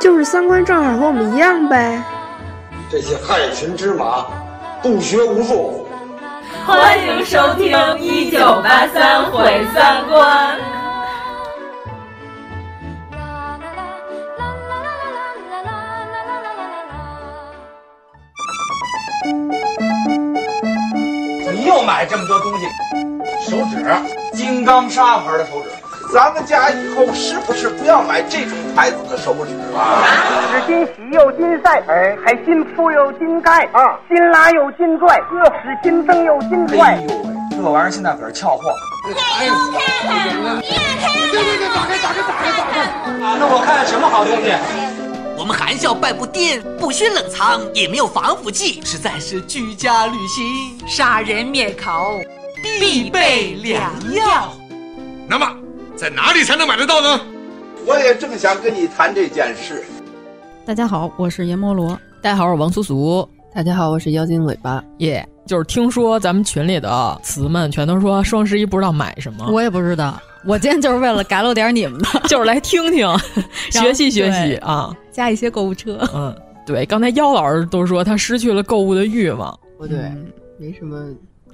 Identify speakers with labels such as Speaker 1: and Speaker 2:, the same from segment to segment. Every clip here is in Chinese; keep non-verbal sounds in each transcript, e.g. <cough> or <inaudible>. Speaker 1: 就是三观正好和我们一样呗。
Speaker 2: 这些害群之马，不学无术。
Speaker 3: 欢迎收听《一九八三毁三观》。
Speaker 2: 你又买这么多东西，手指，金刚砂牌的手指。
Speaker 4: 咱们家以后是不是不要买这种牌子的手指了、啊？
Speaker 2: 哎
Speaker 5: 是金洗又金晒，哎，还金铺又金盖，啊，金拉又金拽，这是金增又金拽。
Speaker 2: 哎呦喂，这玩意儿现在可是俏货。
Speaker 6: 哎呦，看看，你也看看，
Speaker 4: 对对对，打开打开打开打开。
Speaker 2: 啊，那我看看什么好东西。
Speaker 7: 我们含笑半步癫，不需冷藏，也没有防腐剂，实在是居家旅行、
Speaker 8: 杀人灭口
Speaker 7: 必备良药。
Speaker 9: 那么。在哪里才能买得到呢？
Speaker 4: 我也正想跟你谈这件事。
Speaker 10: 大家好，我是阎摩罗。
Speaker 11: 大家好，我是王苏苏。
Speaker 12: 大家好，我是妖精尾巴。
Speaker 11: 耶、yeah,，就是听说咱们群里的词们全都说双十一不知道买什么，
Speaker 10: 我也不知道。我今天就是为了改露点你们的，
Speaker 11: <laughs> 就是来
Speaker 10: <laughs>
Speaker 11: 听听，学习学习啊，
Speaker 10: 加一些购物车。
Speaker 11: 嗯，对，刚才妖老师都说他失去了购物的欲望。
Speaker 12: 不对，嗯、没什么。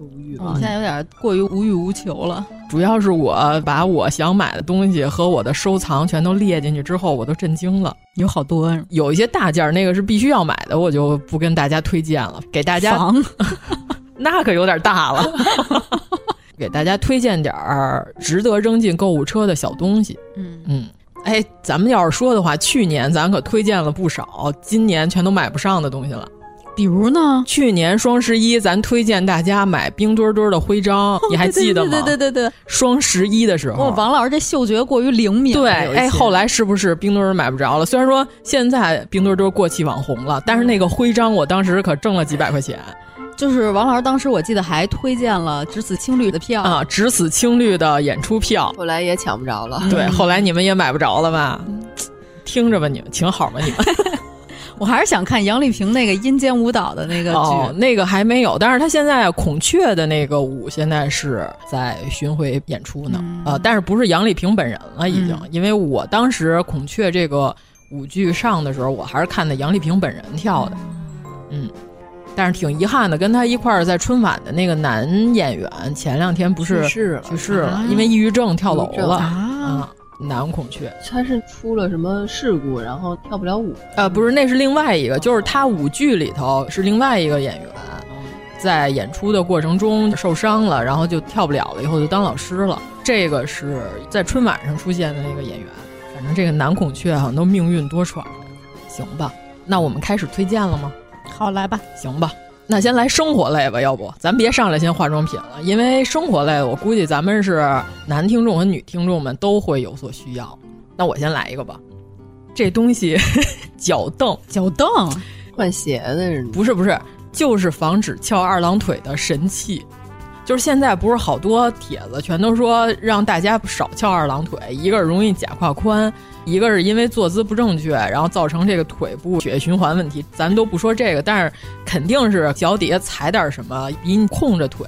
Speaker 12: 无欲
Speaker 11: 啊
Speaker 10: 望，现在有点过于无欲无求了。
Speaker 11: 主要是我把我想买的东西和我的收藏全都列进去之后，我都震惊了，
Speaker 10: 有好多。
Speaker 11: 有一些大件儿，那个是必须要买的，我就不跟大家推荐了，给大家。那可有点大了，给大家推荐点儿值得扔进购物车的小东西。嗯嗯，哎，咱们要是说的话，去年咱可推荐了不少，今年全都买不上的东西了。
Speaker 10: 比如呢？
Speaker 11: 去年双十一，咱推荐大家买冰墩墩的徽章、哦，你还记得
Speaker 10: <laughs>
Speaker 11: 吗？
Speaker 10: 对对对对对。
Speaker 11: 双十一的时候，
Speaker 10: 哦、王老师这嗅觉过于灵敏。
Speaker 11: 对，哎，后来是不是冰墩墩买不着了？虽然说现在冰墩墩过气网红了，但是那个徽章，我当时可挣了几百块钱。
Speaker 12: 啊
Speaker 10: 就是王老师当时我记得还推荐了《只此青绿》的票
Speaker 11: 啊，《只此青绿》的演出票，
Speaker 12: 后来也抢不着了。嗯
Speaker 11: 对，后来你们也买不着了吧？嗯、听着吧，你们挺好吧，你们。
Speaker 10: 我还是想看杨丽萍那个阴间舞蹈的那个剧，
Speaker 11: 哦，那个还没有，但是她现在孔雀的那个舞现在是在巡回演出呢，嗯、呃，但是不是杨丽萍本人了，已经、嗯，因为我当时孔雀这个舞剧上的时候，我还是看的杨丽萍本人跳的，嗯，但是挺遗憾的，跟她一块儿在春晚的那个男演员前两天不是
Speaker 12: 去世了，
Speaker 11: 去世了，啊、因为抑郁症跳楼了
Speaker 12: 啊。
Speaker 11: 嗯男孔雀，
Speaker 12: 他是出了什么事故，然后跳不了舞？
Speaker 11: 呃，不是，那是另外一个，就是他舞剧里头是另外一个演员，在演出的过程中受伤了，然后就跳不了了，以后就当老师了。这个是在春晚上出现的那个演员，反正这个男孔雀好像都命运多舛，行吧？那我们开始推荐了吗？
Speaker 10: 好，来吧，
Speaker 11: 行吧。那先来生活类吧，要不咱别上来先化妆品了，因为生活类我估计咱们是男听众和女听众们都会有所需要。那我先来一个吧，这东西 <laughs> 脚凳，
Speaker 10: 脚凳
Speaker 12: 换鞋的
Speaker 11: 不是不是，就是防止翘二郎腿的神器。就是现在不是好多帖子全都说让大家少翘二郎腿，一个是容易假胯宽，一个是因为坐姿不正确，然后造成这个腿部血液循环问题。咱都不说这个，但是。肯定是脚底下踩点什么，比你空着腿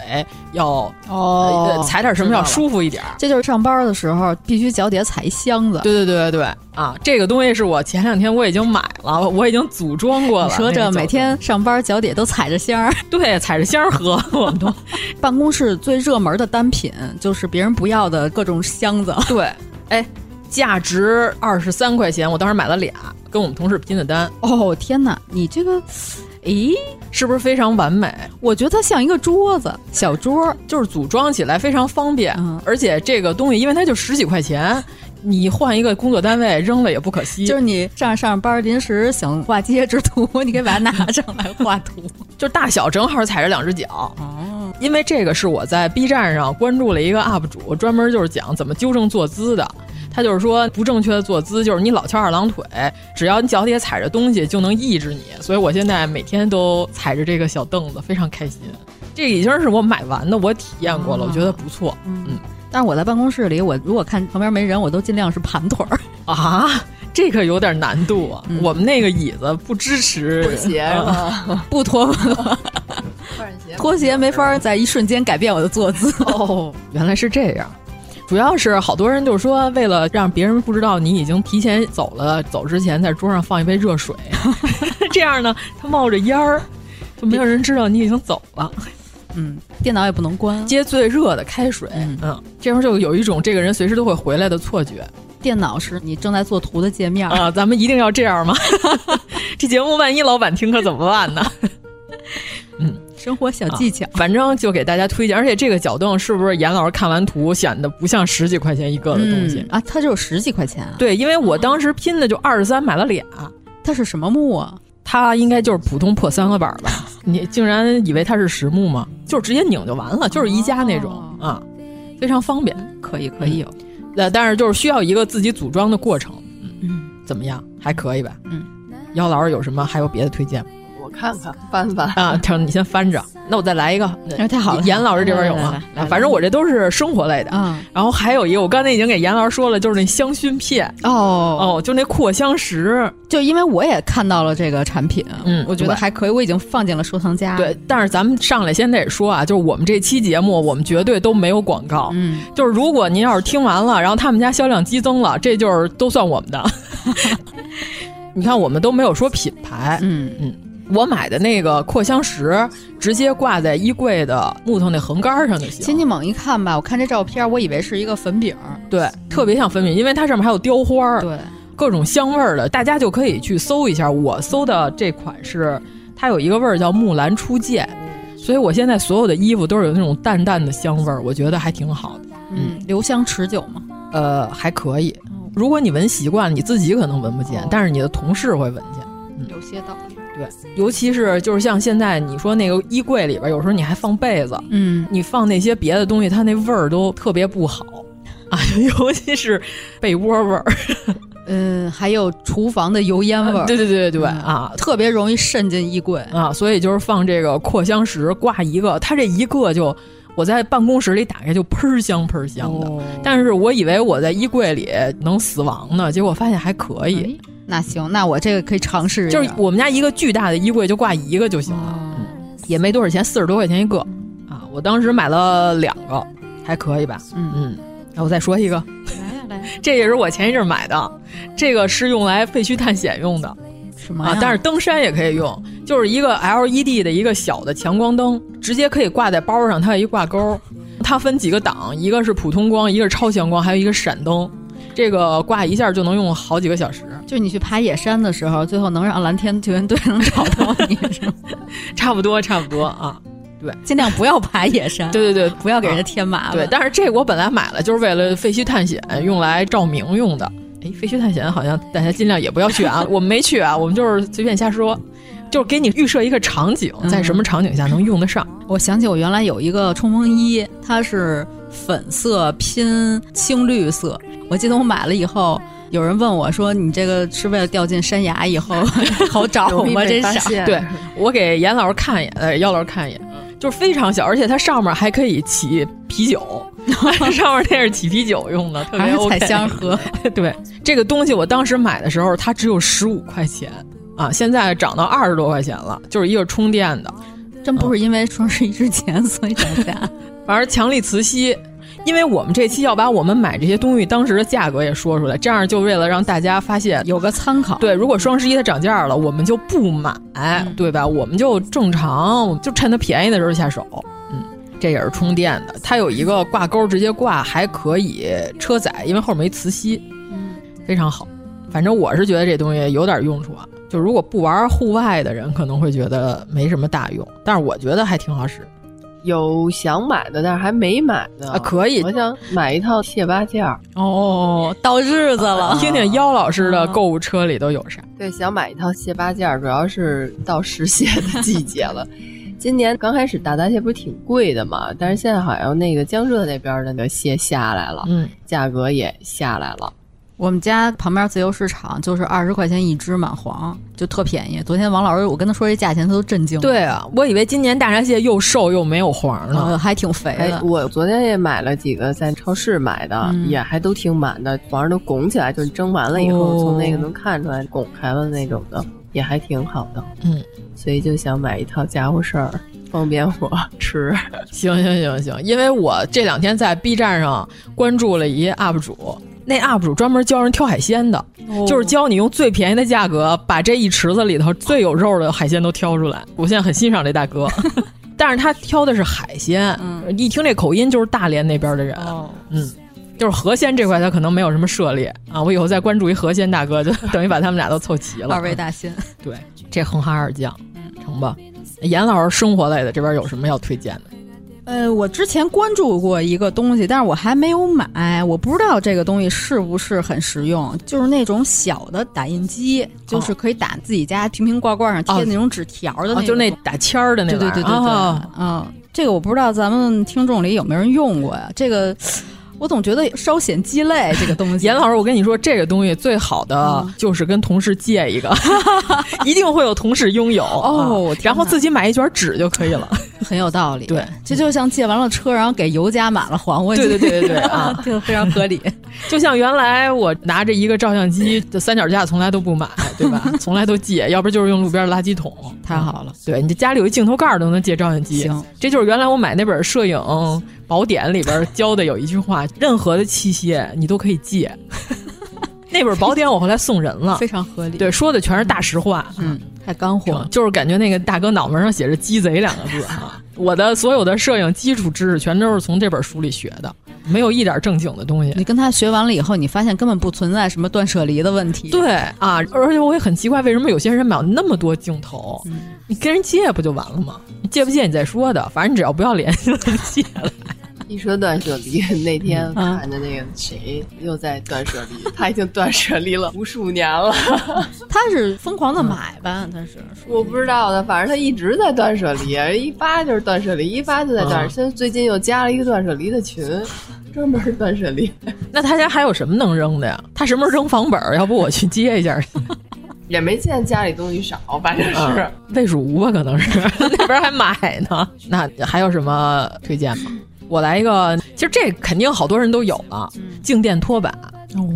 Speaker 11: 要
Speaker 10: 哦、
Speaker 11: 呃，踩点什么要舒服一点。
Speaker 10: 这就是上班的时候必须脚底下踩一箱子。
Speaker 11: 对对对对对啊！这个东西是我前两天我已经买了，我已经组装过了。
Speaker 10: 你说这每天上班脚底下都踩着箱儿，
Speaker 11: 对，踩着箱儿喝，我们都。
Speaker 10: 办公室最热门的单品就是别人不要的各种箱子。
Speaker 11: <laughs> 对，哎，价值二十三块钱，我当时买了俩，跟我们同事拼的单。
Speaker 10: 哦天哪，你这个。诶，
Speaker 11: 是不是非常完美？
Speaker 10: 我觉得它像一个桌子，小桌，
Speaker 11: 就是组装起来非常方便。嗯、而且这个东西，因为它就十几块钱，你换一个工作单位扔了也不可惜。
Speaker 10: 就是你上上班临时想画街之图，你可以把它拿上来画图。
Speaker 11: 就大小正好踩着两只脚。哦，因为这个是我在 B 站上关注了一个 UP 主，专门就是讲怎么纠正坐姿的。他就是说不正确的坐姿就是你老翘二郎腿，只要你脚底下踩着东西就能抑制你。所以我现在每天都踩着这个小凳子，非常开心。这已经是我买完的，我体验过了，
Speaker 10: 啊
Speaker 11: 我觉得不错。嗯，
Speaker 10: 但是我在办公室里，我如果看旁边没人，我都尽量是盘腿
Speaker 11: <laughs>
Speaker 10: 儿。
Speaker 11: 啊，这个有点难度啊。我们那个椅子不支持
Speaker 12: 拖鞋是
Speaker 10: <laughs>
Speaker 12: 吧？
Speaker 10: 不脱文，拖鞋没法在一瞬间改变我的坐姿。
Speaker 11: <laughs> 哦，原来是这样。主要是好多人就是说，为了让别人不知道你已经提前走了，走之前在桌上放一杯热水， <laughs> 这样呢，它冒着烟儿，就没有人知道你已经走了。
Speaker 10: 嗯，电脑也不能关，
Speaker 11: 接最热的开水，嗯，这时候就有一种这个人随时都会回来的错觉
Speaker 10: 电脑是你正在做图的界面儿
Speaker 11: 啊！咱们一定要这样吗？ <laughs> 这节目万一老板听可怎么办呢？ <laughs>
Speaker 10: 生活小技巧
Speaker 11: 啊。反正就给大家推荐。而且这个脚凳是不是严老师看完图显得不像十几块钱一个的东西？
Speaker 10: 嗯啊，它只有十几块钱啊？
Speaker 11: 对，因为我当时拼的就二十三买了俩，
Speaker 10: 它是什么木啊？
Speaker 11: 它应该就是普通破三合板
Speaker 10: <laughs>
Speaker 11: 吧？你竟然以为它是实木吗？就是直接拧就完了，就是宜家那种、
Speaker 10: 哦
Speaker 11: 啊，非常方便。
Speaker 10: 可以可以有，
Speaker 11: 那但是就是需要一个自己组装的过程。嗯，怎么样？还可以吧？
Speaker 10: 嗯，
Speaker 11: 姚老师有什么还有别的推荐吗？
Speaker 12: 我看看，翻翻
Speaker 11: 啊，他说你先翻着，那我再来一个。
Speaker 10: 哎太好了
Speaker 11: 严老师这边有
Speaker 10: 来
Speaker 11: 吗
Speaker 10: 来来？
Speaker 11: 啊反正我这都是生活类的。
Speaker 10: 嗯，
Speaker 11: 然后还有一个，我刚才已经给严老师说了，就是那香薰片。
Speaker 10: 哦
Speaker 11: 哦，就那扩香石。
Speaker 10: 就因为我也看到了这个产品，啊
Speaker 11: 嗯
Speaker 10: 我觉得
Speaker 11: 对
Speaker 10: 还可以，我已经放进了收藏夹。
Speaker 11: 对，，但是咱们上来先得说啊，就是我们这期节目，我们绝对都没有广告。
Speaker 10: 嗯，
Speaker 11: 就是如果您要是听完了，然后他们家销量激增了，这就是都算我
Speaker 10: <laughs>
Speaker 11: 们的。你看，我们都没有说品牌。
Speaker 10: 嗯
Speaker 11: 嗯，我买的那个扩香石，直接挂在衣柜的木头那横杆儿上就行。
Speaker 10: 亲戚猛一看吧，我看这照片，我以为是一个粉饼儿，
Speaker 11: 对，特别像粉饼，因为它上面还有雕花儿，
Speaker 10: 对，
Speaker 11: 各种香味儿的，大家就可以去搜一下。我搜的这款是，它有一个味儿叫木兰初见，所以我现在所有的衣服都是有那种淡淡的香味儿，我觉得还挺好的，
Speaker 10: 嗯，留香持久嘛。
Speaker 11: 呃，还可以。如果你闻习惯了，你自己可能闻不见，但是你的同事会闻见。
Speaker 10: 有些道理，
Speaker 11: 对，尤其是就是像现在你说那个衣柜里边，有时候你还放被子，
Speaker 10: 嗯，
Speaker 11: 你放那些别的东西，它那味儿都特别不好啊， <laughs> 尤其是被窝味儿。
Speaker 10: 嗯，还有厨房的油烟味儿，
Speaker 11: <laughs> 对对对对对、
Speaker 10: 嗯
Speaker 11: 啊
Speaker 10: 特别容易渗进衣柜。
Speaker 11: 啊！所以就是放这个扩香石挂一个，它这一个就我在办公室里打开就喷香喷香的，
Speaker 10: 哦
Speaker 11: 但是我以为我在衣柜里能死亡呢，结果发现还可
Speaker 10: 哎
Speaker 11: 以，
Speaker 10: 那行，那我这个可以尝试一下。
Speaker 11: 就是我们家一个巨大的衣柜就挂一个就行了，嗯也没多少钱，四十多块钱一个啊！我当时买了两个，还可以吧？
Speaker 10: 嗯
Speaker 11: 嗯，那我再说一个，
Speaker 10: 来呀来呀，
Speaker 11: <laughs> 这也是我前一阵买的，这个是用来废墟探险用的。
Speaker 10: 什么
Speaker 11: 啊
Speaker 10: 呀？，
Speaker 11: 但是登山也可以用，就是一个 LED 的一个小的强光灯，直接可以挂在包上，它有一挂钩，它分几个档，一个是普通光，一个是超强光，还有一个闪灯，这个挂一下就能用好几个小时，
Speaker 10: 就你去爬野山的时候，最后能让蓝天救援队能找到你，是吗？
Speaker 11: 差不多差不多啊。
Speaker 10: <laughs> 尽量不要爬野山，
Speaker 11: 对对对，
Speaker 10: 不要给人家
Speaker 11: 啊
Speaker 10: 添麻烦。
Speaker 11: 对，但是这个我本来买了，就是为了废墟探险用来照明用的。哎，废墟探险好像大家尽量也不要去啊，我们没去啊，我们就是随便瞎说，就是给你预设一个场景，在什么场景下能用得上。
Speaker 10: 我想起我原来有一个冲锋衣，它是粉色拼青绿色。我记得我买了以后，有人问我说：“你这个是为了掉进山崖以后 <laughs> 好找吗？”真傻。
Speaker 11: 对我给严老师看一眼，呃，姚老师看一眼，
Speaker 10: 嗯
Speaker 11: 就是非常小，而且它上面还可以起
Speaker 10: <laughs>
Speaker 11: 啤酒，上面那是起啤酒用的，特
Speaker 10: 还
Speaker 11: 别
Speaker 10: 是
Speaker 11: OK。
Speaker 10: 采香盒，
Speaker 11: <laughs> 对这个东西，我当时买的时候它只有十五块钱啊，现在涨到二十多块钱了，就是一个充电的，
Speaker 10: 真不是因为双十一之前所以涨价。
Speaker 11: 反正强力磁吸。因为我们这期要把我们买这些东西当时的价格也说出来，这样就为了让大家发现
Speaker 10: <laughs> 有个参考。
Speaker 11: 对，如果双十一它涨价了，我们就不买，对吧？我们就正常，我们就趁它便宜的时候下手。嗯，这也是充电的，它有一个挂钩，直接挂，还可以车载，因为后面没磁吸，非常好。反正我是觉得这东西有点用处啊，就如果不玩户外的人可能会觉得没什么大用，但是我觉得还挺好使。
Speaker 12: 有想买的，但是还没买的
Speaker 11: 啊可以
Speaker 12: 哦我想买一套蟹八件儿，
Speaker 11: 哦，
Speaker 10: 到日子了，
Speaker 11: 听听妖老师的购物车里都有啥？
Speaker 12: 对，想买一套蟹八件儿，主要是到食蟹的季节了。今年刚开始大闸蟹不是挺贵的嘛，但是现在好像那个江浙那边的那个蟹下来了，
Speaker 11: 嗯，
Speaker 12: 价格也下来了。
Speaker 10: 我们家旁边自由市场就是二十块钱一只满黄，就特便宜。昨天王老师我跟他说这价钱，他都震惊了。
Speaker 11: 对啊，我以为今年大闸蟹又瘦又没有黄呢，
Speaker 10: 呃还挺肥
Speaker 12: 哎
Speaker 11: 嗯
Speaker 10: 的，。
Speaker 12: 我昨天也买了几个，在超市买的，
Speaker 10: 嗯
Speaker 12: 也还都挺满的，网上都拱起来，就是蒸完了以后，
Speaker 10: 哦
Speaker 12: 从那个能看出来拱开了那种的，也还挺好的。
Speaker 11: 嗯，
Speaker 12: 所以就想买一套家伙事儿，方便我吃。
Speaker 11: 行行行行，因为我这两天在 B 站上关注了一 UP 主，那 UP 主专门教人挑海鲜的，
Speaker 10: 哦
Speaker 11: 就是教你用最便宜的价格把这一池子里头最有肉的海鲜都挑出来。我现在很欣赏这
Speaker 10: <laughs>
Speaker 11: 大哥，但是他挑的是海鲜，
Speaker 10: 嗯
Speaker 11: 一听这口音就是大连那边的人，
Speaker 10: 哦
Speaker 11: 嗯。就是河鲜这块，他可能没有什么涉猎啊。我以后再关注一河鲜大哥，就 <laughs> 等于把他们俩都凑齐了。
Speaker 10: 二位大嗯仙，
Speaker 11: 对，这哼哈二将，成吧。严老师生活类的这边有什么要推荐的？
Speaker 10: 呃，我之前关注过一个东西，但是我还没有买，我不知道这个东西是不是很实用。就是那种小的打印机，就是可以打自己家瓶瓶罐罐上贴的那种纸条的那
Speaker 11: 哦，
Speaker 10: 种，
Speaker 11: 就那打签儿的那
Speaker 10: 对对
Speaker 11: 玩
Speaker 10: 对
Speaker 11: 意
Speaker 10: 对
Speaker 11: 儿
Speaker 10: 对，
Speaker 11: 哦
Speaker 10: 嗯，这个我不知道咱们听众里有没有人用过呀？这个我总觉得稍显鸡肋，这个东西。
Speaker 11: 严老师，我跟你说，这个东西最好的
Speaker 10: 嗯
Speaker 11: 就是跟同事借一个， <laughs> 一定会有同事拥有
Speaker 10: 哦
Speaker 11: 啊然后自己买一卷纸就可以
Speaker 10: <laughs>
Speaker 11: 了。
Speaker 10: 很有道理，
Speaker 11: 对，
Speaker 10: 这就像借完了车，然后给油加满了还回去，
Speaker 11: 对对对对对啊
Speaker 10: 就非常合理。
Speaker 11: 就像原来我拿着一个照相机，这三脚架从来都不买，对吧？
Speaker 10: <laughs>
Speaker 11: 从来都借，要不然就是用路边的垃圾桶。
Speaker 10: 太好了，
Speaker 11: 对你这家里有一镜头盖儿都能借照相机，
Speaker 10: 行，
Speaker 11: 这就是原来我买那本摄影宝典里边教的有一句话：任何的器械你都可以借。 <laughs> 那本宝典我后来送人了，
Speaker 10: 非常合理。
Speaker 11: 对，说的全是大实话，
Speaker 10: 嗯，太干货了。
Speaker 11: 就是感觉那个大哥脑门上写着“鸡贼”两个字啊。我的所有的摄影基础知识全都是从这本书里学的，没有一点正经的东西。
Speaker 10: 你跟他学完了以后，你发现根本不存在什么断舍离的问题。
Speaker 11: 对啊，而且我也很奇怪，为什么有些人买了那么多镜头？你跟人借不就完了吗？你借不借你再说的，反正你只要不要脸 <laughs> 就能借了。
Speaker 12: 一说断舍离，那天
Speaker 11: 嗯
Speaker 12: 看着那个谁又在断舍离，他已经断舍离了无数年了。 <laughs>
Speaker 10: 他是疯狂的买吧，他是
Speaker 12: 我不知道呢，反正他一直在断舍离，一发就是断舍离，一发就在断
Speaker 11: 嗯
Speaker 12: 舍。现在最近又加了一个断舍离的群，专门断舍离，
Speaker 11: 那他家还有什么能扔的呀？他什么时候扔房本儿？要不我去接一下去？
Speaker 12: 也没见家里东西少，反正是。
Speaker 11: 啊魏蜀吴吧，可能是 <laughs> 那边还买呢。那还有什么推荐吗？我来一个，其实这肯定好多人都有了，静电拖把。哦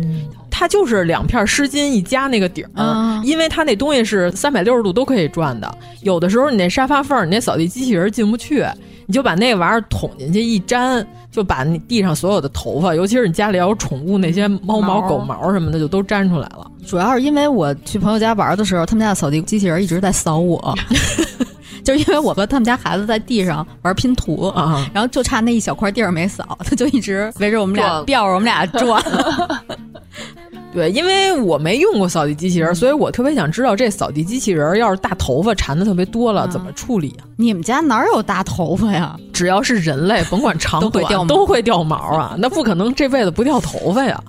Speaker 11: 它就是两片湿巾一夹那个底儿，
Speaker 10: 啊
Speaker 11: 因为它那东西是三百六十度都可以转的。有的时候你那沙发缝儿，你那扫地机器人进不去，你就把那玩意儿捅进去一粘，就把你地上所有的头发，尤其是你家里要有宠物那些猫毛、
Speaker 10: 毛
Speaker 11: 狗毛什么的，就都粘出来了。
Speaker 10: 主要是因为我去朋友家玩的时候，他们家的扫地机器人一直在扫我， <laughs> 就是因为我和他们家孩子在地上玩拼图
Speaker 11: 啊，
Speaker 10: 然后就差那一小块地儿没扫，他就一直围着我们俩
Speaker 11: 转
Speaker 10: 吊着我们俩转。 <laughs>
Speaker 11: 对，因为我没用过扫地机器人，所以我特别想知道这扫地机器人要是大头发缠的特别多了，怎么处理啊？
Speaker 10: 你们家哪有大头发呀？
Speaker 11: 只要是人类，甭管长
Speaker 10: 都会
Speaker 11: 短，
Speaker 10: 掉毛
Speaker 11: 都会掉毛啊！那不可能这辈子不掉头发呀！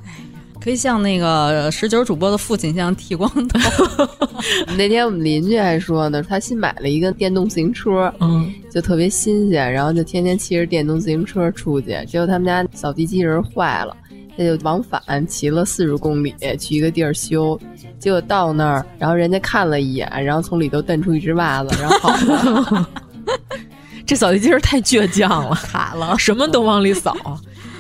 Speaker 10: 可以像那个十九主播的父亲一样剃光头。
Speaker 12: <laughs> 那天我们邻居还说呢，他新买了一个电动自行车，
Speaker 11: 嗯，
Speaker 12: 就特别新鲜，然后就天天骑着电动自行车出去，结果他们家扫地机器人坏了。他就往返骑了四十公里去一个地儿修，结果到那儿，然后人家看了一眼，然后从里头蹬出一只袜子，然后跑了。 <laughs>
Speaker 11: 这扫地机器人太倔强了，卡了，什么都往里 <laughs> 扫。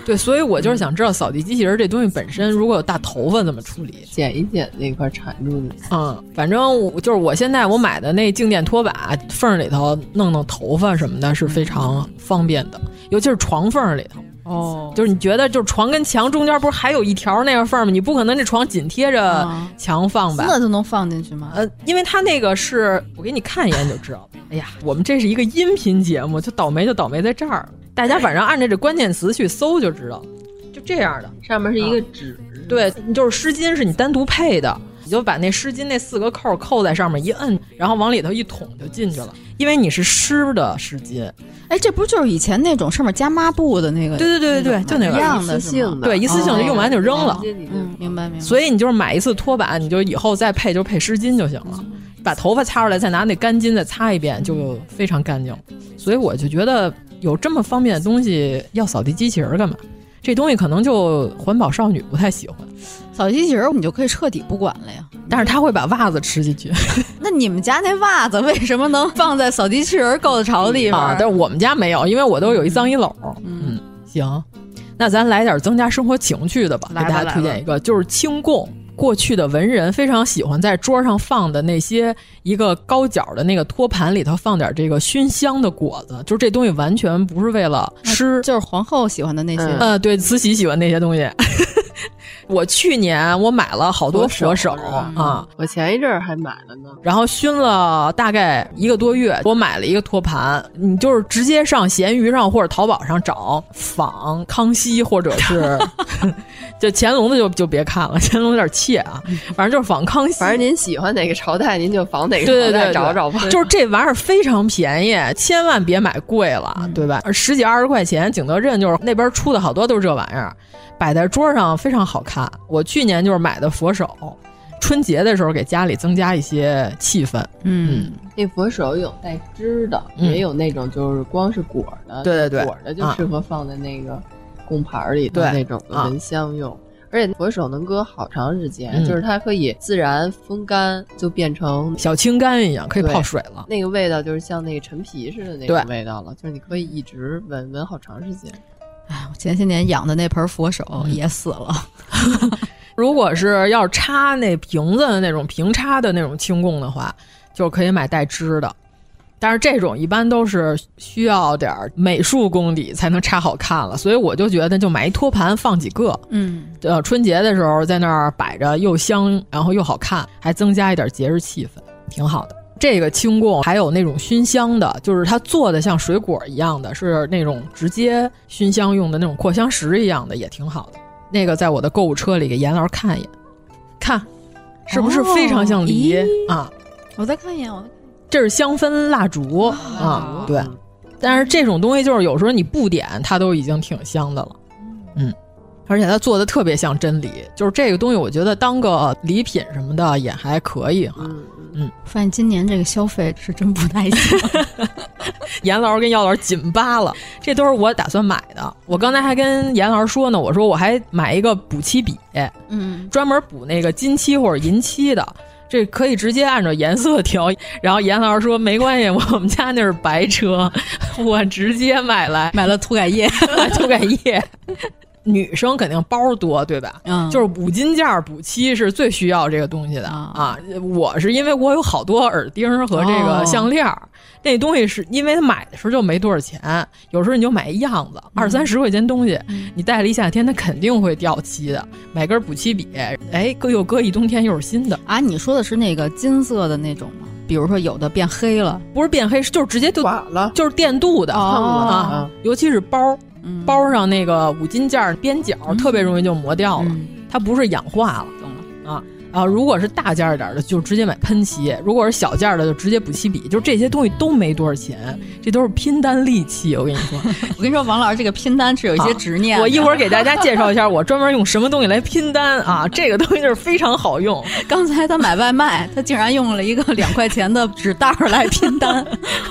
Speaker 11: 对，所以我就是想知道扫地机器人这东西本身如果有大头发怎么处理。
Speaker 12: 剪一剪那块缠住你。
Speaker 11: 嗯，反正我就是我现在我买的那静电拖把缝儿里头弄弄头发什么的是非常方便的，尤其是床缝儿里头。
Speaker 10: 哦，
Speaker 11: 就是你觉得就是床跟墙中间不是还有一条那个缝儿吗？你不可能这床紧贴着
Speaker 10: 啊
Speaker 11: 墙放吧？
Speaker 10: 那就能放进去吗？
Speaker 11: 呃，因为它那个是我给你看一眼你就知道了。哎呀，我们这是一个音频节目，就倒霉就倒霉在这儿了。大家反正按照这关键词去搜就知道，就这样的。
Speaker 12: 上面是一个纸，
Speaker 11: 对，你就是湿巾是你单独配的，你就把那湿巾那四个扣扣在上面一摁，然后往里头一捅就进去了，因为你是湿的湿巾。
Speaker 10: 哎，这不就是以前那种上面加抹布的那个？
Speaker 11: 对对对对对，就那
Speaker 10: 一
Speaker 11: 个
Speaker 10: 样的是吗
Speaker 11: 对，一次性的用完就扔了。
Speaker 10: 嗯，明白明白。
Speaker 11: 所以你就是买一次拖把，你就以后再配就配湿巾就行了，把头发擦出来，再拿那干巾再擦一遍，就非常干净。所以我就觉得有这么方便的东西，要扫地机器人干嘛？这东西可能就环保少女不太喜欢。
Speaker 10: 扫地机器人你就可以彻底不管了呀。
Speaker 11: 但是它会把袜子吃进去。
Speaker 10: 那你们家那袜子为什么能放在扫地机器人够得着的地方？
Speaker 11: 啊，但是我们家没有，因为我都有一脏衣篓。嗯，行，那咱来点增加生活情趣的吧，给
Speaker 10: 来吧
Speaker 11: 大家推荐一个，就是清供。过去的文人非常喜欢在桌上放的那些一个高脚的那个托盘里头放点这个熏香的果子，就是这东西完全不是为了吃，
Speaker 10: 就是皇后喜欢的那些。
Speaker 11: 呃，对，慈禧喜欢那些东西。 <laughs> 我去年我买了好多佛手啊，
Speaker 12: 我前一阵儿还买了呢。
Speaker 11: 然后熏了大概一个多月，我买了一个托盘，你就是直接上闲鱼上或者淘宝上找仿康熙或者
Speaker 12: <laughs>
Speaker 11: 是就乾隆的就就别看了， <laughs> 乾隆有点怯
Speaker 12: <laughs>
Speaker 11: 啊，反正就是仿康熙，
Speaker 12: 反正您喜欢哪个朝代，您就仿哪个
Speaker 11: 对
Speaker 12: 朝
Speaker 11: 对
Speaker 12: 代
Speaker 11: 对，
Speaker 12: 找找吧。
Speaker 11: 就是这玩意儿非常便宜，千万别买贵
Speaker 12: 嗯
Speaker 11: 了，对吧？十几二十块钱，景德镇就是那边出的好多都是这玩意儿，摆在桌上非常好看。我去年就是买的佛手，春节的时候给家里增加一些气氛。
Speaker 10: 嗯，
Speaker 12: 那佛手有带汁的，
Speaker 11: 嗯
Speaker 12: 也有那种就是光是果儿的。
Speaker 11: 对对对
Speaker 12: 果儿的就
Speaker 11: 啊
Speaker 12: 适合放在那个供盘儿里
Speaker 11: 对
Speaker 12: 的那种
Speaker 11: 啊
Speaker 12: 蚊香用。而且佛手能搁好长时间，
Speaker 11: 嗯
Speaker 12: 就是它可以自然风干，就变成
Speaker 11: 小青柑一样，可以泡水了。
Speaker 12: 那个味道就是像那个陈皮似的那
Speaker 11: 对
Speaker 12: 种味道了，就是你可以一直闻闻好长时间。
Speaker 10: 我前些年养的那盆佛手也死了。
Speaker 11: 如果是要插那瓶子的那种平插的那种清供的话，就可以买带枝的。但是这种一般都是需要点儿美术功底才能插好看了，所以我就觉得就买一托盘放几个，
Speaker 10: 嗯，
Speaker 11: 呃，春节的时候在那儿摆着又香，然后又好看，还增加一点节日气氛，挺好的。这个清供还有那种熏香的，就是它做的像水果一样的，是那种直接熏香用的那种扩香石一样的，也挺好的。那个在我的购物车里给严老师看一眼，看是不是非常像梨、啊？
Speaker 10: 我再看一眼，我再看
Speaker 11: 这是香氛蜡烛啊，对。但是这种东西就是有时候你不点，它都已经挺香的了，嗯。而且它做的特别像真理，就是这个东西，我觉得当个礼品什么的也还可以哈。嗯，
Speaker 10: 发现今年这个消费是真不太行。
Speaker 11: 严老师跟药老师紧扒了，这都是我打算买的。我刚才还跟严老师说呢，我说我还买一个补漆笔，
Speaker 10: <laughs> 嗯，
Speaker 11: 专门补那个金漆或者银漆的，这可以直接按照颜色调。 <laughs> 然后严老师说没关系，我们家那是白车，我直接买来
Speaker 10: 买了涂改
Speaker 11: <laughs>
Speaker 10: 液，
Speaker 11: 涂改液。 <laughs> 女生肯定包多，对吧？
Speaker 10: 嗯
Speaker 11: 就是五金件儿补漆是最需要这个东西的、啊。我是因为我有好多耳钉儿和这个
Speaker 10: 哦
Speaker 11: 项链儿，那东西是因为买的时候就没多少钱，有时候你就买一样
Speaker 10: 嗯
Speaker 11: 子，二三十块钱东西，你戴了一夏天，它肯定会掉漆的。买根补漆笔，哎，搁又搁一冬天，又是新的。
Speaker 10: 啊，你说的是那个金色的那种吗？比如说有的变黑了，
Speaker 11: 不是变黑，是就是直接就垮了，就是电镀
Speaker 10: 哦
Speaker 11: 的、啊，尤其是包儿。
Speaker 10: 嗯
Speaker 11: 包上那个五金件儿边角儿特别容易就磨掉了，
Speaker 10: 嗯
Speaker 11: 它不是氧化了，懂了啊？啊，如果是大件儿一点儿的，就直接买喷漆；如果是小件儿的，就直接补漆笔。就这些东西都没多少钱，这都是拼单利器。我跟你说，
Speaker 10: 我跟你说，王老师这个拼单是有一些执念的、
Speaker 11: 我一会儿给大家介绍一下，我专门用什么东西来拼单啊？这个东西就是非常好用。
Speaker 10: <laughs> 刚才他买外卖，他竟然用了一个两块钱的纸袋儿来拼 <laughs> 单，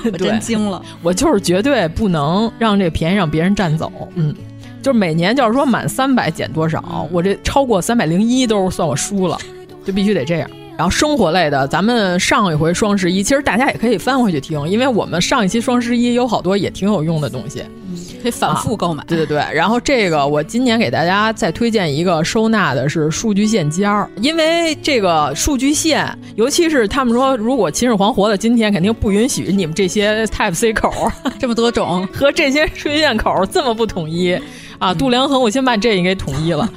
Speaker 10: 我真惊了。
Speaker 11: 我就是绝对不能让这便宜让别人占走。嗯，就是每年就是说满三百减多少，我这超过三百零一都是算我输了，就必须得这样。然后生活类的，咱们上一回双十一，其实大家也可以翻回去听，因为我们上一期双十一有好多也挺有用的东西。
Speaker 10: 嗯可以反复购买。
Speaker 11: 对对对， <laughs> 然后这个我今年给大家再推荐一个收纳的是数据线尖儿，因为这个数据线，尤其是他们说如果秦始皇活到今天，肯定不允许你们这些 Type C 口 <laughs>
Speaker 10: 这么多种
Speaker 11: 和这些数据线口这么不统一啊。度量衡我先把这个给统一 <laughs> 了，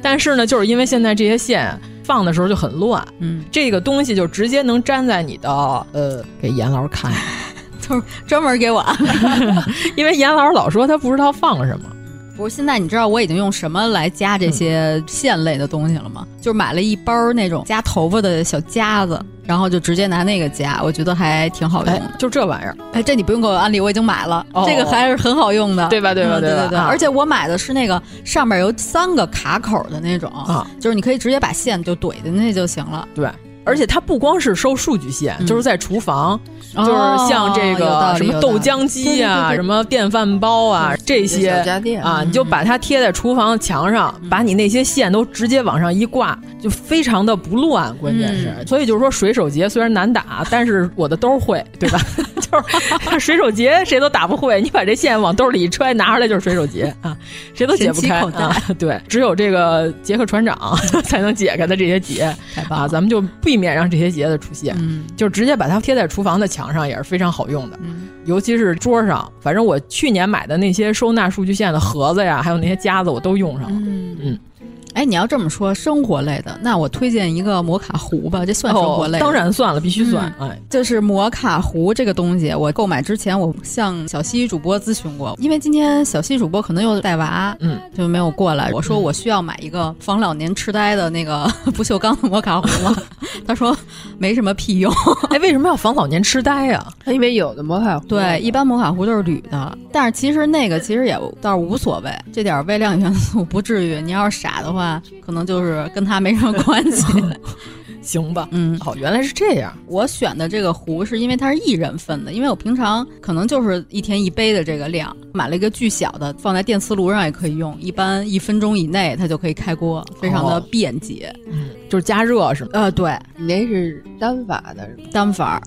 Speaker 11: 但是呢，就是因为现在这些线放的时候就很乱，
Speaker 10: <laughs> 嗯，
Speaker 11: 这个东西就直接能粘在你的呃，给严老师 <laughs> 看一下。
Speaker 10: 就是专门给我安 <laughs> 排。
Speaker 11: 因为严老师老说他不知道放了什么，
Speaker 10: 不是，现在你知道我已经用什么来夹这些线类的东西了吗？就是买了一包儿那种夹头发的小夹子，然后就直接拿那个夹，我觉得还挺好用的。
Speaker 11: 就这玩意儿，
Speaker 10: 哎，这你不用给我安利，我已经买了，
Speaker 11: 哦
Speaker 10: 这个还是很好用的，
Speaker 11: 对吧对吧
Speaker 10: 嗯
Speaker 11: 对
Speaker 10: 对
Speaker 11: 吧
Speaker 10: 对
Speaker 11: 啊
Speaker 10: 而且我买的是那个上面有三个卡口的那种，
Speaker 11: 啊
Speaker 10: 就是你可以直接把线就怼进去就行了。
Speaker 11: 对。嗯而且它不光是收数据线，就是在厨房，就是像这
Speaker 10: 哦
Speaker 11: 个什
Speaker 10: 嗯有
Speaker 11: 么
Speaker 10: 道理
Speaker 11: 豆浆机
Speaker 10: 有道
Speaker 11: 啊、
Speaker 10: 理对对对对嗯
Speaker 11: 什么电饭煲啊这些
Speaker 12: 小家电
Speaker 11: 啊，你就把它贴在厨房墙上，把你那些线都直接往上一挂，就非常的不乱。关键是，
Speaker 10: 嗯
Speaker 11: 所以就是说水手节虽然难打，但是我的兜会，对吧？ <laughs> 就是 <laughs> 水手节谁都打不会，你把这线往兜里一揣，拿出来就是水手节啊，谁都解不开
Speaker 10: 神奇口袋
Speaker 11: 啊。 <laughs> 对，只有这个杰克船长 <laughs> 才能解开的这些结啊，咱们就避免让这些结的出现，
Speaker 10: 嗯
Speaker 11: 就直接把它贴在厨房的墙上也是非常好用的。尤其是桌上，反正我去年买的那些收纳数据线的盒子呀，还有那些夹子，我都用上了。嗯
Speaker 10: 哎，你要这么说，生活类的，那我推荐一个摩卡壶吧，这算生活类、嗯
Speaker 11: 哦当然算了必须算哎， <laughs>
Speaker 10: 就是摩卡壶这个东西，我购买之前我向小西主播咨询过，因为今天小西主播可能又带娃，
Speaker 11: 嗯，
Speaker 10: 就没有过来。我说我需要买一个防老年痴呆的那个 <laughs> 不锈钢的摩卡壶
Speaker 11: <laughs>
Speaker 10: 嘛，他说没什么屁用。
Speaker 11: 哎，为什么要防老年痴呆啊呀、
Speaker 10: <laughs> 哎
Speaker 12: 因为有的摩卡壶
Speaker 10: 对，一般摩卡壶都是铝的，但是其实那个其实也倒是无所谓，这点微量元素不至于。你要是傻的话，可能就是跟它没什么关
Speaker 11: <laughs>
Speaker 10: 系。
Speaker 11: 行吧，
Speaker 10: 嗯，
Speaker 11: 好，原来是这样。
Speaker 10: 我选的这个壶是因为它是一人份的，因为我平常可能就是一天一杯的这个量，买了一个巨小的，放在电磁炉上也可以用，一般一分钟以内它就可以开锅，非常的
Speaker 11: 哦
Speaker 10: 便捷。
Speaker 11: 就是加热是吗？
Speaker 10: 呃，对，
Speaker 12: 你那是单法的是吗？
Speaker 10: 单反儿，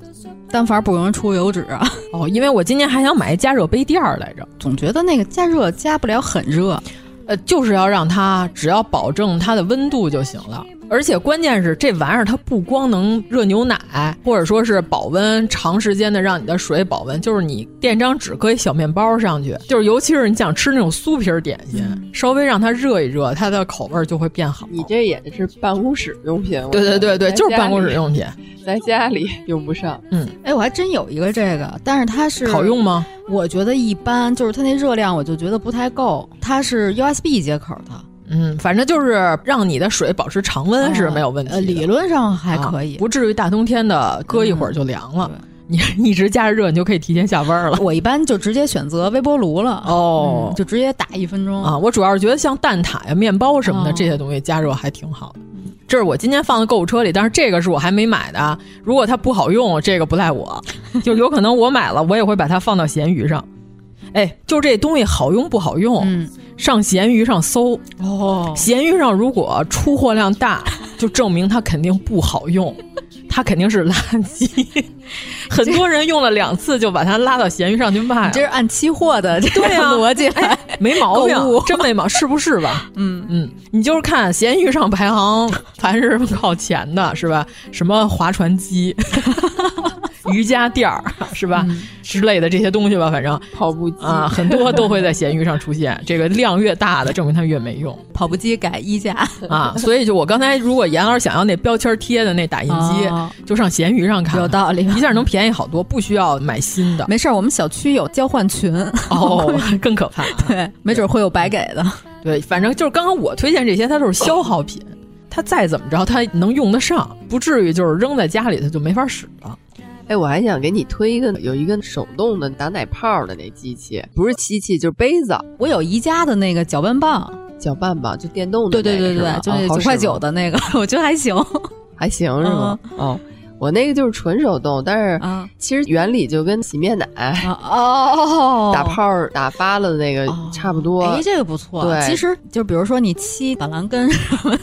Speaker 10: 单反儿不容易出油脂啊。 <laughs>
Speaker 11: 哦，因为我今年还想买一加热杯垫儿来着，
Speaker 10: 总觉得那个加热加不了很热，
Speaker 11: 呃，就是要让它只要保证它的温度就行了。而且关键是这玩意儿它不光能热牛奶，或者说是保温，长时间的让你的水保温，就是你垫张纸搁一小面包上去，就是尤其是你想吃那种酥皮儿点心，
Speaker 10: 嗯
Speaker 11: 稍微让它热一热，它的口味儿就会变好。
Speaker 12: 你这也是办公室用品。
Speaker 11: 对对对对，
Speaker 12: 在
Speaker 11: 就是
Speaker 12: 家
Speaker 11: 办公室
Speaker 12: 里
Speaker 11: 用品。
Speaker 12: 在家里用不上。
Speaker 11: 嗯，
Speaker 10: 哎，我还真有一个这个，但是它是
Speaker 11: 好用吗？
Speaker 10: 我觉得一般，就是它那热量我就觉得不太够。它是 USB 接口的，
Speaker 11: 嗯，反正就是让你的水保持常温是没有问题的、
Speaker 10: 呃，理论上还
Speaker 11: 啊
Speaker 10: 可以。嗯
Speaker 11: 不至于大冬天的搁一会儿就凉了。你 <laughs> 一直加热，你就可以提前下
Speaker 10: <laughs>
Speaker 11: 班了。
Speaker 10: 我一般就直接选择微波炉了，
Speaker 11: 哦
Speaker 10: 嗯就直接打一分钟
Speaker 11: 啊，。我主要是觉得像蛋挞呀、面包什么
Speaker 10: 哦
Speaker 11: 的、这些东西加热还挺好的。
Speaker 10: 嗯
Speaker 11: 这是我今天放在购物车里，但是这个是我还没买的啊。如果它不好用，这个不
Speaker 10: <laughs>
Speaker 11: 赖我，就有可能我买了，我也会把它放到闲鱼上。哎，就这东西好用不好用，上闲鱼上搜
Speaker 10: 嗯哦，
Speaker 11: 闲鱼上如果出货量大，就证明它肯定不好用，它肯定是垃
Speaker 10: <laughs>
Speaker 11: 圾。很多人用了两次就把它拉到闲鱼上去卖
Speaker 10: 你
Speaker 11: 了，
Speaker 10: 这是按期货的这个
Speaker 11: 对
Speaker 10: <laughs>
Speaker 11: 啊
Speaker 10: 逻辑来，
Speaker 11: 没毛
Speaker 10: <laughs>
Speaker 11: 病
Speaker 10: 购物，
Speaker 11: <laughs> 真没毛，是不是吧？
Speaker 10: <laughs> 嗯
Speaker 11: 嗯，你就是看闲鱼上排行，凡是靠前的是吧？什么划船机、 <laughs> 瑜伽垫儿是吧、
Speaker 10: 嗯
Speaker 11: 之类的这些东西吧，反正
Speaker 12: 跑步机
Speaker 11: 啊，很多都会在闲鱼上出现。这个量越大的，证明它越没用
Speaker 10: 跑步机改衣架
Speaker 11: 啊。所以就我刚才，如果严老师想要那标签贴的那打印机，
Speaker 10: 哦
Speaker 11: 就上闲鱼上看看，
Speaker 10: 有道理， <laughs>
Speaker 11: 一下能便宜好多，不需要买新的。
Speaker 10: 没事儿，我们小区有交换群，
Speaker 11: 哦，更可怕、
Speaker 10: <laughs> 对，没准会有白给的。
Speaker 11: 对，反正就是刚刚我推荐这些，它都是消耗品，它再怎么着，它能用得上，不至于就是扔在家里它就没法使了。
Speaker 12: 哎，我还想给你推一个，有一个手动的打奶泡的那机器，不是
Speaker 11: <laughs>
Speaker 12: 机器就是杯子，
Speaker 10: 我有宜家的那个搅拌棒，
Speaker 12: 搅拌棒，就电动的
Speaker 10: 对
Speaker 12: 那
Speaker 10: 对
Speaker 12: 个
Speaker 10: 对
Speaker 12: 是吧。
Speaker 10: 对，就
Speaker 12: 哦
Speaker 10: 是
Speaker 12: 好
Speaker 10: 九
Speaker 12: 使
Speaker 10: 块
Speaker 12: 吗
Speaker 10: 九的嗯那个， <laughs> 我觉得还行。
Speaker 12: 还行是吗？哦，我那个就是纯手动，但是
Speaker 10: 嗯啊
Speaker 12: 其实原理就跟洗面奶、
Speaker 10: 哦
Speaker 12: 打泡儿打发了的那个差不多。
Speaker 10: 哎，这个不错。
Speaker 12: 对
Speaker 10: 其实就比如说你七板蓝根什么的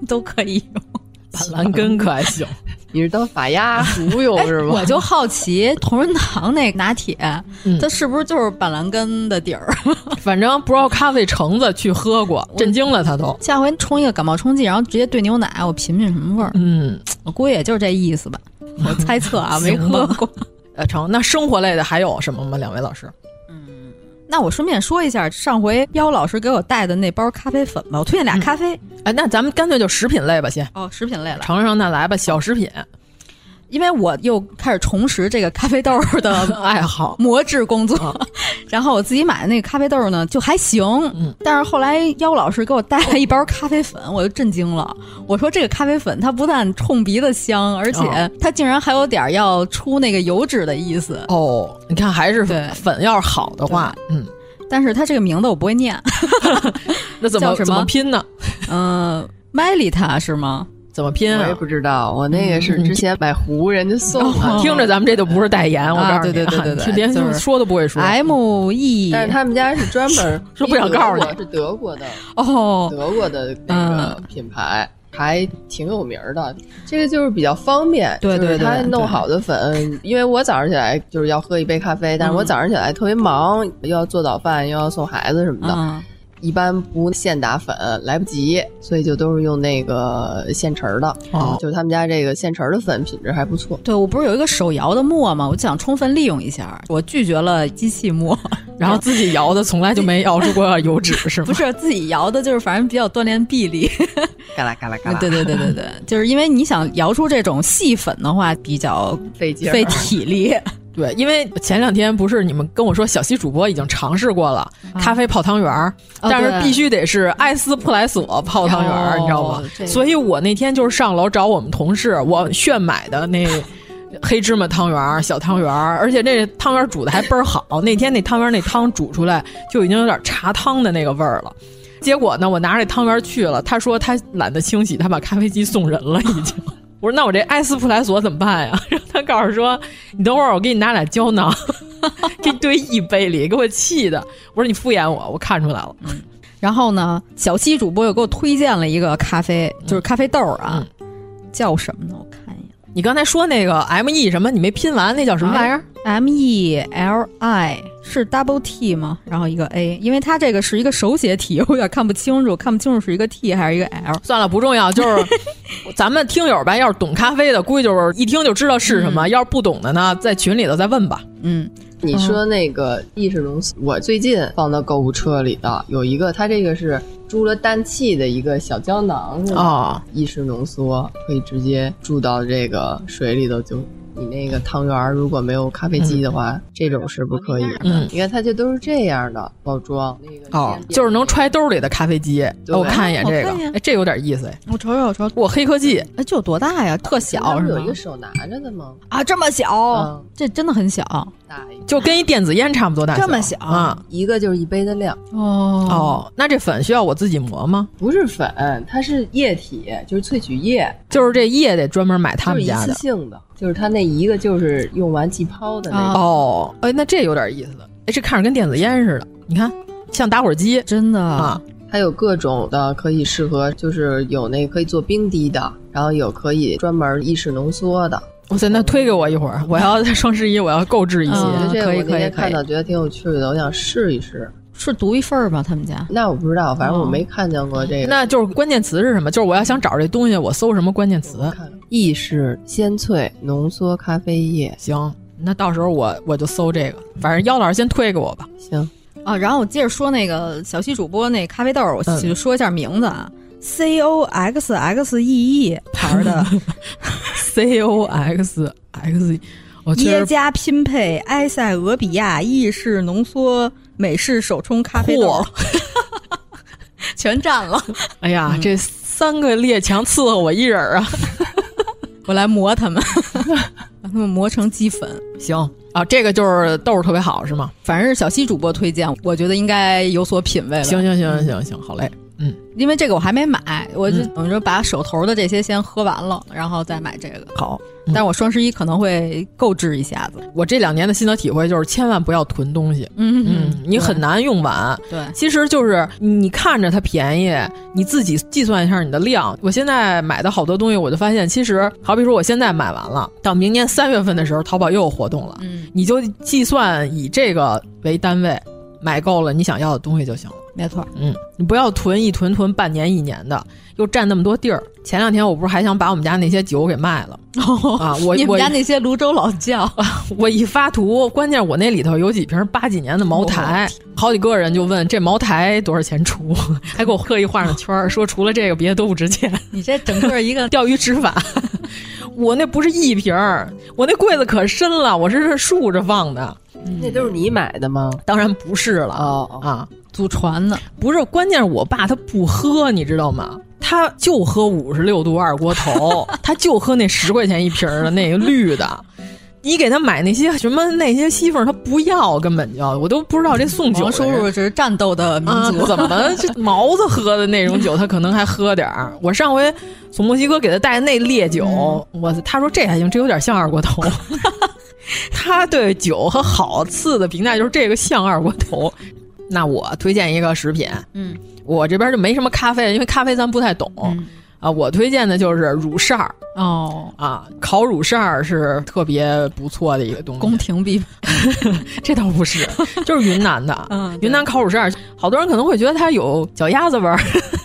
Speaker 10: <laughs> 都可以用。
Speaker 11: 板蓝根可还行，
Speaker 12: 你是当
Speaker 10: <laughs>
Speaker 12: 法压壶用是吗？
Speaker 10: 哎我就好奇同仁堂那拿铁，
Speaker 11: 嗯
Speaker 10: 它是不是就是板蓝根的底儿？
Speaker 11: <laughs>
Speaker 10: <laughs>
Speaker 11: 反正不知道咖啡橙子去喝过，震惊了它都。
Speaker 10: 下回冲一个感冒冲剂，然后直接兑牛奶，我品品什么味儿。
Speaker 11: 嗯，
Speaker 10: 我估计也就是这意思
Speaker 11: <laughs>
Speaker 10: 吧。我猜测啊，没
Speaker 11: 行
Speaker 10: 喝
Speaker 11: 吧
Speaker 10: 过。 <laughs>
Speaker 11: 呃，成。那生活类的还有什么吗？两位老师？
Speaker 10: 那我顺便说一下，上回妖老师给我带的那包咖啡粉吧，我推荐俩咖啡、
Speaker 11: 哎，那咱们干脆就食品类吧，先。
Speaker 10: 哦，食品类了。
Speaker 11: 尝尝那来吧，小食品。
Speaker 10: 因为我又开始重拾这个咖啡豆儿的
Speaker 11: 爱好，
Speaker 10: 磨制工
Speaker 12: 啊
Speaker 10: 作。 <laughs> 然后我自己买的那个咖啡豆儿呢，就还行。
Speaker 12: 嗯
Speaker 10: 但是后来妖老师给我带了一包咖啡粉，我就震惊了。我说这个咖啡粉它不但冲鼻子香，而且
Speaker 12: 啊
Speaker 11: 哦
Speaker 10: 它竟然还有点儿要出那个油脂的意思。
Speaker 11: 哦，你看还是
Speaker 10: 对
Speaker 11: 粉要是好的话，嗯，
Speaker 10: 但是它这个名字我不会
Speaker 12: <laughs>
Speaker 10: 念，
Speaker 11: 那怎么
Speaker 10: 叫什么
Speaker 11: 怎么拼呢？
Speaker 10: 嗯、呃，麦丽塔是吗？
Speaker 11: 怎么拼啊？
Speaker 12: <laughs> 我也不知道，我那个
Speaker 10: 嗯
Speaker 12: 是之前买壶人家送
Speaker 10: 哦
Speaker 12: <laughs> 的。
Speaker 11: <laughs> 听着，咱们这就不是代言，我告诉
Speaker 12: 啊你，对对对哎对，
Speaker 11: <laughs> 连说都不会说。
Speaker 10: M E，
Speaker 12: 啊嗯但是他们家是专
Speaker 10: <laughs>
Speaker 12: 门
Speaker 11: 说不想告诉
Speaker 12: 你，是德国的
Speaker 10: 哦，
Speaker 12: 德国的那个品牌。还挺有名的，这个就是比较方便。
Speaker 10: 对对对，
Speaker 12: 他弄好的粉，因为我早上起来就是要喝一杯咖啡，但是我早上起来特别忙，又要做早饭，又要送孩子什么的，
Speaker 10: 嗯、
Speaker 12: 一般不现打粉，来不及，所以就都是用那个现成的。
Speaker 11: 哦，
Speaker 12: 就是他们家这个现成的粉品质还不错。
Speaker 10: 对，我不是有一个手摇的磨吗？我就想充分利用一下，我拒绝了机器
Speaker 12: <laughs>
Speaker 10: 磨。
Speaker 11: 然
Speaker 12: 哎
Speaker 11: 后自己摇的从来就没摇出过油脂， <laughs> 是吗？
Speaker 10: 不是自己摇的，就是反正比较锻炼臂力。
Speaker 12: 嘎啦嘎啦嘎啦！
Speaker 10: 对对对对对，就是因为你想摇出这种细粉的话，比较
Speaker 12: <laughs> 费劲
Speaker 10: 费体力。
Speaker 11: 对，因为前两天不是你们跟我说，小西主播已经尝试过了
Speaker 12: 啊
Speaker 11: 咖啡泡汤圆儿，
Speaker 12: 哦
Speaker 11: 但是必须得是埃斯普莱索泡汤圆儿，你知道吗？所以我那天就是上楼找我们同事，我炫买的那。黑芝麻汤圆儿、小汤圆儿，而且那汤圆煮的还倍儿好。那天那汤圆那汤煮出来就已经有点茶汤的那个味儿了。结果呢，我拿着汤圆去了，他说他懒得清洗，他把咖啡机送人了已经。 <laughs> 我说那我这埃斯普莱索怎么办呀？ <laughs> 然后他告诉说，你等会儿我给你拿俩胶囊，给你兑一杯里，给我气的。我说你敷衍我，我看出来了。
Speaker 10: 嗯、然后呢，小西主播又给我推荐了一个咖啡，就是咖啡豆啊，
Speaker 11: 嗯、
Speaker 10: 叫什么呢？我看一眼。
Speaker 11: 你刚才说那个 M E 什么？你没拼完，那叫什么玩意儿
Speaker 10: ？M E L I 是 double T 吗？然后一个 A，因为它这个是一个手写体，我有点看不清楚，看不清楚是一个 T 还是一个 L。
Speaker 11: 算了，不重要，就是 <laughs> 咱们听友吧，要是懂咖啡的，估计就是一听就知道是什么；嗯、要是不懂的呢，在群里头再问吧。
Speaker 10: 嗯，
Speaker 12: 你说那个意式浓缩，我最近放到购物车里的有一个，它这个是。注了氮气的一个小胶囊是吧？
Speaker 11: 哦，
Speaker 12: 意式浓缩可以直接注到这个水里头就。你那个汤圆儿如果没有咖啡机的话，嗯、这种是不可以的。
Speaker 11: 嗯，
Speaker 12: 你看它这都是这样的包装，
Speaker 11: 哦，就是能揣兜里的咖啡机。哦我看一眼这个，哎，这有点意思。
Speaker 10: 我瞅瞅，瞅，
Speaker 11: 我黑科技，
Speaker 10: 哎，这有多大呀？特小是
Speaker 12: 有一个手拿着的吗？
Speaker 10: 啊，这么小，这真的很小，
Speaker 12: 大一
Speaker 11: 就跟一电子烟差不多大。
Speaker 10: 这么小
Speaker 11: 啊，
Speaker 12: 一个就是一杯的量。
Speaker 10: 哦
Speaker 11: 哦，那这粉需要我自己磨吗？
Speaker 12: 不是粉，它是液体，就是萃取液，
Speaker 11: 就是这液得专门买他们家
Speaker 12: 的，一次性的。就是它那一个就是用完即抛的那
Speaker 11: 个哦，哎，那这有点意思了，哎，这看着跟电子烟似的，你看像打火机，
Speaker 10: 真的
Speaker 11: 啊，
Speaker 12: 它有各种的可以适合，就是有那可以做冰滴的，然后有可以专门意式浓缩的。
Speaker 11: 哇塞，那推给我一会儿，我要在双十一我要购置一些，
Speaker 12: 嗯、这
Speaker 10: 可以
Speaker 12: 可以看到觉得挺有趣的，我想试一试。
Speaker 10: 是独一份儿吗？他们家？
Speaker 12: 那我不知道，反正我
Speaker 11: 哦
Speaker 12: 没看见过这个。
Speaker 11: 那就是关键词是什么？就是我要想找这东西，我搜什么关键词？
Speaker 12: 意式鲜萃浓缩咖啡液。
Speaker 11: 行，那到时候我我就搜这个。反正妖老师先推给我吧。
Speaker 12: 行
Speaker 10: 啊，然后我接着说那个小西主播那咖啡豆，我就说一下名字啊，C O X X E E 牌的 <laughs>
Speaker 11: ，C O X X。
Speaker 10: 耶加拼配埃塞俄比亚意式浓缩美式手冲咖啡豆， <laughs> 全占了。
Speaker 11: 哎呀，嗯、这三个列强伺候我一人啊！
Speaker 10: 我来磨他们， <laughs> 把他们磨成鸡粉。
Speaker 11: 行啊，这个就是豆特别好是吗？
Speaker 10: 反正是小西主播推荐，我觉得应该有所品味了。
Speaker 11: 行行行行行，好嘞。嗯，
Speaker 10: 因为这个我还没买，我就等着把手头的这些先喝完了，然后再买这个。
Speaker 11: 好，
Speaker 10: 但我双十一可能会购置一下子。
Speaker 11: 我这两年的心得体会就是，千万不要囤东西。嗯嗯，你很难用完。
Speaker 10: 对，
Speaker 11: <laughs> 其实就是你看着它便宜，你自己计算一下你的量。我现在买的好多东西，我就发现，其实好比说我现在买完了，到明年三月份的时候，淘宝又有活动了。
Speaker 10: 嗯，
Speaker 11: 你就计算以这个为单位，买够了你想要的东西就行了。
Speaker 10: 没错，
Speaker 11: 嗯，你不要囤一囤囤半年一年的，又占那么多地儿。前两天我不是还想把我们家那些酒给卖了、
Speaker 10: <laughs>
Speaker 11: 哦、啊？我
Speaker 10: 你
Speaker 11: 们
Speaker 10: 家那些泸州老窖， <laughs>
Speaker 11: 我一发图，关键我那里头有几瓶八几年的茅台，哦、好几个人就问这茅台多少钱出， <laughs> 还给我特意画上圈儿，哦、说除了这个别的都不值钱。
Speaker 10: 你这整个一个
Speaker 11: 钓鱼执法， <laughs> 我那不是一瓶儿，我那柜子可深了，我是竖着放的。
Speaker 12: 嗯、那都是你买的吗？
Speaker 11: 当然不是了
Speaker 12: 哦
Speaker 11: 啊。
Speaker 10: <laughs> 祖传的
Speaker 11: 不是，关键是我爸他不喝，你知道吗？他就喝五十六度二锅头，他就喝那十块钱一瓶的那个绿的。你给他买那些什么那些西凤，他不要，根本就我都不知道这送酒。
Speaker 10: 叔叔这是战斗的民族，
Speaker 11: <laughs> 啊、怎
Speaker 10: <laughs>
Speaker 11: 么这毛子喝的那种酒，他可能还喝点儿。我上回从墨西哥给他带那烈酒，嗯、我他说这还行，这有点像二锅头。他对酒和好次的评价就是这个像二锅头。那我推荐一个食品，
Speaker 10: 嗯，
Speaker 11: 我这边就没什么咖啡，因为咖啡咱不太懂。
Speaker 10: 嗯
Speaker 11: 啊，我推荐的就是乳扇儿
Speaker 10: 哦，
Speaker 11: 啊，烤乳扇儿是特别不错的一个东西，
Speaker 10: 宫廷必
Speaker 11: 这倒
Speaker 10: <laughs>
Speaker 11: 不是，就是云南的，
Speaker 10: 嗯，
Speaker 11: 云南烤乳扇儿，好多人可能会觉得它有脚丫子味儿，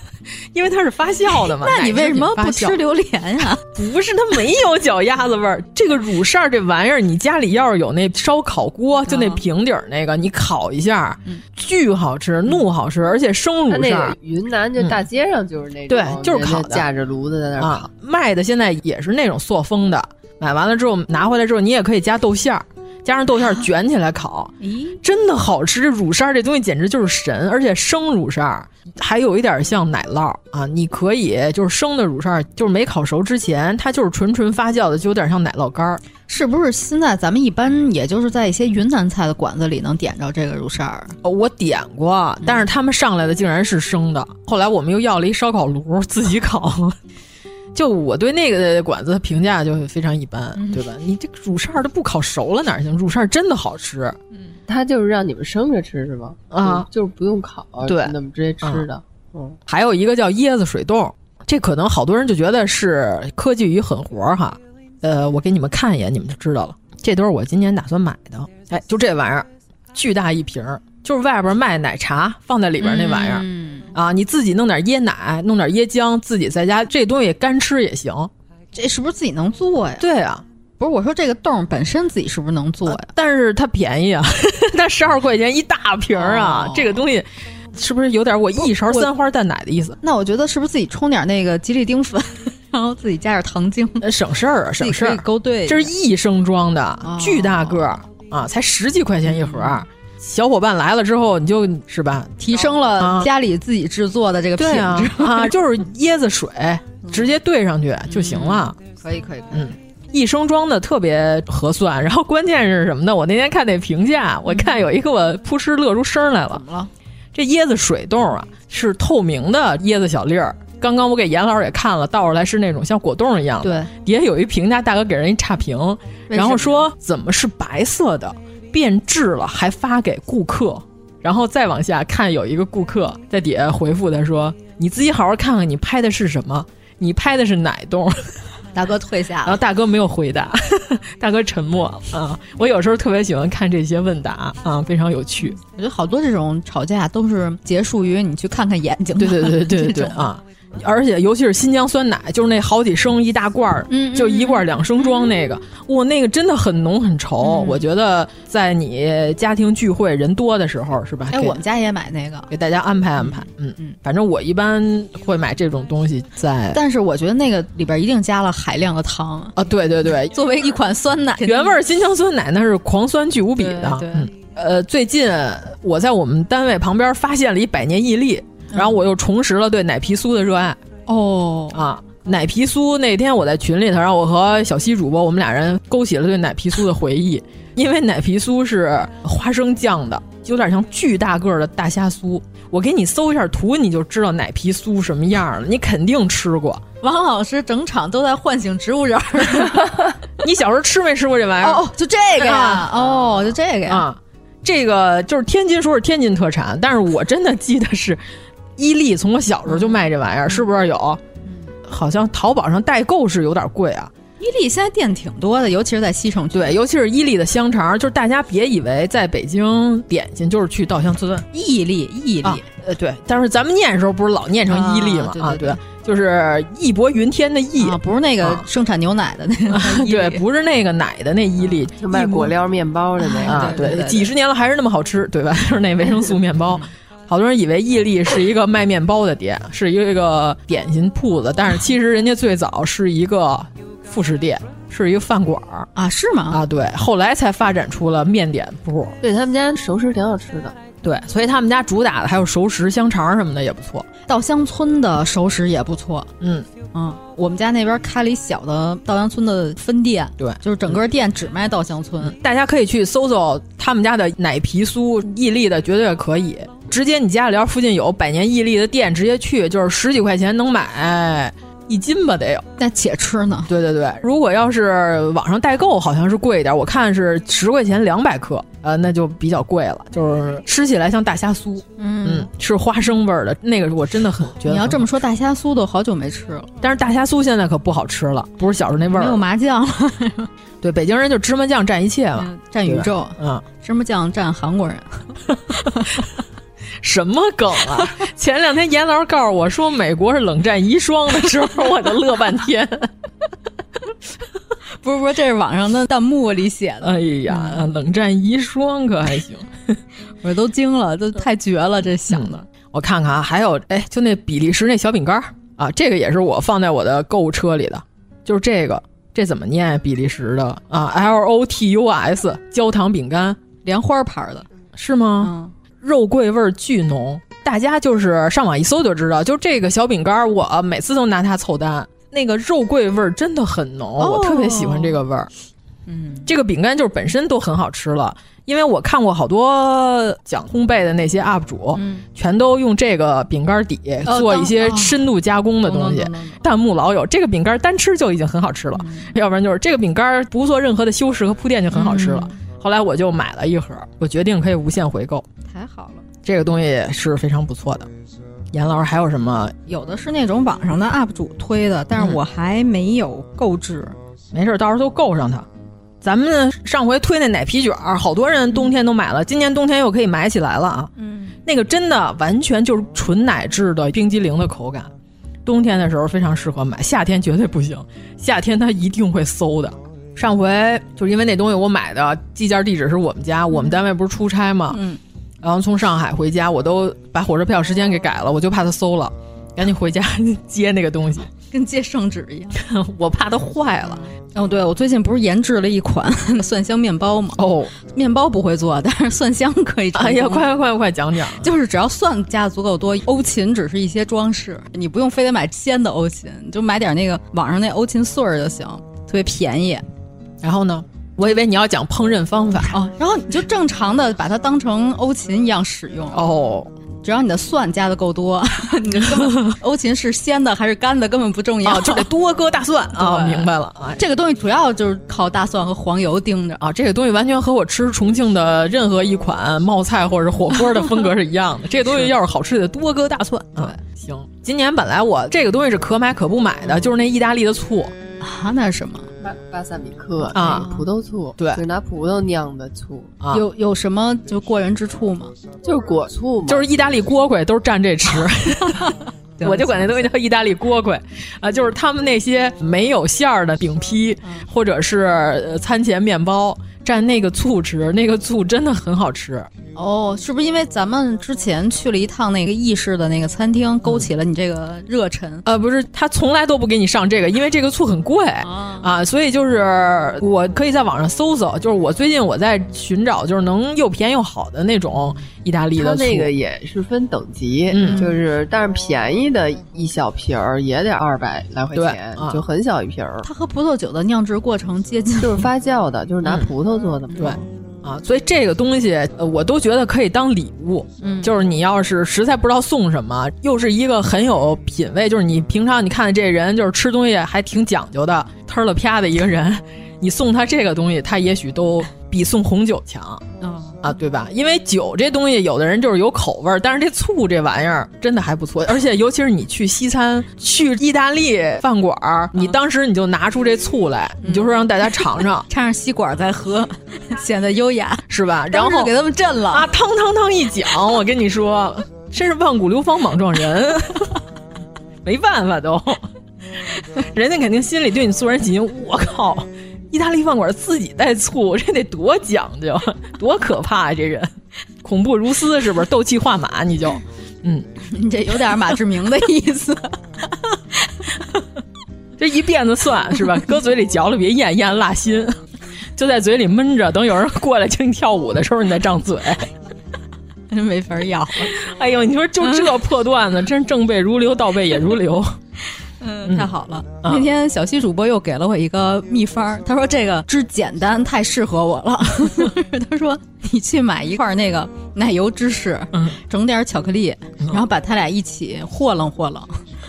Speaker 11: <laughs> 因为它是发酵的嘛。
Speaker 10: <laughs> <laughs> 那你为什么不吃榴莲呀、啊？
Speaker 11: 不是，它没有脚丫子味儿。这个乳扇儿这玩意儿，你家里要是有那烧烤锅，就那平底儿那个，你烤一下，
Speaker 10: 嗯、
Speaker 11: 巨好吃，怒好吃，而且生乳扇儿。
Speaker 12: 云南就大街上就是那
Speaker 11: 种，嗯、啊对，就是烤的，
Speaker 12: 架着炉子在那烤、
Speaker 11: 啊。卖的现在也是那种塑封的，买完了之后拿回来之后，你也可以加豆馅儿。加上豆馅卷起来烤，
Speaker 10: <laughs> 咦、啊，
Speaker 11: 真的好吃！这乳扇这东西简直就是神，而且生乳扇还有一点像奶酪啊。你可以就是生的乳扇，就是没烤熟之前，它就是纯纯发酵的，就有点像奶酪干儿。
Speaker 10: <laughs> 是不是现在咱们一般也就是在一些云南菜的馆子里能点着这个乳扇儿、啊
Speaker 11: 哦？我点过，但是他们上来的竟然是生的。嗯、后来我们又要了一烧烤炉自己烤。 <laughs> 就我对那个馆子评价就非常一般，
Speaker 10: 嗯、
Speaker 11: 对吧？你这乳扇儿都不烤熟了哪行？乳扇儿真的好吃，
Speaker 10: 嗯，
Speaker 12: 它就是让你们生着吃是吗？
Speaker 11: 啊，
Speaker 12: 就是不用烤，
Speaker 11: 对，啊
Speaker 12: 那么直接吃的。嗯，嗯
Speaker 11: 还有一个叫椰子水冻，这可能好多人就觉得是科技与狠活儿哈。呃，我给你们看一眼，你们就知道了。这都是我今年打算买的。哎，就这玩意儿，巨大一瓶，就是外边卖奶茶放在里边那玩意儿。
Speaker 10: 嗯
Speaker 11: 啊，你自己弄点椰奶，弄点椰浆，自己在家这东西干吃也行。
Speaker 10: 这是不是自己能做呀？
Speaker 11: 对啊，
Speaker 10: 不是我说这个冻本身自己是不是能做呀？
Speaker 11: 啊、但是它便宜啊， <laughs> 它十二块钱一大瓶啊，哦、这个东西是不是有点我一勺三花淡奶的意思？
Speaker 10: 那我觉得是不是自己冲点那个吉利丁粉， <laughs> 然后自己加点糖精，
Speaker 11: 省事儿啊，省事儿。
Speaker 10: 勾兑，
Speaker 11: 这是一升装的，
Speaker 10: 哦、
Speaker 11: 巨大个儿啊，才十几块钱一盒。嗯小伙伴来了之后，你就是吧，
Speaker 10: 提升了家里自己制作的这个品质、
Speaker 11: 啊、 <laughs> 啊，就是椰子水直接兑上去就行了。
Speaker 10: 嗯、可以可以，可以
Speaker 11: 嗯，一升装的特别合算。然后关键是什么呢？我那天看那评价，我看有一个我扑哧乐出声来了。
Speaker 10: 怎么了？
Speaker 11: 这椰子水冻啊，是透明的椰子小粒儿。刚刚我给严老师也看了，倒出来是那种像果冻一样
Speaker 10: 的。
Speaker 11: 对，底下有一评价大哥给人一差评，然后说怎么是白色的？变质了，还发给顾客，然后再往下看，有一个顾客在底下回复他说：“你自己好好看看，你拍的是什么？你拍的是奶冻。”
Speaker 10: 大哥退下了，
Speaker 11: <laughs> 然后大哥没有回答， <laughs> 大哥沉默啊。我有时候特别喜欢看这些问答啊，非常有趣。
Speaker 10: 我觉得好多这种吵架都是结束于你去看看眼睛。
Speaker 11: <laughs> 对对对对对啊！而且尤其是新疆酸奶，就是那好几升一大罐儿，
Speaker 10: 嗯，
Speaker 11: 就一罐两升装那个，哇、嗯，那个真的很浓很稠。
Speaker 10: 嗯、
Speaker 11: 我觉得在你家庭聚会人多的时候，是吧？
Speaker 10: 哎，我们家也买那个，
Speaker 11: 给大家安排安排。
Speaker 10: 嗯
Speaker 11: 嗯，反正我一般会买这种东西在。
Speaker 10: 但是我觉得那个里边一定加了海量的糖
Speaker 11: 啊！对对对，
Speaker 10: 作为一款酸 <laughs> 奶，
Speaker 11: 原味新疆酸奶那是狂酸巨无比的。
Speaker 10: 对对
Speaker 11: 嗯、呃，最近我在我们单位旁边发现了一百年屹立。
Speaker 10: 嗯
Speaker 11: 然后我又重拾了对奶皮酥的热爱
Speaker 10: 哦
Speaker 11: 啊！奶皮酥那天我在群里头，然后我和小西主播我们俩人勾起了对奶皮酥的回忆，因为奶皮酥是花生酱的，有点像巨大个的大虾酥。我给你搜一下图，你就知道奶皮酥什么样了，你肯定吃过。
Speaker 10: 王老师整场都在唤醒植物人 <laughs> 儿，
Speaker 11: 你小时候吃没吃过这玩意儿？
Speaker 10: 哦，就这个呀，哦，就这个呀。
Speaker 11: 啊，这个就是天津说是天津特产，但是我真的记得是。伊利从我小时候就卖这玩意儿，是不是有？
Speaker 10: 嗯
Speaker 11: 好像淘宝上代购是有点贵啊。
Speaker 10: 伊利现在店挺多的，尤其是在西城区。
Speaker 11: 对，尤其是伊利的香肠，就是大家别以为在北京点心就是去稻香村。
Speaker 10: 伊利，伊利，
Speaker 11: 呃，对。但是咱们念的时候不是老念成伊利吗？啊，
Speaker 10: 对，
Speaker 11: 就是义薄云天的义，
Speaker 10: 啊不是那个
Speaker 11: 啊
Speaker 10: 生产牛奶的那
Speaker 11: <laughs>
Speaker 10: 个。
Speaker 11: 对，不是那个奶的那伊利，
Speaker 12: 就卖果料面包的那个。
Speaker 11: 啊，
Speaker 10: 啊对，嗯
Speaker 11: 几十年了还是那么好吃，对吧？ <laughs> 就是那维生素面包。 <laughs> 好多人以为伊利是一个卖面包的店，是一个点心铺子，但是其实人家最早是一个副食店，是一个饭馆儿
Speaker 10: 啊，是吗？
Speaker 11: 啊，对，后来才发展出了面点铺。
Speaker 12: 对他们家熟食挺好吃的，
Speaker 11: 对，所以他们家主打的还有熟食、香肠什么的也不错。
Speaker 10: 稻香村的熟食也不错，
Speaker 11: 嗯，
Speaker 10: 嗯，我们家那边开了一小的稻香村的分店，
Speaker 11: 对，嗯
Speaker 10: 就是整个店只卖稻香 <laughs> 村。
Speaker 11: 大家可以去搜搜他们家的奶皮酥，伊利的绝对可以。直接你家里要附近有百年伊利的店，直接去，就是十几块钱能买一斤吧，得有。
Speaker 10: 那且吃呢？
Speaker 11: 对对对，如果要是网上代购，好像是贵一点，我看是十块钱两百克，呃，那就比较贵了，就是吃起来像大虾酥，
Speaker 10: 嗯
Speaker 11: 嗯，是花生味儿的，那个我真的很觉得。
Speaker 10: 你要这么说，大虾酥都好久没吃了，
Speaker 11: 但是大虾酥现在可不好吃了，不是小时候那味儿，
Speaker 10: 没有麻酱了。
Speaker 11: 对，北京人就芝麻酱蘸一切嘛，
Speaker 10: 蘸宇宙，
Speaker 11: 嗯，
Speaker 10: 芝麻酱蘸韩国人。 <laughs>
Speaker 11: 什么梗 <laughs> 啊！前两天严老告诉我说美国是冷战遗孀的时候，我就乐半天。 <laughs>
Speaker 10: 不是不是，这是网上的弹幕里写的。
Speaker 11: 哎呀，冷战遗孀可还行，
Speaker 10: 我都惊了，都太绝了，
Speaker 11: 嗯
Speaker 10: 这想的。
Speaker 11: 我看看啊，还有哎，就那比利时那小饼干儿啊，这个也是我放在我的购物车里的，就是这个，这怎么念？比利时的啊，L O T U S 焦糖饼干，
Speaker 10: 莲花牌的，
Speaker 11: 是
Speaker 10: 嗯
Speaker 11: 吗？肉桂味儿巨浓，大家就是上网一搜就知道，就这个小饼干儿，我每次都拿它凑单，那个肉桂味儿真的很浓，
Speaker 10: 哦
Speaker 11: 我特别喜欢这个味儿。
Speaker 10: 嗯，
Speaker 11: 这个饼干就是本身都很好吃了，因为我看过好多讲烘焙的那些 UP 主，全都用这个饼干底
Speaker 10: 哦
Speaker 11: 做一些
Speaker 10: 嗯当哦
Speaker 11: 深度加工的东西
Speaker 10: 懂懂懂。
Speaker 11: 弹幕老有这个饼干单吃就已经很好吃了，要不然就是这个饼干不做任何的修饰和铺垫就很好吃了。后来我就买了一盒，我决定可以无限回购，
Speaker 10: 太好了。
Speaker 11: 这个东西是非常不错的。严老师还有什么？
Speaker 10: 有的是那种网上的
Speaker 11: 嗯
Speaker 10: UP 主推的，但是我还没有购置。
Speaker 11: 没事，到时候都够上它。咱们上回推那奶皮卷儿，好多人冬天都买了，今年冬天又可以买起来了啊。
Speaker 10: 嗯，
Speaker 11: 那个真的完全就是纯奶制的冰激凌的口感，冬天的时候非常适合买，夏天绝对不行，夏天它一定会馊的。上回就是因为那东西我买的寄件地址是我们家，我们单位不是出差嘛，
Speaker 10: 嗯，
Speaker 11: 然后从上海回家，我都把火车票时间给改了，我就怕它馊了，赶紧回家接那个东西，
Speaker 10: 跟接圣旨一样。
Speaker 11: <laughs> 我怕它坏了。
Speaker 10: 哦，对，我最近不是研制了一款 <laughs> 蒜香面包吗？
Speaker 11: 哦，
Speaker 10: 面包不会做，但是蒜香可以。嗯
Speaker 11: 哎呀，快！快快快讲讲！
Speaker 10: 就是只要蒜加的足够多，欧芹只是一些装饰，你不用非得买鲜的欧芹，你就买点那个网上那欧芹碎儿就行，特别便宜。
Speaker 11: 然后呢，我以为你要讲烹饪方法
Speaker 10: 哦，然后你就正常的把它当成欧芹一样使用
Speaker 11: 哦。
Speaker 10: 只要你的蒜加的够多， <laughs> 你就根 <laughs> 本欧芹是鲜的还是干的根本不重要，<laughs>
Speaker 11: 哦就得多搁大蒜啊，
Speaker 10: 对
Speaker 11: 明白了啊。
Speaker 10: 这个东西主要就是靠大蒜和黄油盯着。
Speaker 11: 啊，这个东西完全和我吃重庆的任何一款冒菜或者是火锅的风格是一 <laughs> 样的。这个东西要是好吃，得多搁大蒜。啊，行。今年本来我这个东西是可买可不买的，就是那意大利的醋
Speaker 10: 啊，那是什么？
Speaker 12: 巴巴萨米克
Speaker 11: 啊
Speaker 12: 那个葡萄醋，
Speaker 11: 对
Speaker 12: 就是拿葡萄酿的醋，
Speaker 11: 啊，
Speaker 10: 有有什么就过人之处吗？
Speaker 12: 就是果醋嘛，
Speaker 11: 就是意大利锅盔都是蘸这吃。 <laughs> 我就管那东西叫意大利锅盔，啊，就是他们那些没有馅儿的饼坯，或者是呃餐前面包，蘸那个醋吃，那个醋真的很好吃。
Speaker 10: 哦，是不是因为咱们之前去了一趟那个意式的那个餐厅，勾起了你这个热忱？
Speaker 11: 呃，不是，他从来都不给你上这个，因为这个醋很贵
Speaker 10: 啊
Speaker 11: 所以就是我可以在网上搜搜，就是我最近我在寻找，就是能又便宜又好的那种意大利
Speaker 12: 它
Speaker 11: 的醋。
Speaker 12: 那个也是分等级，
Speaker 11: 嗯
Speaker 12: 就是但是便宜的一小瓶儿也得二百来块钱
Speaker 11: 对啊，
Speaker 12: 就很小一瓶儿，
Speaker 10: 它和葡萄酒的酿制过程接近， <laughs>
Speaker 12: 就是发酵的，就是拿
Speaker 11: 嗯
Speaker 12: 葡萄做的嘛。
Speaker 11: 对啊，所以这个东西，呃，我都觉得可以当礼物。
Speaker 10: 嗯
Speaker 11: 就是你要是实在不知道送什么，又是一个很有品味，就是你平常你看这人就是吃东西还挺讲究的，忒了啪的一个人， <laughs> 你送他这个东西，他也许都比送红酒强
Speaker 10: 嗯，，
Speaker 11: 啊，对吧？因为酒这东西，有的人就是有口味儿，但是这醋这玩意儿真的还不错。而且尤其是你去西餐、去意大利饭馆儿，你当时你就拿出这醋来，你就说让大家尝尝
Speaker 10: 插上吸管再喝， <laughs> 显得优雅。
Speaker 11: 是吧？然
Speaker 10: 当
Speaker 11: 后
Speaker 10: 时给他们震了
Speaker 11: 啊，！汤汤汤一讲，我跟你说，真是万古流芳莽撞人， <laughs> 没办法都， <laughs> 人家肯定心里对你肃然起敬。我靠，意大利饭馆自己带醋，这得多讲究，多可怕啊！这人恐怖如斯，是不是？斗气化马，你就，嗯，
Speaker 10: <laughs> 你这有点马志明的意思。 <laughs>
Speaker 11: 这一辫子蒜是吧？搁嘴里嚼了别咽，咽了辣心，就在嘴里闷着，等有人过来听你跳舞的时候，你再张嘴。
Speaker 10: 真没法要。
Speaker 11: 哎呦，你说就这破段子，真正背如流，倒背也如流。
Speaker 10: 嗯，太好了。那天小西主播又给了我一个秘方儿，他说这个之简单太适合我了。他说你去买一块那个奶油芝士，整点巧克力，然后把它俩一起和楞和楞，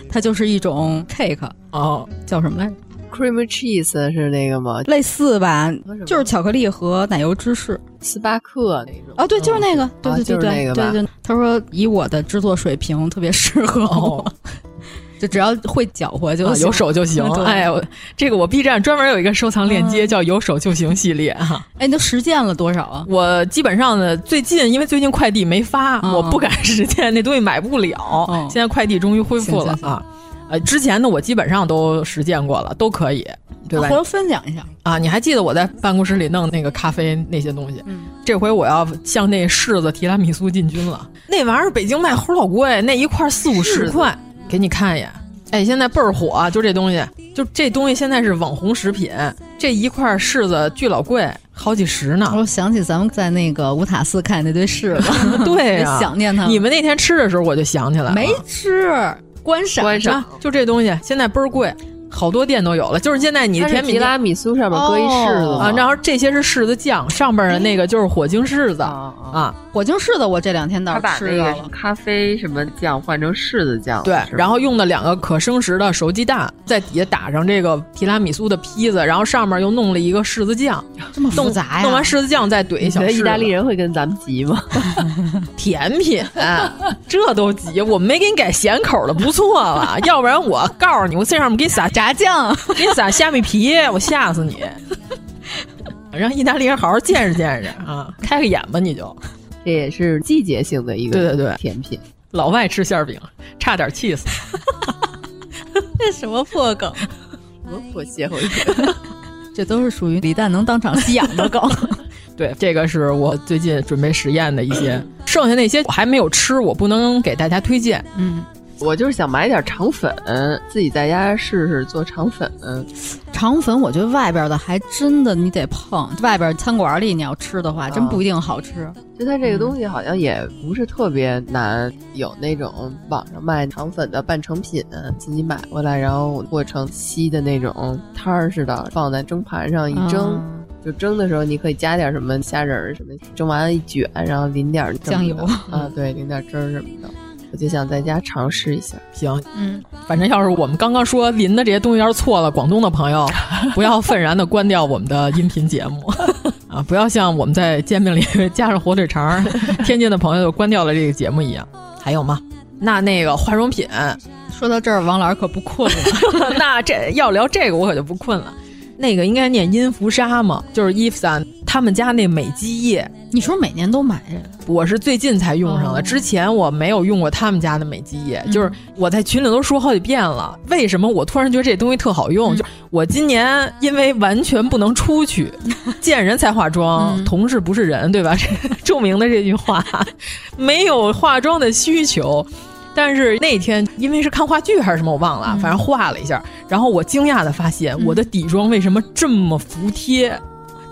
Speaker 10: 它就是一种 cake。
Speaker 11: 哦，
Speaker 10: 叫什么来着？
Speaker 12: cream cheese 是那个吗？
Speaker 10: 类似吧，就是巧克力和奶油芝士。
Speaker 12: 斯巴克那种
Speaker 10: 哦，对，就是那个，对
Speaker 12: 啊
Speaker 10: 对对
Speaker 12: 就是那
Speaker 10: 对
Speaker 12: 个
Speaker 10: 对
Speaker 12: 吧
Speaker 10: 对。他说以我的制作水平特别适合我， <laughs> 就只要会搅和就
Speaker 11: 啊
Speaker 10: 行。
Speaker 11: 有手就行
Speaker 10: <laughs> 对嗯
Speaker 11: 哎，我这个我 B 站专门有一个收藏链接，叫“有手就行”系列
Speaker 10: <laughs>
Speaker 11: 哈。
Speaker 10: 哎，你都实践了多少啊？
Speaker 11: 我基本上呢，最近因为最近快递没发，
Speaker 10: 嗯
Speaker 11: 我不敢实践，那东西买不了。现在快递终于恢复了
Speaker 10: 哦行行
Speaker 11: 啊。呃，之前呢，我基本上都实践过了，都可以，对吧
Speaker 10: 回？头分享一下。
Speaker 11: 啊，你还记得我在办公室里弄那个咖啡那些东西？
Speaker 10: 嗯
Speaker 11: 这回我要向那柿子提拉米苏进军了。那玩意儿北京卖齁老贵，那一块儿四五十块，给你看一眼。哎，现在倍儿火，就这东西，就这东西现在是网红食品，这一块柿子巨老贵，好几十
Speaker 10: <laughs>
Speaker 11: 呢。
Speaker 10: 我想起咱们在那个五塔寺看那堆柿子，
Speaker 11: <laughs> 对
Speaker 10: <laughs> 也
Speaker 11: 呀、
Speaker 10: 想念他们
Speaker 11: 你们那天吃的时候，我就想起来了，
Speaker 10: 没吃观赏
Speaker 11: 关上，就这东西现在倍儿贵，好多店都有了。就是现在你
Speaker 12: 它是
Speaker 11: 甜品
Speaker 12: 提
Speaker 11: 店
Speaker 12: 拉米苏上面搁一柿子
Speaker 11: 啊
Speaker 12: 吗，
Speaker 11: 然后这些是柿子酱，上边的那
Speaker 10: 哎
Speaker 11: 个就是火晶柿子
Speaker 10: 哦
Speaker 11: 啊。
Speaker 10: 火晶柿子我这两天倒
Speaker 12: 他
Speaker 10: 是
Speaker 12: 把
Speaker 10: 吃啊
Speaker 12: 那
Speaker 10: 到
Speaker 12: 个
Speaker 10: 了。
Speaker 12: 咖啡什么酱换成柿子酱了，
Speaker 11: 对，
Speaker 12: 啊是吧
Speaker 11: 然后用的两个可生食的熟鸡蛋，在底下打上这个提拉米苏的坯子，然后上面又弄了一个柿子酱，
Speaker 10: 这
Speaker 12: 哎
Speaker 10: 么复
Speaker 11: 弄
Speaker 10: 杂呀
Speaker 11: 弄完柿子酱再怼一
Speaker 12: 你
Speaker 11: 小
Speaker 12: 觉
Speaker 11: 柿
Speaker 12: 得
Speaker 11: 子。
Speaker 12: 意大利人会跟咱们急吗？
Speaker 11: 甜品，哎这都急，我没给你改咸口的，不错
Speaker 12: <laughs>
Speaker 11: 了。要不然我告诉你，我这上面给你撒
Speaker 10: 炸酱，
Speaker 11: 给你撒虾米皮，我吓死
Speaker 12: <laughs>
Speaker 11: 你。让意大利人好好见识见识啊，开个眼吧你就。
Speaker 12: 这也是季节性的一个
Speaker 11: 对对对
Speaker 12: 甜品。
Speaker 11: 老外吃馅儿饼，差点气死。
Speaker 10: 这什么破梗？
Speaker 12: 我破歇后语，
Speaker 10: 这都是属于李诞能当场吸氧的梗。 <laughs>
Speaker 11: 对，这个是我最近准备实验的一些，剩下那些我还没有吃，我不能给大家推荐。
Speaker 10: 嗯，
Speaker 12: 我就是想买点肠粉，自己在家试试做肠粉。
Speaker 10: 肠粉，我觉得外边的还真的你得碰，外边餐馆里你要吃
Speaker 11: 啊
Speaker 10: 的话，真不一定好吃。
Speaker 12: 就它这个东西好像也不是特别难，有那种网上卖肠粉的半成品，自己买回来，然后和成稀的那种摊儿似的，放在蒸盘上一蒸。
Speaker 10: 嗯
Speaker 12: 就蒸的时候，你可以加点什么虾仁儿什么，蒸完了一卷，然后淋点儿这么
Speaker 10: 酱油
Speaker 12: 的啊，对，淋点汁儿什么的。我就想在家尝试一下，
Speaker 11: 行，
Speaker 10: 嗯，
Speaker 11: 反正要是我们刚刚说淋的这些东西要是错了，广东的朋
Speaker 12: <laughs>
Speaker 11: 友不要愤然的关掉我们的音频节目啊，不要像我们在煎饼里 <laughs> 加上火腿肠儿，天津的朋友就关掉了这个节目一样。还有吗？那那个化妆品， <laughs>
Speaker 10: 说到这儿，王老师可不困了。
Speaker 11: 那这要聊这个我可就不困了。那个应该念音符沙嘛，就是伊芙莎他们家那美肌液，
Speaker 10: 你说每年都
Speaker 11: <laughs>
Speaker 10: 买这个？
Speaker 11: 我是最近才用上的，
Speaker 10: 哦
Speaker 11: 之前我没有用过他们家的美肌液，
Speaker 10: 嗯
Speaker 11: 就是我在群里都说好几遍了，为什么我突然觉得这东西特好用？
Speaker 10: 嗯
Speaker 11: 就我今年因为完全不能出去，见人才化妆，
Speaker 10: 嗯
Speaker 11: 同事不是人，对吧？ <laughs> 这著名的这句话，没有化妆的需求。但是那天因为是看话剧还是什么，我忘了，
Speaker 10: 嗯
Speaker 11: 反正化了一下，然后我惊讶的发现
Speaker 10: 嗯
Speaker 11: 我的底妆为什么这么服帖，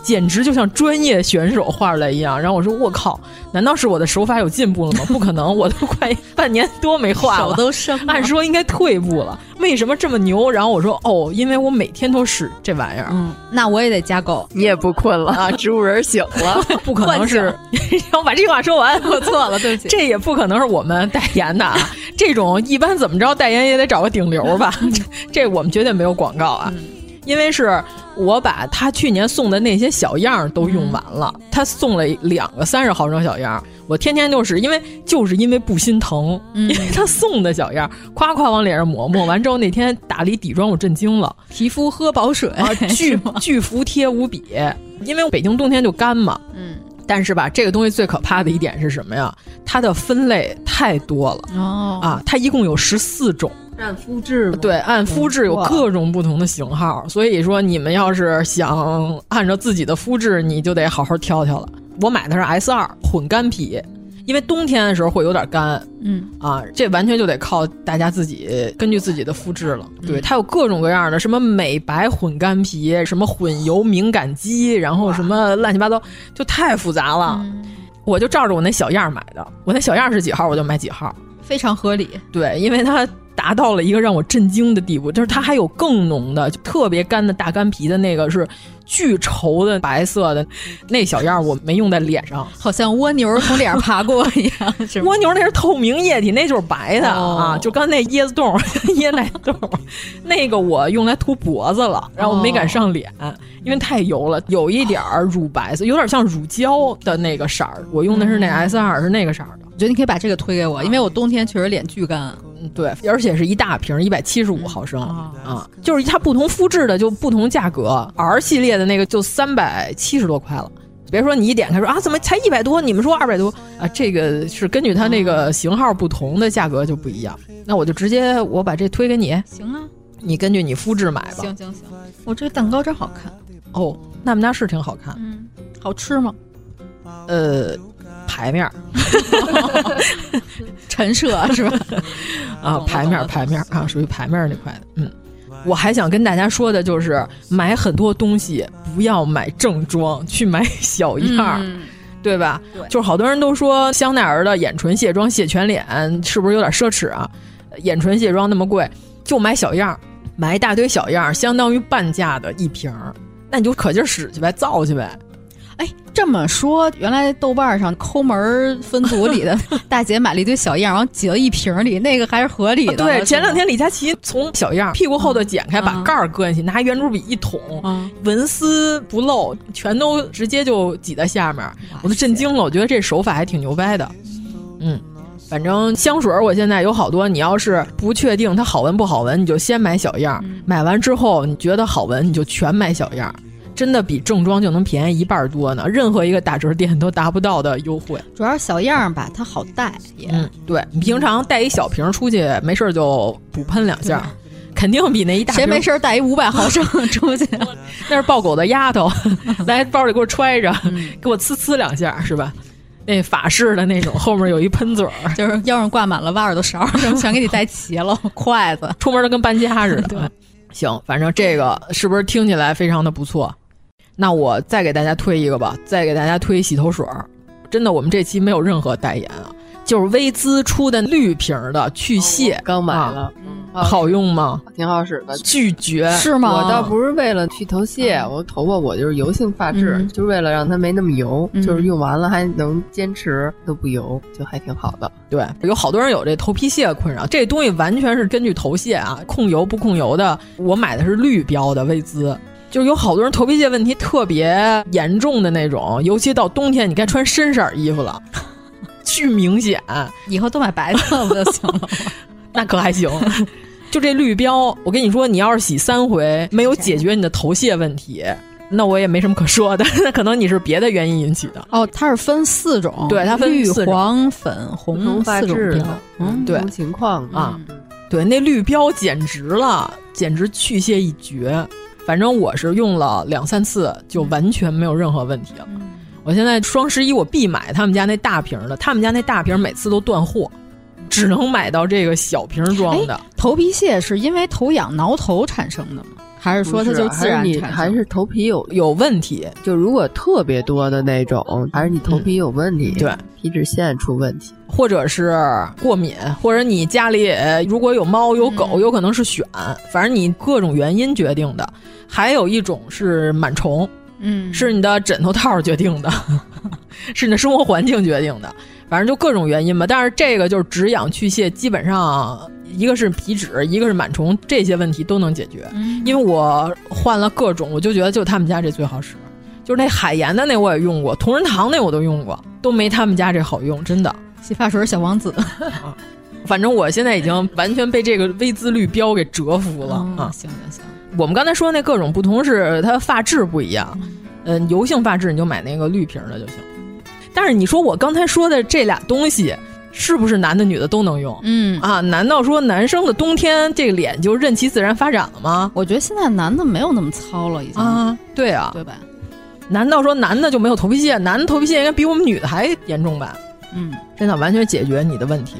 Speaker 11: 简直就像专业选手画出来一样。然后我说我靠，难道是我的手法有进步了
Speaker 10: <laughs>
Speaker 11: 吗？不可能，我都快半年多没画了，
Speaker 10: 手都生了
Speaker 11: 按说应该退步了，为什么这么牛？然后我说哦，因为我每天都使这玩意儿。
Speaker 10: 嗯，那我也得加购。
Speaker 12: 你也不困了啊？植物人醒了，
Speaker 11: 不可能是，让我把这句话说完， <laughs>
Speaker 10: 我 <laughs> 错了，对不起。
Speaker 11: 这也不可能是我们代言的啊！这种一般怎么着代言也得找个顶流吧？这这我们绝对没有广告啊，因为是我把他去年送的那些小样儿都用完了，他送了两个三十毫升小样儿，我天天就是因为就是因为不心疼，
Speaker 10: 嗯
Speaker 11: 因为他送的小样儿，夸夸往脸上抹抹完之后，那天打了一底妆，我震惊了。
Speaker 10: 皮肤喝饱水， <laughs>
Speaker 11: 啊，巨巨服帖无比。因为北京冬天就干嘛，
Speaker 10: 嗯，
Speaker 11: 但是吧，这个东西最可怕的一点是什么呀？它的分类太多了
Speaker 10: 哦
Speaker 11: 啊，它一共有十四种。
Speaker 12: 按肤质吗？
Speaker 11: 对，按肤质
Speaker 10: 啊
Speaker 11: 有各种不同的型号，所以说你们要是想按照自己的肤质，你就得好好挑挑了。我买的是 S 二混干皮，因为冬天的时候会有点干，
Speaker 10: 嗯
Speaker 11: 啊，这完全就得靠大家自己根据自己的肤质了。对，它有各种各样的，什么美白混干皮，什么混油敏感肌，然后什么乱七八糟，就太复杂了。我就照着我那小样儿买的，我那小样儿是几号我就买几号。
Speaker 10: 非常合理。
Speaker 11: 对，因为它达到了一个让我震惊的地步，就是它还有更浓的，就特别干的大干皮的那个是巨稠的白色的，那小样儿我没用在脸上，
Speaker 10: 好像蜗牛从脸上爬过一样。是
Speaker 11: 蜗牛那是透明液体，那就是白的、
Speaker 10: 哦
Speaker 11: 啊，就刚才那椰子冻、 <laughs> 椰奶冻，那个我用来涂脖子了，然后我没敢上脸，
Speaker 10: 哦
Speaker 11: 因为太油了，有一点儿乳白色，有点像乳胶的那个色儿。我用的是
Speaker 10: 嗯
Speaker 11: 那 S 二、是那个色儿的。
Speaker 10: 我觉得你可以把这个推给我，因为我冬天确实脸巨干。
Speaker 11: 嗯，对，而且是一大瓶，一百七十五毫升、啊，就是它不同肤质的就不同价格，R 系列的那个就三百七十多块了。别说你一点开说啊，怎么才一百多？你们说二百多啊？这个是根据它那个型号不同的价格就不一样。那我就直接我把这推给你，
Speaker 10: 行啊，
Speaker 11: 你根据你肤质买吧。
Speaker 10: 行行行，我这个蛋糕真好看。
Speaker 11: 哦，那我们家是挺好看，
Speaker 10: 嗯，好吃吗？
Speaker 11: 呃，牌面儿
Speaker 10: 陈设 <laughs> 是吧？
Speaker 11: 啊，牌面儿牌面儿啊，属于牌面儿那块的。嗯，我还想跟大家说的就是，买很多东西不要买正装，去买小样儿。
Speaker 10: 嗯
Speaker 11: 对吧？
Speaker 10: 对
Speaker 11: 就是好多人都说香奈儿的眼唇卸妆卸全脸是不是有点奢侈啊？眼唇卸妆那么贵，就买小样儿，买一大堆小样儿，相当于半价的一瓶儿，那你就可劲儿使去呗，造去呗。
Speaker 10: 哎，这么说，原来豆瓣上抠门儿分组里 <laughs> 的大姐买了一堆小样，然后挤到一瓶儿里，那个还是合啊理的。
Speaker 11: 对，前两天李佳琦从小样儿屁股后头剪开，
Speaker 10: 啊
Speaker 11: 把盖儿搁进去，拿圆珠笔一捅，
Speaker 10: 嗯
Speaker 11: 纹丝不漏，全都直接就挤在下面儿，我都震惊了。我觉得这手法还挺牛掰的。嗯，反正香水儿我现在有好多，你要是不确定它好闻不好闻，你就先买小样儿，
Speaker 10: 嗯
Speaker 11: 买完之后你觉得好闻，你就全买小样儿。真的比正装就能便宜一半儿多呢，任何一个打折店都达不到的优惠。
Speaker 10: 主要是小样儿吧，它好带也。
Speaker 11: 嗯，对你平常带一小瓶儿出去，没事儿就补喷两下儿，肯定比那一大
Speaker 10: 谁没事
Speaker 11: 儿
Speaker 10: 儿带一五百毫 <laughs> 升出去？
Speaker 11: <laughs> 那是抱狗的
Speaker 10: <laughs>
Speaker 11: 丫头，来包里给我揣着，
Speaker 10: 嗯
Speaker 11: 给我呲呲两下儿是吧？那法式的那种，后面有一喷嘴儿，
Speaker 10: 就是腰上挂满了挖耳朵勺儿， <laughs> 全给你带齐了，筷子。
Speaker 11: 出门都跟搬家似的。行，反正这个是不是听起来非常的不错？那我再给大家推一个吧，再给大家推洗头水儿。真的，我们这期没有任何代言啊，就是薇姿出的绿瓶儿的去屑，
Speaker 12: 刚买了，
Speaker 11: 啊好用吗？
Speaker 12: 挺好使的，
Speaker 11: 拒绝
Speaker 10: 哦是吗
Speaker 12: 我倒不是为了去头屑，我头发我就是油性发质，
Speaker 10: 嗯
Speaker 12: 就是为了让它没那么油，
Speaker 10: 嗯
Speaker 12: 就是用完了还能坚持都不油，就还挺好的。
Speaker 11: 对，有好多人有这头皮屑困扰，这东西完全是根据头屑啊，控油不控油的。我买的是绿标的薇姿，就是有好多人头皮屑问题特别严重的那种，尤其到冬天，你该穿深色儿衣服了， <laughs> 巨明显。
Speaker 10: 以后都买白色不就行了吗？
Speaker 11: 那可还行。就这绿标，我跟你说，你要是洗三回没有解决你的头屑问题，那我也没什么可说的， <laughs> 那可能你是别的原因引起的。
Speaker 10: <laughs> 哦，它是分四种，
Speaker 11: 对它分
Speaker 10: 绿、
Speaker 11: 四种
Speaker 10: 黄、粉、
Speaker 12: 不同
Speaker 10: 红嗯
Speaker 12: 发
Speaker 10: 四种
Speaker 12: 质的
Speaker 10: 标。嗯，
Speaker 11: 对
Speaker 12: 不同情况
Speaker 11: 啊，对，那绿标简直了，简直去屑一绝。反正我是用了两三次，就完全没有任何问题了。我现在双十一我必买他们家那大瓶儿的，他们家那大瓶儿每次都断货，只能买到这个小瓶儿装的。
Speaker 10: 头皮屑是因为头痒挠头产生的吗？还是说它
Speaker 12: 不是
Speaker 10: 就自然
Speaker 12: 还是你
Speaker 10: 产
Speaker 12: 还
Speaker 10: 生？
Speaker 12: 是头皮有
Speaker 11: 有问题，
Speaker 12: 就如果特别多的那种，还是你头
Speaker 10: 嗯
Speaker 12: 皮有问题，
Speaker 11: 对，
Speaker 12: 皮脂腺出问题。
Speaker 11: 或者是过敏，或者你家里呃如果有猫有狗，有可能是癣，反正你各种原因决定的。还有一种是螨虫，
Speaker 10: 嗯，
Speaker 11: 是你的枕头套决定的， <laughs> 是你的生活环境决定的，反正就各种原因吧。但是这个就是止痒去屑，基本上一个是皮脂，一个是螨虫，这些问题都能解决。因为我换了各种，我就觉得就他们家这最好使，就是那海盐的那我也用过，同仁堂那我都用过，都没他们家这好用，真的。
Speaker 10: 洗发水小王子
Speaker 11: 反正我现在已经完全被这个微姿绿标给折服了、啊！
Speaker 10: 嗯行行行，
Speaker 11: 我们刚才说那各种不同是它发质不一样，嗯，油性发质你就买那个绿瓶的就行。但是你说我刚才说的这俩东西，是不是男的女的都能用？
Speaker 10: 嗯
Speaker 11: 啊，难道说男生的冬天这个脸就任其自然发展了吗？
Speaker 10: 我觉得现在男的没有那么糙了，已经
Speaker 11: 啊，对啊，
Speaker 10: 对吧？
Speaker 11: 难道说男的就没有头皮屑？男的头皮屑应该比我们女的还严重吧？
Speaker 10: 嗯，
Speaker 11: 真的完全解决你的问题。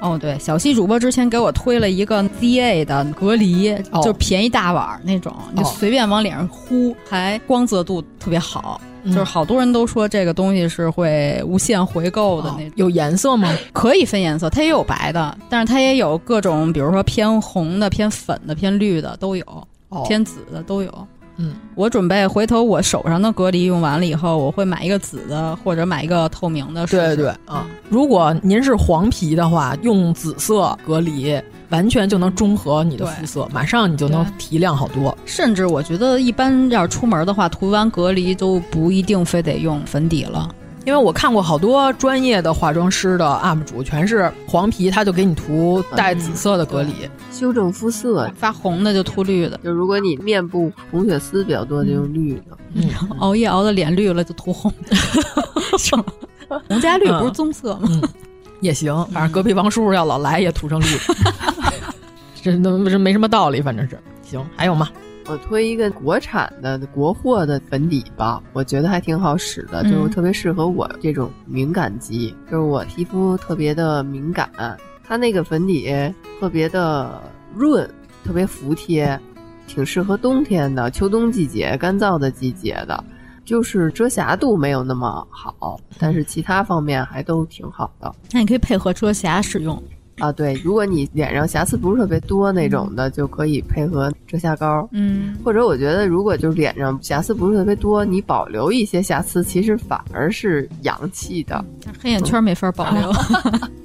Speaker 10: 哦，对，小西主播之前给我推了一个 ZA 的隔离，
Speaker 11: 哦
Speaker 10: 就是便宜大碗儿那种，你就
Speaker 11: 哦
Speaker 10: 随便往脸上呼，还光泽度特别好。
Speaker 11: 嗯
Speaker 10: 就是好多人都说这个东西是会无限回购的那种。
Speaker 11: 有颜色吗？
Speaker 10: 可以分颜色，它也有白的，但是它也有各种，比如说偏红的、偏粉的、偏绿的都有，
Speaker 11: 哦
Speaker 10: 偏紫的都有。
Speaker 11: 嗯，
Speaker 10: 我准备回头我手上的隔离用完了以后，我会买一个紫的或者买一个透明的试试。
Speaker 11: 对对啊，如果您是黄皮的话，用紫色隔离，完全就能中和你的肤色，马上你就能提亮好多。
Speaker 10: 甚至我觉得一般要是出门的话，涂完隔离都不一定非得用粉底了。
Speaker 11: 因为我看过好多专业的化妆师的 UP 主，全是黄皮，他就给你涂带紫色的隔离。
Speaker 12: 修正肤色，
Speaker 10: 发红的就涂绿的。
Speaker 12: 就如果你面部红血丝比较多，就用绿的。
Speaker 11: 嗯，
Speaker 10: 熬夜熬的脸绿了就涂红的，是吗红加绿不是棕色吗？
Speaker 11: 也行，反正隔壁王叔叔要老来也涂 <laughs> 成绿的，这都这没什么道理，反正是行。还有吗？
Speaker 12: 我呃推一个国产的国货的粉底吧，我觉得还挺好使的，就是
Speaker 11: 嗯
Speaker 12: 特别适合我这种敏感肌，就是我皮肤特别的敏感，它那个粉底特别的润，特别服帖，挺适合冬天的，秋冬季节干燥的季节的，就是遮瑕度没有那么好，但是其他方面还都挺好的。
Speaker 10: <laughs> 那你可以配合遮瑕使用。
Speaker 12: 啊，对，如果你脸上瑕疵不是特别多那种的，就可以配合遮瑕膏。
Speaker 10: 嗯，
Speaker 12: 或者我觉得，如果就是脸上瑕疵不是特别多，你保留一些瑕疵，其实反而是洋气的。
Speaker 10: 黑眼圈没法保留。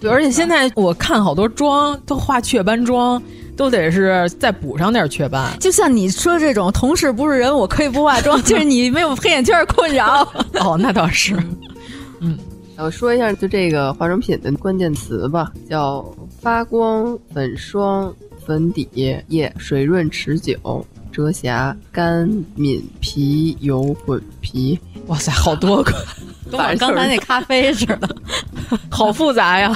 Speaker 11: 对，而且现在我看好多妆都画雀斑妆，都得是再补上点雀斑。
Speaker 10: <laughs> 就像你说这种同事不是人，我可以不化妆，就是你没有黑眼圈困扰。嗯
Speaker 11: 哦，那倒是。
Speaker 12: 我呃说一下，就这个化妆品的关键词吧，叫发光、粉霜、粉底液、水润持久、遮瑕、干敏皮油混皮。
Speaker 11: 哇塞，好多个，
Speaker 10: 跟我刚才那咖啡似的，
Speaker 11: 好复杂呀！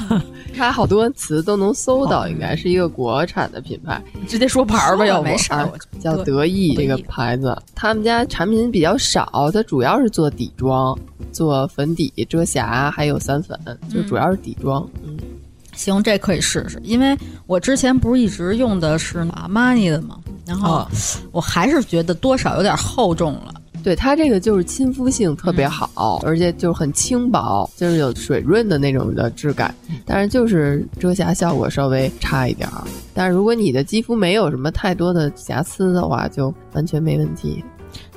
Speaker 12: 它好多词都能搜到，应该是一个国产的品牌。
Speaker 11: 直接说牌儿吧，要不
Speaker 12: 没事儿，叫德意这个牌子，他们家产品比较少，它主要是做底妆、做粉底、遮瑕，还有散粉，就主要是底妆。嗯，
Speaker 10: 行，这可以试试，因为我之前不是一直用的是阿玛尼的嘛，然后
Speaker 12: 哦
Speaker 10: 我还是觉得多少有点厚重了。
Speaker 12: 对，它这个就是亲肤性特别好，而且就是很轻薄，就是有水润的那种的质感。但是就是遮瑕效果稍微差一点儿。但是如果你的肌肤没有什么太多的瑕疵的话，就完全没问题。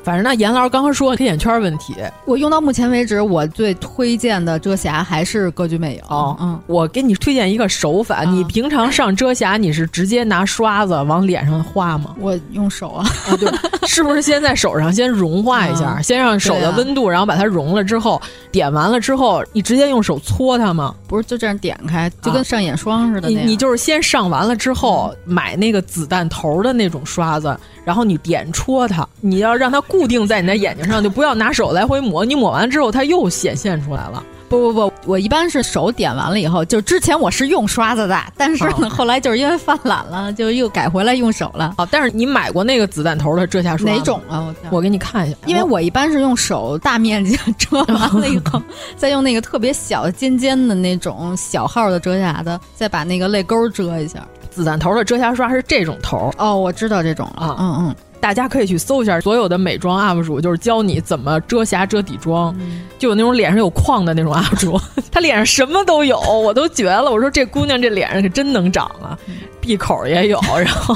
Speaker 11: 反正那严老师刚刚说黑眼圈问题，
Speaker 10: 我用到目前为止，我最推荐的遮瑕还是歌剧魅影。
Speaker 11: 哦，
Speaker 10: 嗯，
Speaker 11: 我给你推荐一个手法，你平常上遮瑕，你是直接拿刷子往脸上
Speaker 10: <laughs>
Speaker 11: 画吗？
Speaker 10: 我用手啊，
Speaker 11: 对，是不是先在手上先融化一下，
Speaker 10: 啊
Speaker 11: 先让手的温度，然后把它融了之后，点完了之后，你直接用手搓它吗？
Speaker 10: 不是就这样点开，就跟上眼霜似的
Speaker 11: 啊你
Speaker 10: 那样嗯
Speaker 11: 你就是先上完了之后，买那个子弹头的那种刷子，然后你点戳它，你要让它固定在你的眼睛上，就不要拿手来回抹。你抹完之后，它又显现出来了。
Speaker 10: 不不不，我一般是手点完了以后，就之前我是用刷子的，但是
Speaker 11: 哦
Speaker 10: 呢，后来就是因为犯懒了，就又改回来用手了。
Speaker 11: 哦，但是你买过那个子弹头的遮瑕刷吗
Speaker 10: 哪种啊？我
Speaker 11: 我给你看一下，
Speaker 10: 因为我一般是用手大面积 <laughs> 遮完了以 <laughs> 后，再用那个特别小的尖尖的那种小号的遮瑕的，再把那个泪沟遮一下。
Speaker 11: 子弹头的遮瑕刷是这种头
Speaker 10: 哦，我知道这种了。嗯嗯，
Speaker 11: 大家可以去搜一下，所有的美妆 UP 主就是教你怎么遮瑕、遮底妆，就有那种脸上有框的那种 UP <laughs> 主，她脸上什么都有，我都绝了。我说这姑娘这脸上可真能长啊，闭口也有，然后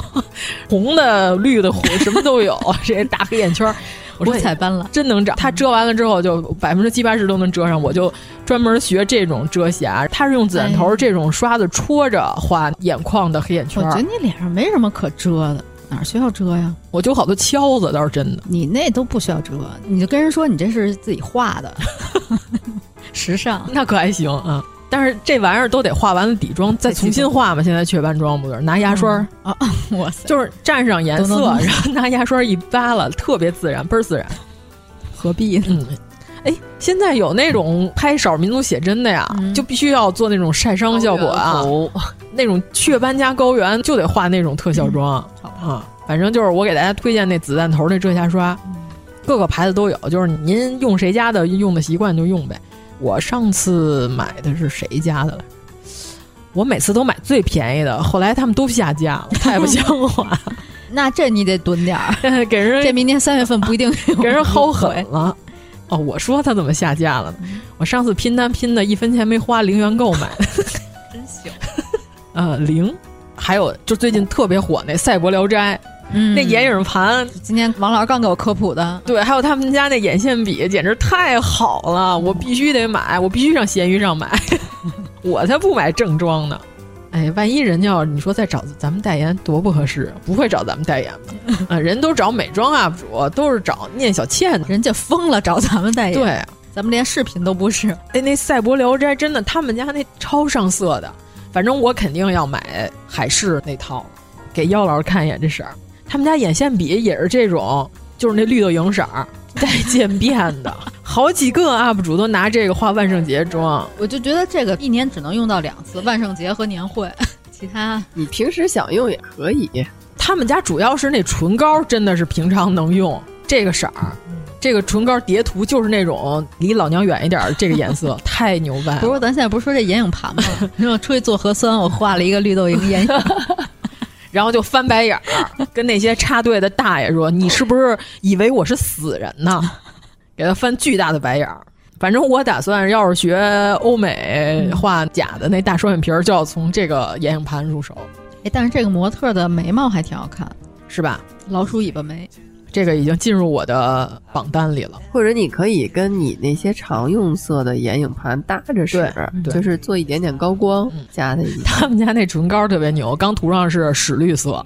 Speaker 11: 红的、绿的、红什么都有， <laughs> 这大黑眼圈儿。我说
Speaker 10: 五彩斑斓，
Speaker 11: 真能长。她遮完了之后就百分之七八十都能遮上。我就专门学这种遮瑕，她是用子弹头这种刷子戳着画眼眶的黑眼
Speaker 10: 我
Speaker 11: 圈儿。
Speaker 10: 觉得你脸上没什么可遮的，哪儿需要遮呀？
Speaker 11: 我就好多敲子倒是真的。
Speaker 10: 你那都不需要遮，你就跟人说你这是自己画的， <laughs> 时尚。
Speaker 11: 那可还行啊。但是这玩意儿都得化完了底妆再重新化嘛，现在雀斑妆不是拿牙刷、
Speaker 10: 啊，哇塞，
Speaker 11: 就是蘸上颜
Speaker 10: 懂
Speaker 11: 色，
Speaker 10: 懂懂
Speaker 11: 然后拿牙刷一扒拉，特别自然，倍儿自然，
Speaker 10: 何必呢？
Speaker 11: 嗯，哎，现在有那种拍少数民族写真的呀，就必须要做那种晒伤效果啊，那种雀斑加高原就得画那种特效妆、啊。反正就是我给大家推荐那子弹头那遮瑕刷，各个牌子都有，就是您用谁家的用的习惯就用呗。我上次买的是谁家的来着？我每次都买最便宜的，后来他们都下架了，太不像话，
Speaker 10: <laughs> 那这你得蹲点儿，
Speaker 11: <laughs> 给人 <laughs>
Speaker 10: 这明年三月份不一定
Speaker 11: 给人薅狠了。嗯哦，我说它怎么下架了呢？我上次拼单拼的一分钱没花，零元购 <laughs> 买的，
Speaker 10: 真行。
Speaker 11: 呃，零，还有就最近特别火那《赛博聊斋》。
Speaker 10: 嗯，
Speaker 11: 那眼影盘，
Speaker 10: 今天王老师刚给我科普的，
Speaker 11: 对，还有他们家那眼线笔，简直太好了，我必须得买，我必须上闲鱼上买， <laughs> 我才不买正装呢。哎，万一人家要是你说再找咱们代言多不合适，啊不会找咱们代言 <laughs> 吧？啊、人都找美妆 UP 主，都是找聂小倩的，
Speaker 10: 人家疯了找咱们代言，
Speaker 11: 对，
Speaker 10: 咱们连视频都不是。
Speaker 11: 哎，那赛博聊斋真的，他们家那超上色的，反正我肯定要买海事那套，给妖老师看一眼这色儿。他们家眼线笔也是这种，就是那绿豆蝇色儿，带渐变的，好几个 UP 主都拿这个画万圣节妆。
Speaker 10: 我就觉得这个一年只能用到两次，万圣节和年会， <laughs> 其他
Speaker 12: 你平时想用也可以。
Speaker 11: 他们家主要是那唇膏，真的是平常能用这个色儿。这个唇膏叠图就是那种离老娘远一点儿，这个颜色太牛掰了。
Speaker 10: 不是，咱现在不是说这眼影
Speaker 12: <laughs>
Speaker 10: 盘吗？你说我出去做核酸，我画了一个绿豆蝇眼影。 <laughs>
Speaker 11: 然后就翻白眼儿，跟那些插队的大爷说：“你是不是以为我是死人呢？” <laughs> 给他翻巨大的白眼儿。反正我打算，要是学欧美画假的那大双眼皮儿，就要从这个眼影盘入手，
Speaker 10: 哎，但是这个模特的眉毛还挺好看，
Speaker 11: 是吧？
Speaker 10: 老鼠尾巴眉。
Speaker 11: 这个已经进入我的榜单里了。
Speaker 12: 或者你可以跟你那些常用色的眼影盘搭着使，
Speaker 11: 对嗯
Speaker 12: 就是做一点点高光加在一起。
Speaker 11: <laughs> 他们家那唇膏特别牛，刚涂上是屎绿色，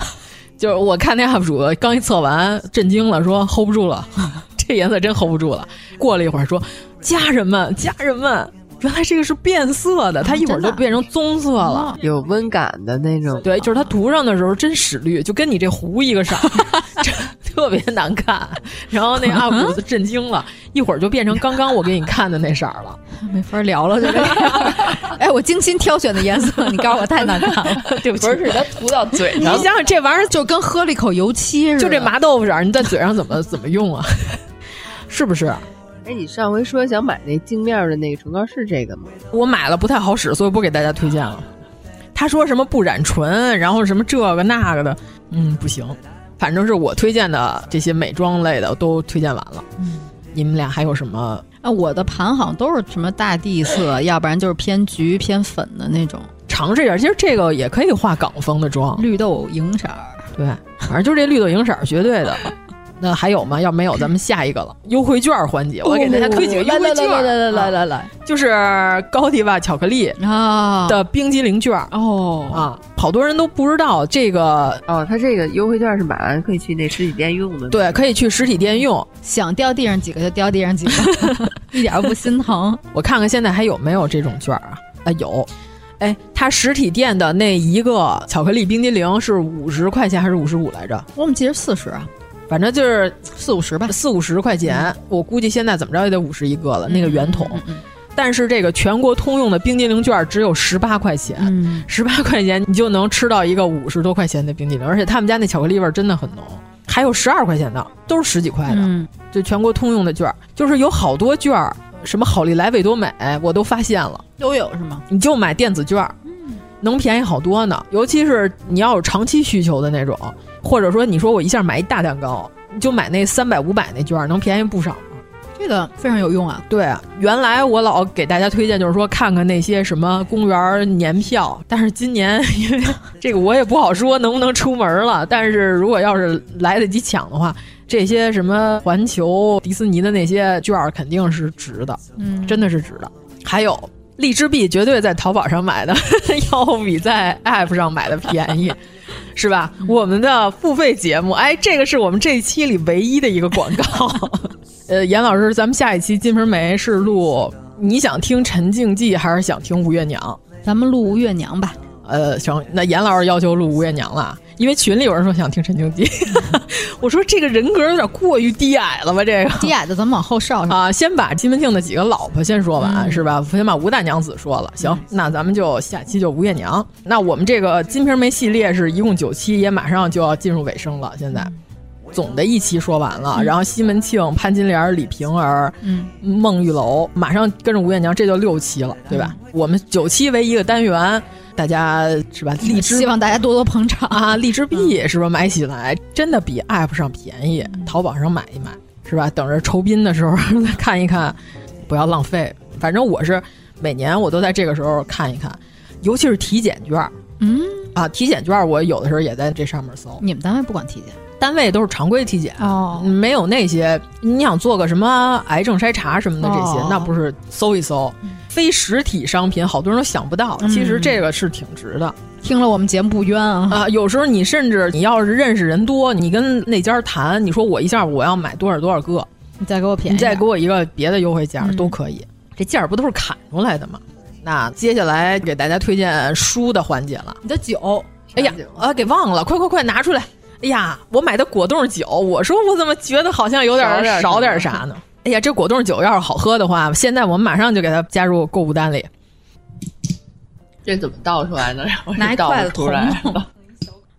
Speaker 11: 就是我看那 UP 主刚一测完震惊了，说 hold 不住了， <laughs> 这颜色真 hold 不住了。过了一会儿说，家人们，家人们，原来这个是变色的，它一会儿就变成棕色了，
Speaker 12: 有温感的那种。
Speaker 11: 对，就是它涂上的时候真屎绿，就跟你这糊一个色， <laughs> 特别难看。然后那 UP 主就震惊了，一会儿就变成刚刚我给你看的那色儿了。
Speaker 10: 没法聊了，就这样。 <laughs> 哎，我精心挑选的颜色，你告诉我太难看了，对不起。
Speaker 12: 不是，它涂到嘴上。
Speaker 11: 你想想，这玩意儿
Speaker 10: 就跟喝了一口油漆似的，
Speaker 11: 就这麻豆腐色，你在嘴上怎么怎么用啊？ <laughs> 是不是？
Speaker 12: 哎，你上回说想买那镜面的那个唇膏是这个吗？
Speaker 11: 我买了不太好使，所以不给大家推荐了。他说什么不染唇，然后什么这个那个的，嗯，不行。反正是我推荐的这些美妆类的都推荐完了。
Speaker 10: 嗯，
Speaker 11: 你们俩还有什么？
Speaker 10: 啊，我的盘好像都是什么大地色，要不然就是偏橘、偏粉的那种
Speaker 11: 尝试一下，其实这个也可以画港风的妆，
Speaker 10: 绿豆蝇色儿。
Speaker 11: 对，反正就这绿豆蝇色儿绝对的。那还有吗？要没有，咱们下一个了。优惠券环节，我给大家推几个优惠券。
Speaker 10: 来来来来来来，
Speaker 11: 就是高迪吧巧克力
Speaker 10: 啊
Speaker 11: 的冰激凌券
Speaker 10: 哦
Speaker 11: 啊，好多人都不知道这个
Speaker 12: 哦，它这个优惠券是买完可以去那实体店用的。
Speaker 11: 对，可以去实体店用，
Speaker 10: 想掉地上几个就掉地上几个，一点不心疼。
Speaker 11: 我看看现在还有没有这种券啊？啊，有。哎，它实体店的那一个巧克力冰激凌是五十块钱还是五十五来着？
Speaker 10: 我们记着四十啊。
Speaker 11: 反正就是
Speaker 10: 四五十吧，
Speaker 11: 四五十块钱，
Speaker 10: 嗯、
Speaker 11: 我估计现在怎么着也得五十一个了，那个圆筒。
Speaker 10: 嗯嗯、
Speaker 11: 但是这个全国通用的冰激凌券只有十八块钱，十八块钱你就能吃到一个五十多块钱的冰激凌，而且他们家那巧克力味真的很浓，还有十二块钱的，都是十几块的。就全国通用的券，就是有好多券，什么好利来、味多美，我都发现了，
Speaker 10: 都有是吗？
Speaker 11: 你就买电子券，能便宜好多呢。尤其是你要有长期需求的那种，或者说你说我一下买一大蛋糕。你就买那三百五百那券，能便宜不少呢。
Speaker 10: 这个非常有用啊！
Speaker 11: 对啊，原来我老给大家推荐，就是说看看那些什么公园年票，但是今年 <laughs> 因为这个我也不好说能不能出门了。但是如果要是来得及抢的话，这些什么环球、迪士尼的那些券肯定是值的，
Speaker 10: 嗯，
Speaker 11: 真的是值的。还有荔枝币，绝对在淘宝上买的 <laughs> 要比在 App 上买的便宜。是吧？我们的付费节目，哎，这个是我们这一期里唯一的一个广告。呃，严老师，咱们下一期《金瓶梅》是录，你想听《陈静记》还是想听《吴月娘》？
Speaker 10: 咱们录《吴月娘》吧。
Speaker 11: 呃，行，那严老师要求录《吴月娘》了，因为群里有人说想听《陈情记》 <laughs> 我说这个人格有点过于低矮了吧？这个
Speaker 10: 低矮的，咱们往后稍
Speaker 11: 啊，先把金文庆的几个老婆先说完，
Speaker 10: 嗯、
Speaker 11: 是吧？先把吴大娘子说了，行，那咱们就下期就吴月娘。那我们这个《金瓶梅》系列是一共九期，也马上就要进入尾声了，现在。
Speaker 10: 嗯
Speaker 11: 总的一期说完了，
Speaker 10: 嗯
Speaker 11: 然后西门庆、潘金莲、李瓶儿、
Speaker 10: 嗯
Speaker 11: 孟玉楼，马上跟着吴月娘，这就六期了，对吧？我们九期为一个单元，大家是吧？嗯荔枝
Speaker 10: 希望大家多多捧场
Speaker 11: 嗯啊，荔枝币是不是买起来真的比 App 上便宜，淘宝上买一买。是吧？等着酬宾的时候再看一看，不要浪费。反正我是每年我都在这个时候看一看，尤其是体检卷儿
Speaker 10: 嗯，
Speaker 11: 啊，体检卷儿我有的时候也在这上面搜。
Speaker 10: 你们单位不管体检
Speaker 11: 单位都是常规体检，
Speaker 10: 哦，
Speaker 11: 没有那些你想做个什么癌症筛查什么的这些，
Speaker 10: 哦
Speaker 11: 那不是搜一搜。非实体商品，好多人都想不到，
Speaker 10: 嗯
Speaker 11: 其实这个是挺值的。
Speaker 10: 听了我们节目不冤啊！
Speaker 11: 啊，有时候你甚至你要是认识人多，你跟那家谈，你说我一下我要买多少多少个，
Speaker 10: 你再给我便宜
Speaker 11: 你
Speaker 10: 点
Speaker 11: 再给我一个别的优惠价儿都可以。这价儿不都是砍出来的吗？那接下来给大家推荐书的环节了。
Speaker 10: 你的酒，
Speaker 11: 哎呀，啊，给忘了，快快快拿出来！哎呀，我买的果冻酒，我说我怎么觉得好像有点
Speaker 10: 少
Speaker 11: 儿
Speaker 10: 点儿什么
Speaker 11: 少点儿啥呢？哎呀，这果冻酒要是好喝的话，现在我们马上就给它加入购物单里。
Speaker 12: 这怎么倒出来的？
Speaker 11: 拿一
Speaker 12: 倒
Speaker 11: 筷子
Speaker 12: 出来
Speaker 11: 捅
Speaker 12: 了。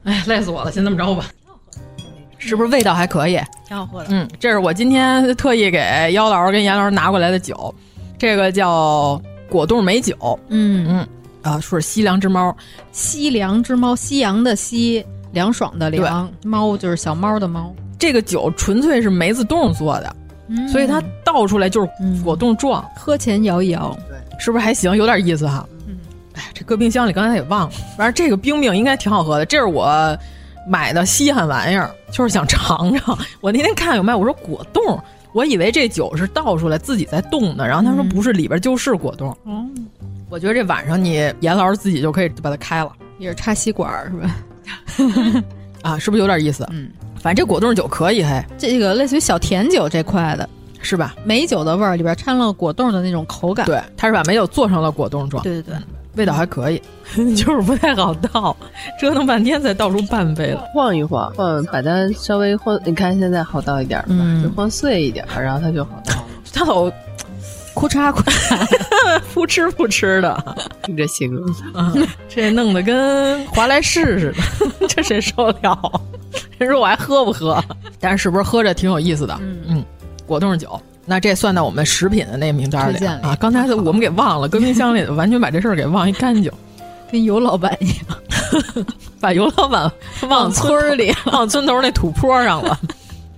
Speaker 11: 哎，累死我了，先这么 <laughs> 着吧。是不是味道还可以？
Speaker 10: 挺好喝的。
Speaker 11: 嗯，这是我今天特意给姚老师跟严老师拿过来的酒，这个叫果冻美酒。
Speaker 10: 嗯
Speaker 11: 嗯，啊，说是西凉之猫，
Speaker 10: 西凉之猫，西洋的西，凉爽的凉，猫就是小猫的猫，
Speaker 11: 这个酒纯粹是梅子冻做的，
Speaker 10: 嗯
Speaker 11: 所以它倒出来就是果冻状。
Speaker 10: 喝前摇一摇，
Speaker 11: 是不是还行？有点意思哈。
Speaker 10: 嗯，
Speaker 11: 哎，这搁冰箱里，刚才也忘了。反正这个冰冰应该挺好喝的，这是我买的稀罕玩意儿，就是想尝尝。我那天看有卖，我说果冻，我以为这酒是倒出来自己在冻的，然后他说不是，里边就是果冻。
Speaker 10: 嗯哦，
Speaker 11: 我觉得这晚上你严老师自己就可以把它开了
Speaker 10: 也是插吸管儿是吧？ <laughs>
Speaker 11: 啊，是不是有点意思？
Speaker 10: 嗯，
Speaker 11: 反正这果冻酒可以，嘿，
Speaker 10: 这个类似于小甜酒这块的，
Speaker 11: 是吧？
Speaker 10: 美酒的味儿里边掺了果冻的那种口感，
Speaker 11: 对，嗯它是把美酒做成了果冻状，
Speaker 10: 对对对，
Speaker 11: 味道还可以， <laughs> 就是不太好倒，折腾半天才倒出半杯来。
Speaker 12: 晃一晃，晃，把它稍微晃，你看现在好倒一点儿吧，
Speaker 11: 嗯
Speaker 12: 就晃碎一点儿，然后它就好倒了。
Speaker 11: 它老
Speaker 10: 哭嚓哭
Speaker 11: 嚓，扑哧扑哧的，
Speaker 12: 你这形容，
Speaker 11: <laughs> 这弄得跟华莱士似的， <laughs> 这谁受得了？人说我还喝不喝？但是是不是喝着挺有意思的？嗯果冻酒。那这算到我们食品的那名单里
Speaker 10: 推荐里
Speaker 11: 啊！刚才我们给忘 <laughs> 了，搁冰箱里完全把这事儿给忘一干净，
Speaker 10: 跟尤老板一样，
Speaker 11: <laughs> 把尤老板忘
Speaker 10: 村儿
Speaker 11: <laughs>
Speaker 10: 里
Speaker 11: 头忘村头那土坡上了。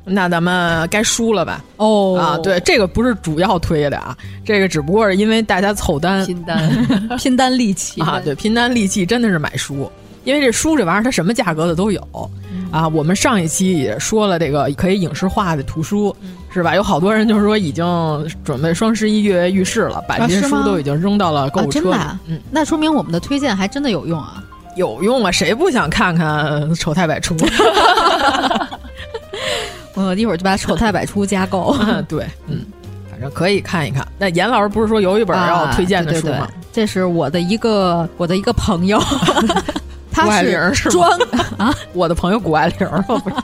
Speaker 11: 那咱们该输了吧？
Speaker 10: <laughs> 哦
Speaker 11: 啊，对，这个不是主要推的啊，这个只不过是因为大家凑单
Speaker 12: 拼单，
Speaker 10: 拼单利器
Speaker 11: 啊，对，拼单利器真的是买书，因为这书这玩意儿它什么价格的都有、
Speaker 10: 嗯
Speaker 11: 啊。我们上一期也说了，这个可以影视化的图书、
Speaker 10: 嗯
Speaker 11: 是吧？有好多人就是说已经准备双十一跃跃欲试了，把
Speaker 10: 啊
Speaker 11: 这些
Speaker 10: 是
Speaker 11: 书
Speaker 10: 吗
Speaker 11: 都已经扔到了购
Speaker 10: 啊，
Speaker 11: 物
Speaker 10: 真
Speaker 11: 车
Speaker 10: 的
Speaker 11: 里。
Speaker 10: 啊，
Speaker 11: 嗯，
Speaker 10: 那说明我们的推荐还真的有用啊。
Speaker 11: 有用啊，谁不想看看丑态
Speaker 10: <laughs>
Speaker 11: 百出？
Speaker 10: 我一会儿就把丑态百出加
Speaker 11: <laughs>
Speaker 10: 购。
Speaker 11: 嗯
Speaker 10: <laughs>
Speaker 11: 对，嗯，反正可以看一看。那严老师不是说有一本要推荐的书吗？
Speaker 10: <laughs> 啊对对对这是我的一个我的一个朋
Speaker 11: <laughs>
Speaker 10: 友，
Speaker 11: 谷
Speaker 10: 他
Speaker 11: 爱凌
Speaker 10: 是
Speaker 11: 是吗
Speaker 10: 专啊，
Speaker 11: 我的朋友谷爱
Speaker 10: <laughs>
Speaker 11: 凌吗？不是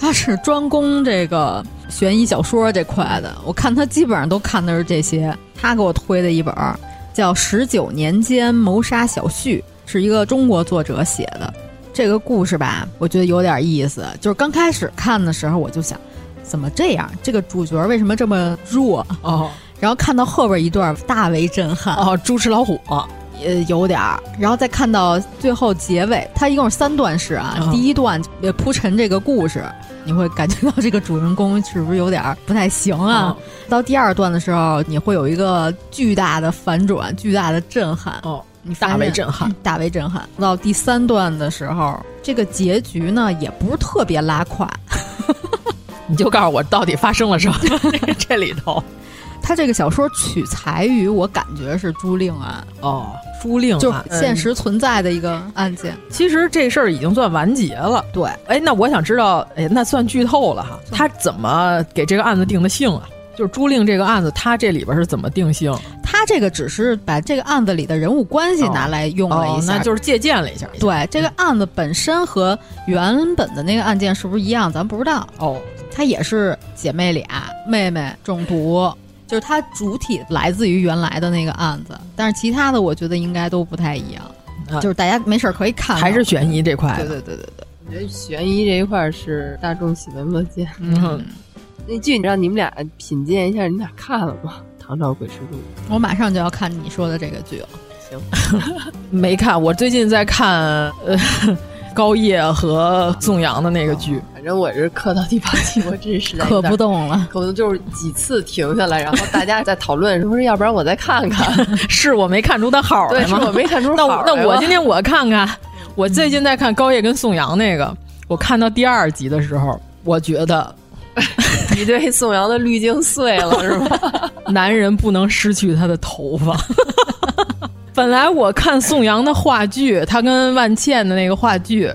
Speaker 10: 他是专攻这个悬疑小说这块的。我看他基本上都看的是这些。他给我推的一本儿叫《十九年间谋杀小序》，是一个中国作者写的。这个故事吧，我觉得有点意思。就是刚开始看的时候，我就想，怎么这样？这个主角为什么这么弱？
Speaker 11: 哦
Speaker 10: 然后看到后边一段，大为震撼。
Speaker 11: 哦，猪吃老虎。
Speaker 10: 呃，有点儿，然后再看到最后结尾，它一共是三段式啊。
Speaker 11: 嗯
Speaker 10: 第一段呃铺陈这个故事，你会感觉到这个主人公是不是有点儿不太行啊？
Speaker 11: 嗯
Speaker 10: 到第二段的时候，你会有一个巨大的反转，巨大的震撼。
Speaker 11: 哦，
Speaker 10: <laughs> 你发
Speaker 11: 大
Speaker 10: 现
Speaker 11: 为震撼
Speaker 10: 嗯。大为震撼。到第三段的时候，这个结局呢也不是特别拉胯，
Speaker 11: 你就告诉我到底发生
Speaker 10: <laughs>
Speaker 11: 了什么？ <laughs> 这里头
Speaker 10: 它这个小说取材于我感觉是朱令啊案，
Speaker 11: 哦，朱令
Speaker 10: 就是
Speaker 11: 案
Speaker 10: 现、实存在的一个案件。
Speaker 11: 嗯其实这事儿已经算完结了。
Speaker 10: 对，
Speaker 11: 哎，那我想知道，哎，那算剧透了哈。他怎么给这个案子定的性啊？就是朱令这个案子，他这里边是怎么定性？
Speaker 10: 他这个只是把这个案子里的人物关系拿来用了一
Speaker 11: 哦，
Speaker 10: 下，
Speaker 11: 那就是借鉴了一下。
Speaker 10: 对这个案子本身和原本的那个案件是不是一样，咱不知道。
Speaker 11: 哦，
Speaker 10: 它也是姐妹俩，妹妹中毒，就是它主体来自于原来的那个案子，但是其他的我觉得应该都不太一样，
Speaker 11: 啊
Speaker 10: 就是大家没事儿可以看看，
Speaker 11: 还是悬疑这块的。
Speaker 10: 对对对对对，
Speaker 12: 我觉得悬疑这一块儿是大众喜闻乐见。
Speaker 11: 嗯，
Speaker 12: 那剧你让你们俩品鉴一下，你俩看了吗？《唐朝诡事录》
Speaker 10: 我马上就要看你说的这个剧了。
Speaker 12: 行，
Speaker 11: 没看。我最近在看，呃， <laughs> 高叶和宋阳的那个剧。
Speaker 12: 反正我是磕到第八集，我真是
Speaker 10: 磕不动了，
Speaker 12: 可能就是几次停下来，然后大家在讨论说，要不然我再看看，
Speaker 11: <laughs> 是我没看出他好
Speaker 12: 来吗？对，是我没看出
Speaker 11: 那
Speaker 12: 我
Speaker 11: 那我今天我看看，我最近在看高叶跟宋阳那个，我看到第二集的时候，我觉得。
Speaker 12: <laughs> 你对宋阳的滤镜碎了是 <laughs> 吧？
Speaker 11: 男人不能失去他的头发。 <laughs> 本来我看宋阳的话剧，他跟万茜的那个话剧，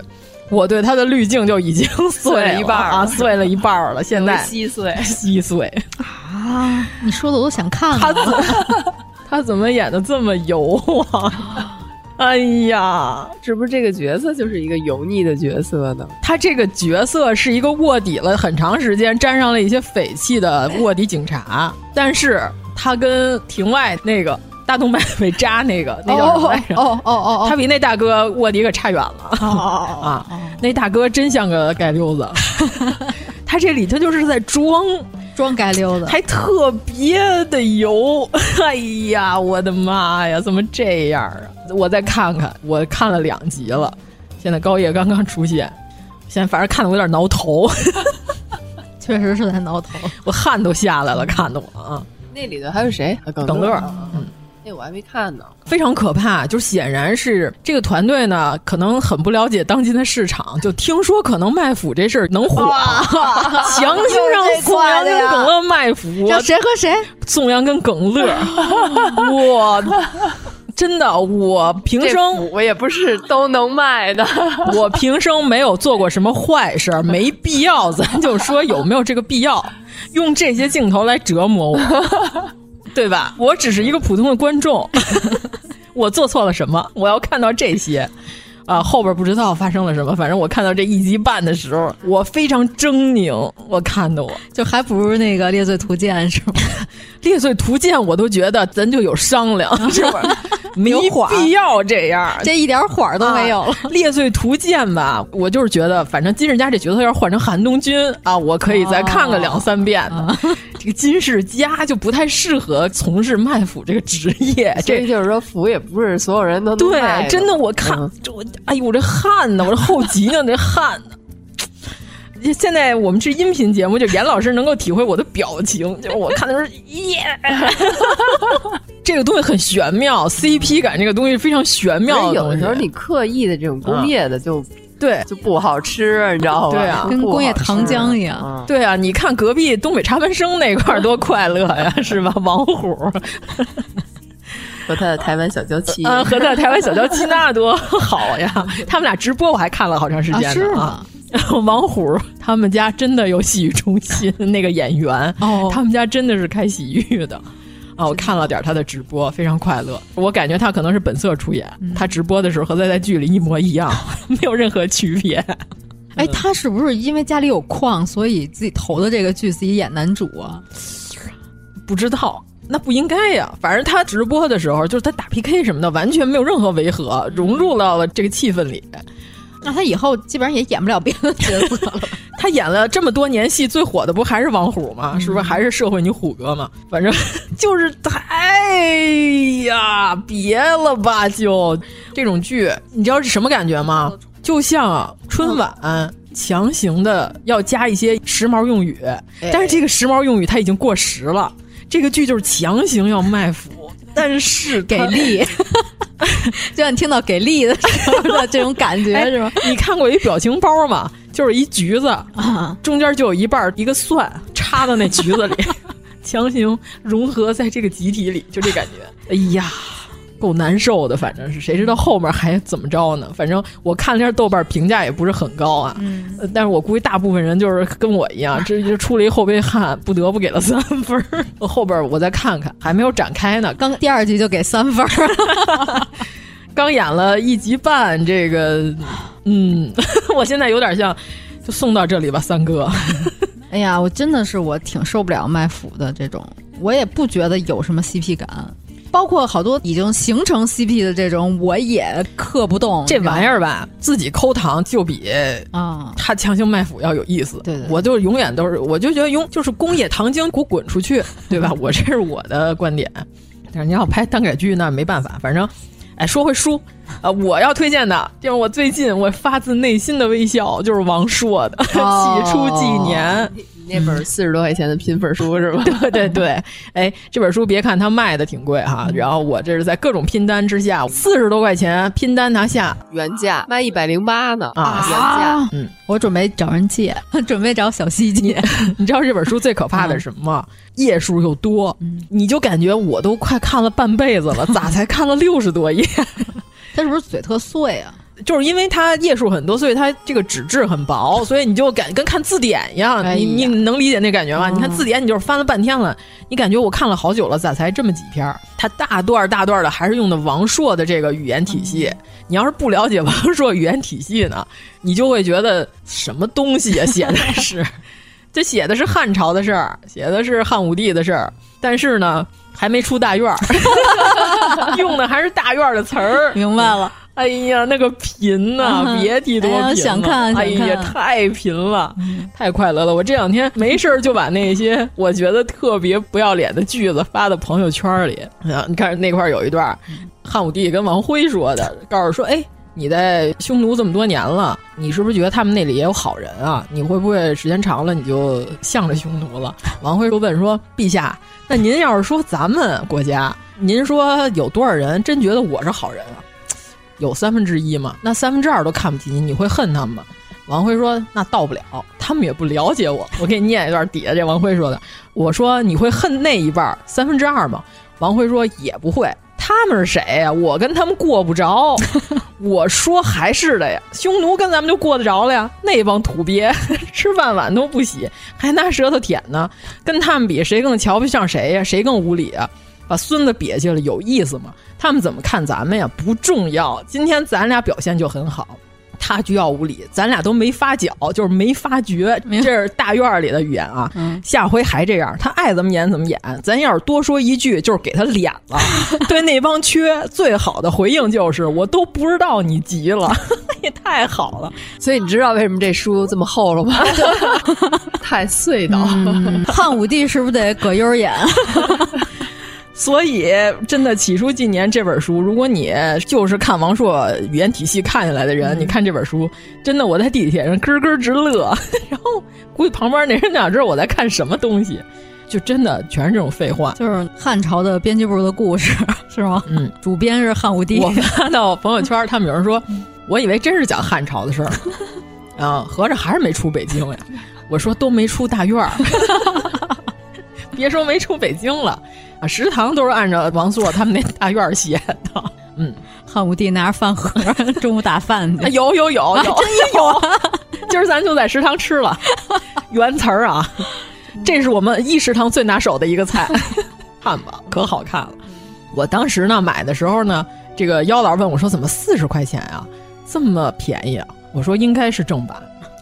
Speaker 11: 我对他的滤镜就已经
Speaker 12: 碎
Speaker 11: 了一半啊，碎了一半了。现在
Speaker 12: 稀碎，
Speaker 11: <laughs> 稀碎
Speaker 10: 啊！你说的我都想看
Speaker 11: 了。他他怎么演的这么油啊？哎呀，
Speaker 12: 是不是这个角色就是一个油腻的角色呢？
Speaker 11: 他这个角色是一个卧底了很长时间，沾上了一些匪气的卧底警察，但是他跟庭外那个大动脉被扎那个那叫什么来着？
Speaker 10: 哦哦哦哦，
Speaker 11: 他比那大哥卧底可差远了、oh,
Speaker 12: 哦
Speaker 11: oh, oh, 啊！那大哥真像个街溜子， <laughs> 他这里头就是在装。
Speaker 10: 装街溜子，
Speaker 11: 还特别的油，哎呀，我的妈呀，怎么这样啊？我再看看，我看了两集了，现在高叶刚刚出现，现在反正看的我有点挠头，
Speaker 10: 确实是在挠头，
Speaker 11: 我汗都下来了，看的我啊。
Speaker 12: 那里头还有谁？耿
Speaker 11: 耿乐，
Speaker 12: 嗯，那我还没看呢，
Speaker 11: 非常可怕。就是显然是这个团队呢，可能很不了解当今的市场，就听说可能卖腐这事儿能火，
Speaker 12: <laughs>
Speaker 11: 强行让宋阳跟耿乐卖腐，
Speaker 10: 让谁和谁？
Speaker 11: 宋阳跟耿乐，我。真的，我平生
Speaker 12: 我也不是都能卖的。
Speaker 11: <laughs> 我平生没有做过什么坏事，没必要。咱就说有没有这个必要，用这些镜头来折磨我，对吧？我只是一个普通的观众， <laughs> 我做错了什么？我要看到这些啊、呃！后边不知道发生了什么，反正我看到这一集半的时候，我非常狰狞。我看的我
Speaker 10: 就还不如那个《猎罪图鉴》 <laughs> 是吗？
Speaker 11: 《猎罪图鉴》我都觉得咱就有商量，是吧？没必要这样，
Speaker 10: 这一点火儿都没有了。
Speaker 11: 啊《猎罪图鉴》吧，我就是觉得，反正金世佳这角色要是换成韩东君啊，我可以再看个两三遍的。哦啊、这个金世佳就不太适合从事卖腐这个职业，
Speaker 12: 这就是说腐也不是所有人都
Speaker 11: 对。真的，我看、嗯、这我，哎呦，我这汗呢，我这后脊呢，这汗呢。 <laughs> 现在我们是音频节目，就严老师能够体会我的表情。就是我看的时候，耶， <laughs> 这个东西很玄妙，CP 感这个东西非常玄妙。
Speaker 12: 有的时候你刻意的这种工业的就、嗯、
Speaker 11: 对
Speaker 12: 就不好吃，你知道吗？
Speaker 11: 对啊，
Speaker 10: 跟工业糖浆一样。嗯、
Speaker 11: 对啊，你看隔壁东北茶门生那块多快乐呀，是吧？王虎
Speaker 12: 和他的台湾小娇妻
Speaker 11: 啊，和他的台湾小娇妻那多好呀！他们俩直播我还看了好长时间呢、啊。
Speaker 10: 是吗？
Speaker 11: <laughs> 王虎他们家真的有洗浴中心，那个演员，oh.
Speaker 10: 哦
Speaker 11: 他们家真的是开洗浴的啊！我看了点他的直播，非常快乐。我感觉他可能是本色出演，嗯、他直播的时候和他在剧里一模一样，没有任何区别。
Speaker 10: 哎，他是不是因为家里有矿，所以自己投的这个剧自己演男主啊？
Speaker 11: 不知道。那不应该呀，反正他直播的时候，就是他打 PK 什么的，完全没有任何违和，融入到了这个气氛里。
Speaker 10: 那他以后基本上也演不了别的角色 <laughs> 了。
Speaker 11: 他演了这么多年戏，最火的不还是王虎吗？嗯、是不是还是社会女虎哥嘛？反正 <laughs> 就是太哎呀，别了吧就这种剧，你知道是什么感觉吗？就像春晚。嗯强行的要加一些时髦用语，但是这个时髦用语它已经过时了。这个剧就是强行要卖腐，但是
Speaker 10: 给力， <laughs> 就像你听到给力的时候的这种感觉是吗？
Speaker 11: <laughs> 你看过一表情包吗？就是一橘子，啊、中间就有一半一个蒜插到那橘 <laughs> 子里，强行融合在这个集体里，就这感觉。哎呀，够难受的，反正是谁知道后面还怎么着呢？反正我看了下豆瓣评价也不是很高啊，嗯、但是我估计大部分人就是跟我一 <laughs> 样，这就出了一后背汗，不得不给了三分。后边我再看看，还没有展开呢，
Speaker 10: 刚第二集就给三分，
Speaker 11: 刚演了一集半，这个，嗯， <laughs> 我现在有点像，就送到这里吧，三哥。
Speaker 10: 哎呀，我真的是我挺受不了卖腐的这种，我也不觉得有什么 CP 感。包括好多已经形成 CP 的这种，我也刻不动。
Speaker 11: 这玩意儿吧，自己抠糖就比啊他强行卖腐要有意思。
Speaker 10: 对,对，
Speaker 11: 我就永远都是，我就觉得用就是工业糖精给我滚出
Speaker 12: <laughs>
Speaker 11: 去，对吧？我这是我的观点。但是你要拍耽改剧那没办法，反正，哎，说回书，呃，我要推荐的，就是我最近我发自内心的微笑，就是王朔的《
Speaker 12: 哦
Speaker 11: 喜出纪年》嗯
Speaker 12: 那本四十多块钱的拼缝书是吧？
Speaker 11: <laughs> 对对对，哎，这本书别看它卖的挺贵
Speaker 12: 嗯
Speaker 11: 哈，然后我这是在各种拼单之下，四十多块钱拼单拿下
Speaker 12: 原价卖一百零八呢
Speaker 11: 啊
Speaker 12: 原价
Speaker 11: 嗯，
Speaker 10: 我准备找人借， <laughs> 准备找小西借。
Speaker 11: 你知道这本书最可怕的是什么吗？页数又多，你就感觉我都快看了半辈子了，咋才看了六十多页？
Speaker 10: 他是不是嘴特碎啊？
Speaker 11: 就是因为它页数很多，所以它这个纸质很薄，所以你就感跟看字典一样，
Speaker 10: 哎呀哦
Speaker 11: 你你能理解那感觉吗？你看字典，你就是翻了半天了，你感觉我看了好久了，咋才这么几篇儿？它大段儿大段儿的还是用的王朔的这个语言体系。
Speaker 10: 嗯
Speaker 11: 你要是不了解王朔语言体系呢，你就会觉得什么东西啊写的
Speaker 10: <laughs>
Speaker 11: 是，这写的是汉朝的事儿，写的是汉武帝的事儿，但是呢还没出大院儿， <laughs> 用的还是大院儿的词儿。
Speaker 10: 明白了，
Speaker 11: 哎呀，那个贫呐、
Speaker 10: 嗯
Speaker 11: 别提多贫了！
Speaker 10: 哎呀想看嗯
Speaker 11: 哎
Speaker 10: 想
Speaker 11: 呀，
Speaker 10: 看
Speaker 11: 太贫了，太快乐了！我这两天没事儿就把
Speaker 10: <laughs>
Speaker 11: 那些我觉得特别不要脸的句子发到朋友圈里。啊，你看那块儿有一段儿，
Speaker 10: 嗯
Speaker 11: 汉武帝跟王辉说的，告诉说，哎。你在匈奴这么多年了，你是不是觉得他们那里也有好人啊？你会不会时间长了你就向着匈奴了？王辉就问说：“陛下，那您要是说咱们国家，您说有多少人真觉得我是好人啊？”有三分之一嘛，那三分之二都看不起你，你会恨他们吗？王辉说：“那到不了，他们也不了解我。”我给你念一段底下这王辉说的：“我说你会恨那一半儿三分之二吗？”王辉说：“也不会，他们是谁呀、我跟他们过不着。我说还是的呀，匈奴跟咱们就过得着了呀。那帮土鳖 <laughs> 吃饭碗都不洗，还拿舌头舔呢，跟他们比谁更瞧不上谁呀、谁更无理啊？”把孙子瘪下了，有意思吗？他们怎么看咱们呀？不重要。今天咱俩表现就很好，他倨傲无礼，咱俩都没发觉，就是没发觉。这是大院儿里的语言啊。下回还这样，他爱怎么演怎么演。咱要是多说一句，就是给他脸了。对那帮缺最好的回应就是，我都不知道你急了， <laughs> 也太好了。
Speaker 12: 所以你知道为什么这书这么厚了吗？ <laughs> 太碎叨。
Speaker 10: 嗯汉武帝是不是得葛优演？啊
Speaker 11: 所以，真的《起初纪年》这本书，如果你就是看王朔语言体系看下来的人，你看这本书，真的我在地铁上咯咯直乐， <laughs> 然后估计旁边那人哪知道我在看什么东西，就真的全是这种废话。
Speaker 10: <laughs>
Speaker 11: <laughs>
Speaker 10: 就是汉朝的编辑部的故事， <laughs> 是吗？
Speaker 11: 嗯，
Speaker 10: 主编是汉武帝。
Speaker 11: 我发到朋友圈，他们有人说，我以为真是讲汉朝的事儿，啊，合着还是没出北京呀？我说都没出大院儿， <laughs> 别说没出北京了，啊，食堂都是按照王朔他们那大院儿写的。嗯，
Speaker 10: <laughs> 汉武帝拿着饭盒， <laughs> 中午打饭
Speaker 11: 啊
Speaker 10: 去。
Speaker 11: <laughs> 有有有有，
Speaker 10: 啊
Speaker 11: 真有！ <laughs> 今儿咱就在食堂吃了，原词儿啊，这是我们一食堂最拿手的一个菜，看吧，可好看了。我当时呢买的时候呢，这个妖老问我说：“怎么四十块钱啊，这么便宜啊？”我说：“应该是正版。”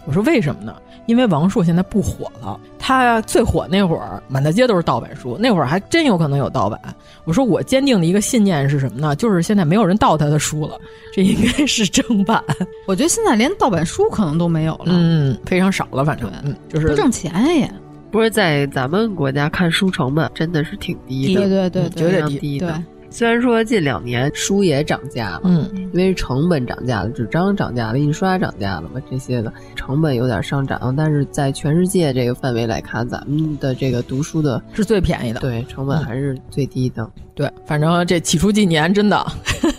Speaker 11: 我说：“为什么呢？因为王朔现在不火了，他最火那会儿满大街都是盗版书，那会儿还真有可能有盗版。”我说：“我坚定的一个信念是什么呢？就是现在没有人盗他的书了，这应该是正版。
Speaker 10: 我觉得现在连盗版书可能都没有了，
Speaker 11: 嗯，非常少了，反正嗯，就是
Speaker 10: 不挣钱啊呀。
Speaker 12: 不是在咱们国家看书成本真的是挺低的，
Speaker 10: 低对对对
Speaker 12: 嗯
Speaker 10: 对
Speaker 12: 非常
Speaker 11: 绝对
Speaker 12: 低
Speaker 10: 对
Speaker 12: 的。虽然说近两年书也涨价了，
Speaker 11: 嗯，
Speaker 12: 因为成本涨价了，纸张涨价了，印刷涨价了嘛，这些的成本有点上涨，但是在全世界这个范围来看，咱们的这个读书的
Speaker 11: 是最便宜的。
Speaker 12: 对成本还是最低的。
Speaker 11: 对，反正这起初纪年真的， <laughs>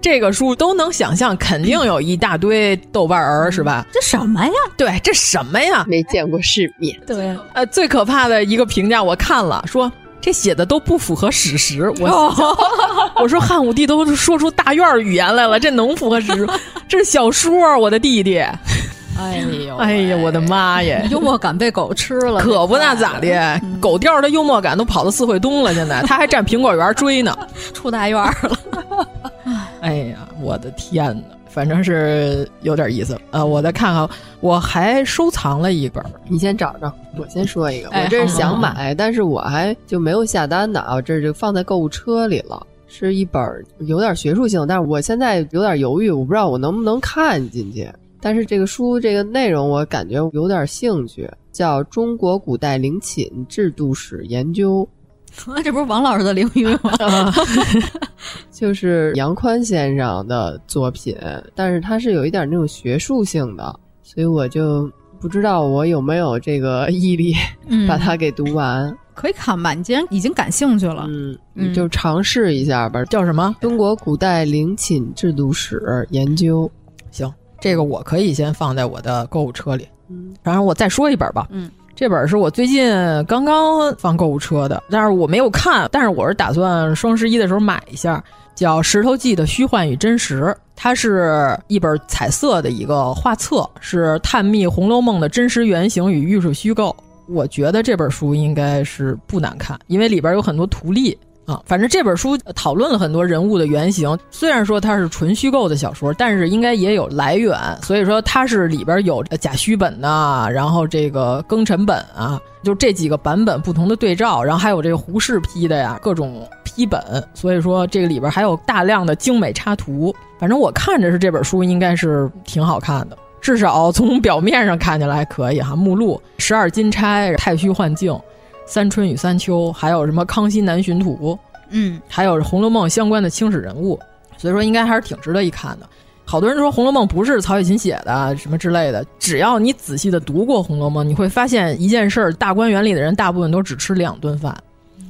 Speaker 11: 这个书都能想象，肯定有一大堆豆瓣儿，是吧？
Speaker 10: 这什么呀？
Speaker 11: 对，这什么呀？
Speaker 12: 没见过世面，
Speaker 10: <laughs> 对，
Speaker 11: 呃，最可怕的一个评价我看了，说这写的都不符合史实。我、 <laughs> 我说汉武帝都说出大院儿语言来了，这能符合史实？这是小说啊，我的弟弟！
Speaker 10: 哎呦
Speaker 11: 哎呀，我的妈呀！
Speaker 10: 幽默感被狗吃了，
Speaker 11: 可不那咋的，狗调儿的幽默感都跑到四惠东了，现在他还占苹果园儿追呢。
Speaker 10: 出大院儿了。
Speaker 11: 哎呀，我的天呐，反正是有点意思。呃，我再看看，我还收藏了一本儿，
Speaker 12: 你先找找，我先说一个，
Speaker 11: 哎
Speaker 12: 我
Speaker 10: 嗯
Speaker 12: 这是
Speaker 11: 好
Speaker 12: 想
Speaker 11: 好
Speaker 12: 买，但是我还就没有下单呢啊，我这就放在购物车里了。是一本儿有点学术性，但是我现在有点犹豫，我不知道我能不能看进去。但是这个书这个内容我感觉有点兴趣，叫《中国古代陵寝制度史研究》。
Speaker 10: <laughs> 这不是王老师的领域
Speaker 12: <laughs>
Speaker 10: 吗？
Speaker 12: 就是杨宽先生的作品，但是它是有一点那种学术性的，所以我就不知道我有没有这个毅力 <laughs>
Speaker 10: 嗯
Speaker 12: 把它给读完。
Speaker 10: 可以看吧，你既然已经感兴趣了，
Speaker 12: 嗯，你就尝试一下吧。叫什么？《中国古代陵寝制度史研究》。
Speaker 11: 行，这个我可以先放在我的购物车里。然后我再说一本吧。
Speaker 10: 嗯，
Speaker 11: 这本是我最近刚刚放购物车的，但是我没有看，但是我是打算双十一的时候买一下，叫《石头记的虚幻与真实》，它是一本彩色的一个画册，是探秘《红楼梦》的真实原型与艺术虚构。我觉得这本书应该是不难看，因为里边有很多图例。啊，反正这本书讨论了很多人物的原型，虽然说它是纯虚构的小说，但是应该也有来源，所以说它是里边有假虚本呐、然后这个庚辰本啊，就这几个版本不同的对照，然后还有这个胡适批的呀，各种批本，所以说这个里边还有大量的精美插图，反正我看着是这本书应该是挺好看的。至少从表面上看起来还可以哈，目录《十二金钗》《太虚幻境》《三春与三秋》，还有什么《康熙南巡图》，
Speaker 10: 嗯，
Speaker 11: 还有《红楼梦》相关的清史人物，所以说应该还是挺值得一看的。好多人说《红楼梦》不是曹雪芹写的啊什么之类的，只要你仔细的读过《红楼梦》，你会发现一件事儿：大观园里的人大部分都只吃两顿饭，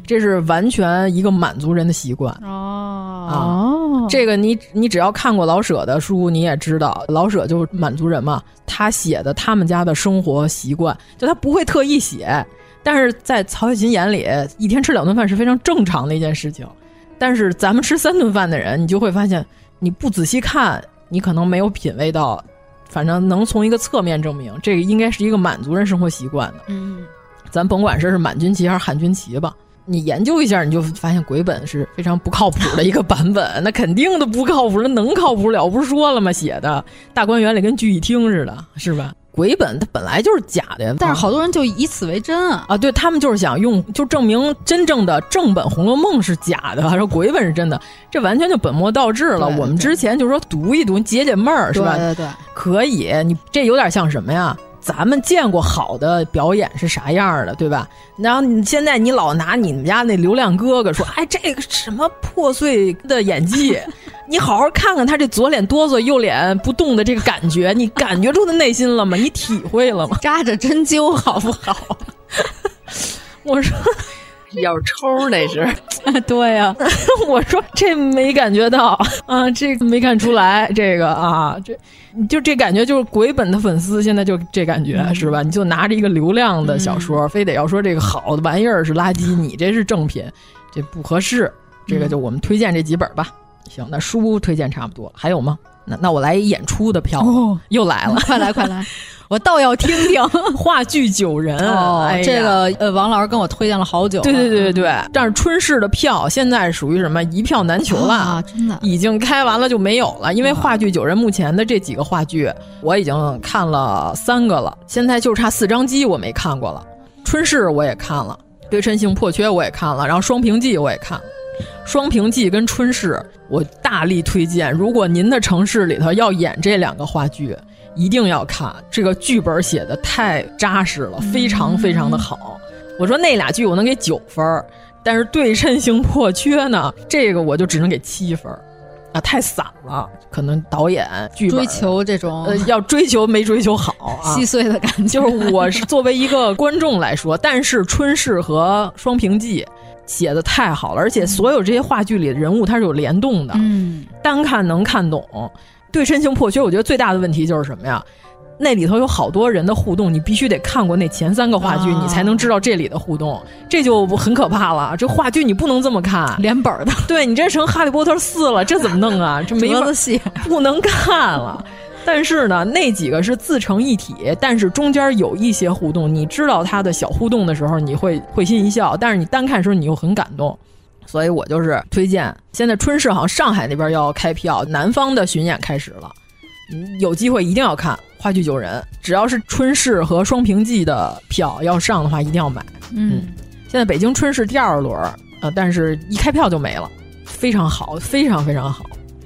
Speaker 11: 这是完全一个满族人的习惯。
Speaker 10: 哦
Speaker 11: 啊，这个你你只要看过老舍的书，你也知道老舍就是满族人嘛，他写的他们家的生活习惯，就他不会特意写，但是在曹雪芹眼里，一天吃两顿饭是非常正常的一件事情。但是咱们吃三顿饭的人，你就会发现，你不仔细看，你可能没有品味到，反正能从一个侧面证明，这个应该是一个满族人生活习惯的。
Speaker 10: 嗯，
Speaker 11: 咱甭管是是满军旗还是汉军旗吧，你研究一下，你就发现鬼本是非常不靠谱的一个版本，那肯定的不靠谱，那能靠谱了不是说了吗？写的大观园里跟聚义厅似的，是吧？鬼本它本来就是假的呀，
Speaker 10: 但是好多人就以此为真啊！
Speaker 11: 啊，对他们就是想用，就证明真正的正本《红楼梦》是假的，然后鬼本是真的，这完全就本末倒置了。我们之前就说读一读解解闷儿，是吧？
Speaker 10: 对对对，
Speaker 11: 可以，你这有点像什么呀？咱们见过好的表演是啥样儿的，对吧？然后你现在你老拿你们家那流量哥哥说，哎，这个什么破碎的演技，你好好看看他这左脸哆嗦，右脸不动的这个感觉，你感觉出他内心了吗？你体会了吗？
Speaker 10: <laughs> 扎着针灸好不好？
Speaker 11: 我说。
Speaker 12: <laughs> 要抽那是，
Speaker 11: <laughs> 对呀、 <laughs> 我说这没感觉到 <laughs> 啊，这个没看出来，这个啊，这你就这感觉就是鬼本的粉丝现在就这感觉、
Speaker 12: 嗯
Speaker 11: 是吧？你就拿着一个流量的小说，非得要说这个好的玩意儿是垃圾，你这是正品，这不合适。这
Speaker 12: 嗯
Speaker 11: 个就我们推荐这几本吧。行，那书推荐差不多，还有吗？那那我来演出的票，
Speaker 10: 哦
Speaker 11: 又来了， <laughs>
Speaker 10: 快来快来，我倒要听
Speaker 12: <laughs>
Speaker 10: 听
Speaker 11: 话剧九人
Speaker 12: 嗯
Speaker 10: 哦，
Speaker 11: 哎呀
Speaker 10: 这个呃，王老师跟我推荐了好久了，嗯
Speaker 11: 对对对对对，但是春市的票现在属于什么一票难求了，
Speaker 10: 啊真的
Speaker 11: 已经开完了就没有了。因为话剧九人目前的这几个话剧，我已经看了三个了，现在就差四张机我没看过了。春市我也看了，对称性破缺我也看了，然后双屏记我也看了。双屏记跟春市，我大力推荐。如果您的城市里头要演这两个话剧，一定要看。这个剧本写的太扎实了，非常非常的好。我说那俩剧我能给九分儿，但是对称性破缺呢，这个我就只能给七分儿啊，太散了。可能导演剧本
Speaker 10: 追求这种
Speaker 11: 呃要追求没追求好、
Speaker 10: <laughs>
Speaker 11: 啊，
Speaker 10: 细碎的感觉，
Speaker 11: <laughs> 就是我是作为一个观众来说，但是《春逝》和《双屏记》写的太好了，而且所有这些话剧里的人物它是有联动的，
Speaker 10: <laughs> 嗯，
Speaker 11: 单看能看懂。对身形破缺，我觉得最大的问题就是什么呀？那里头有好多人的互动，你必须得看过那前三个话剧，
Speaker 10: 啊
Speaker 11: 你才能知道这里的互动，这就很可怕了。这话剧你不能这么看，
Speaker 10: 连本儿的，
Speaker 11: 对你这成《哈利波特》四了，这怎么弄啊？这没
Speaker 10: 折
Speaker 11: 法
Speaker 10: 子戏，
Speaker 11: 不能看了。但是呢，那几个是自成一体，但是中间有一些互动，你知道它的小互动的时候，你会会心一笑；但是你单看的时候，你又很感动。所以我就是推荐，现在春市好像上海那边要开票，南方的巡演开始了，嗯有机会一定要看《话剧九人》，只要是春市和双屏记的票要上的话，一定要买。
Speaker 10: 嗯，
Speaker 11: 现在北京春是第二轮啊、呃但是一开票就没了，非常好，非常非常好。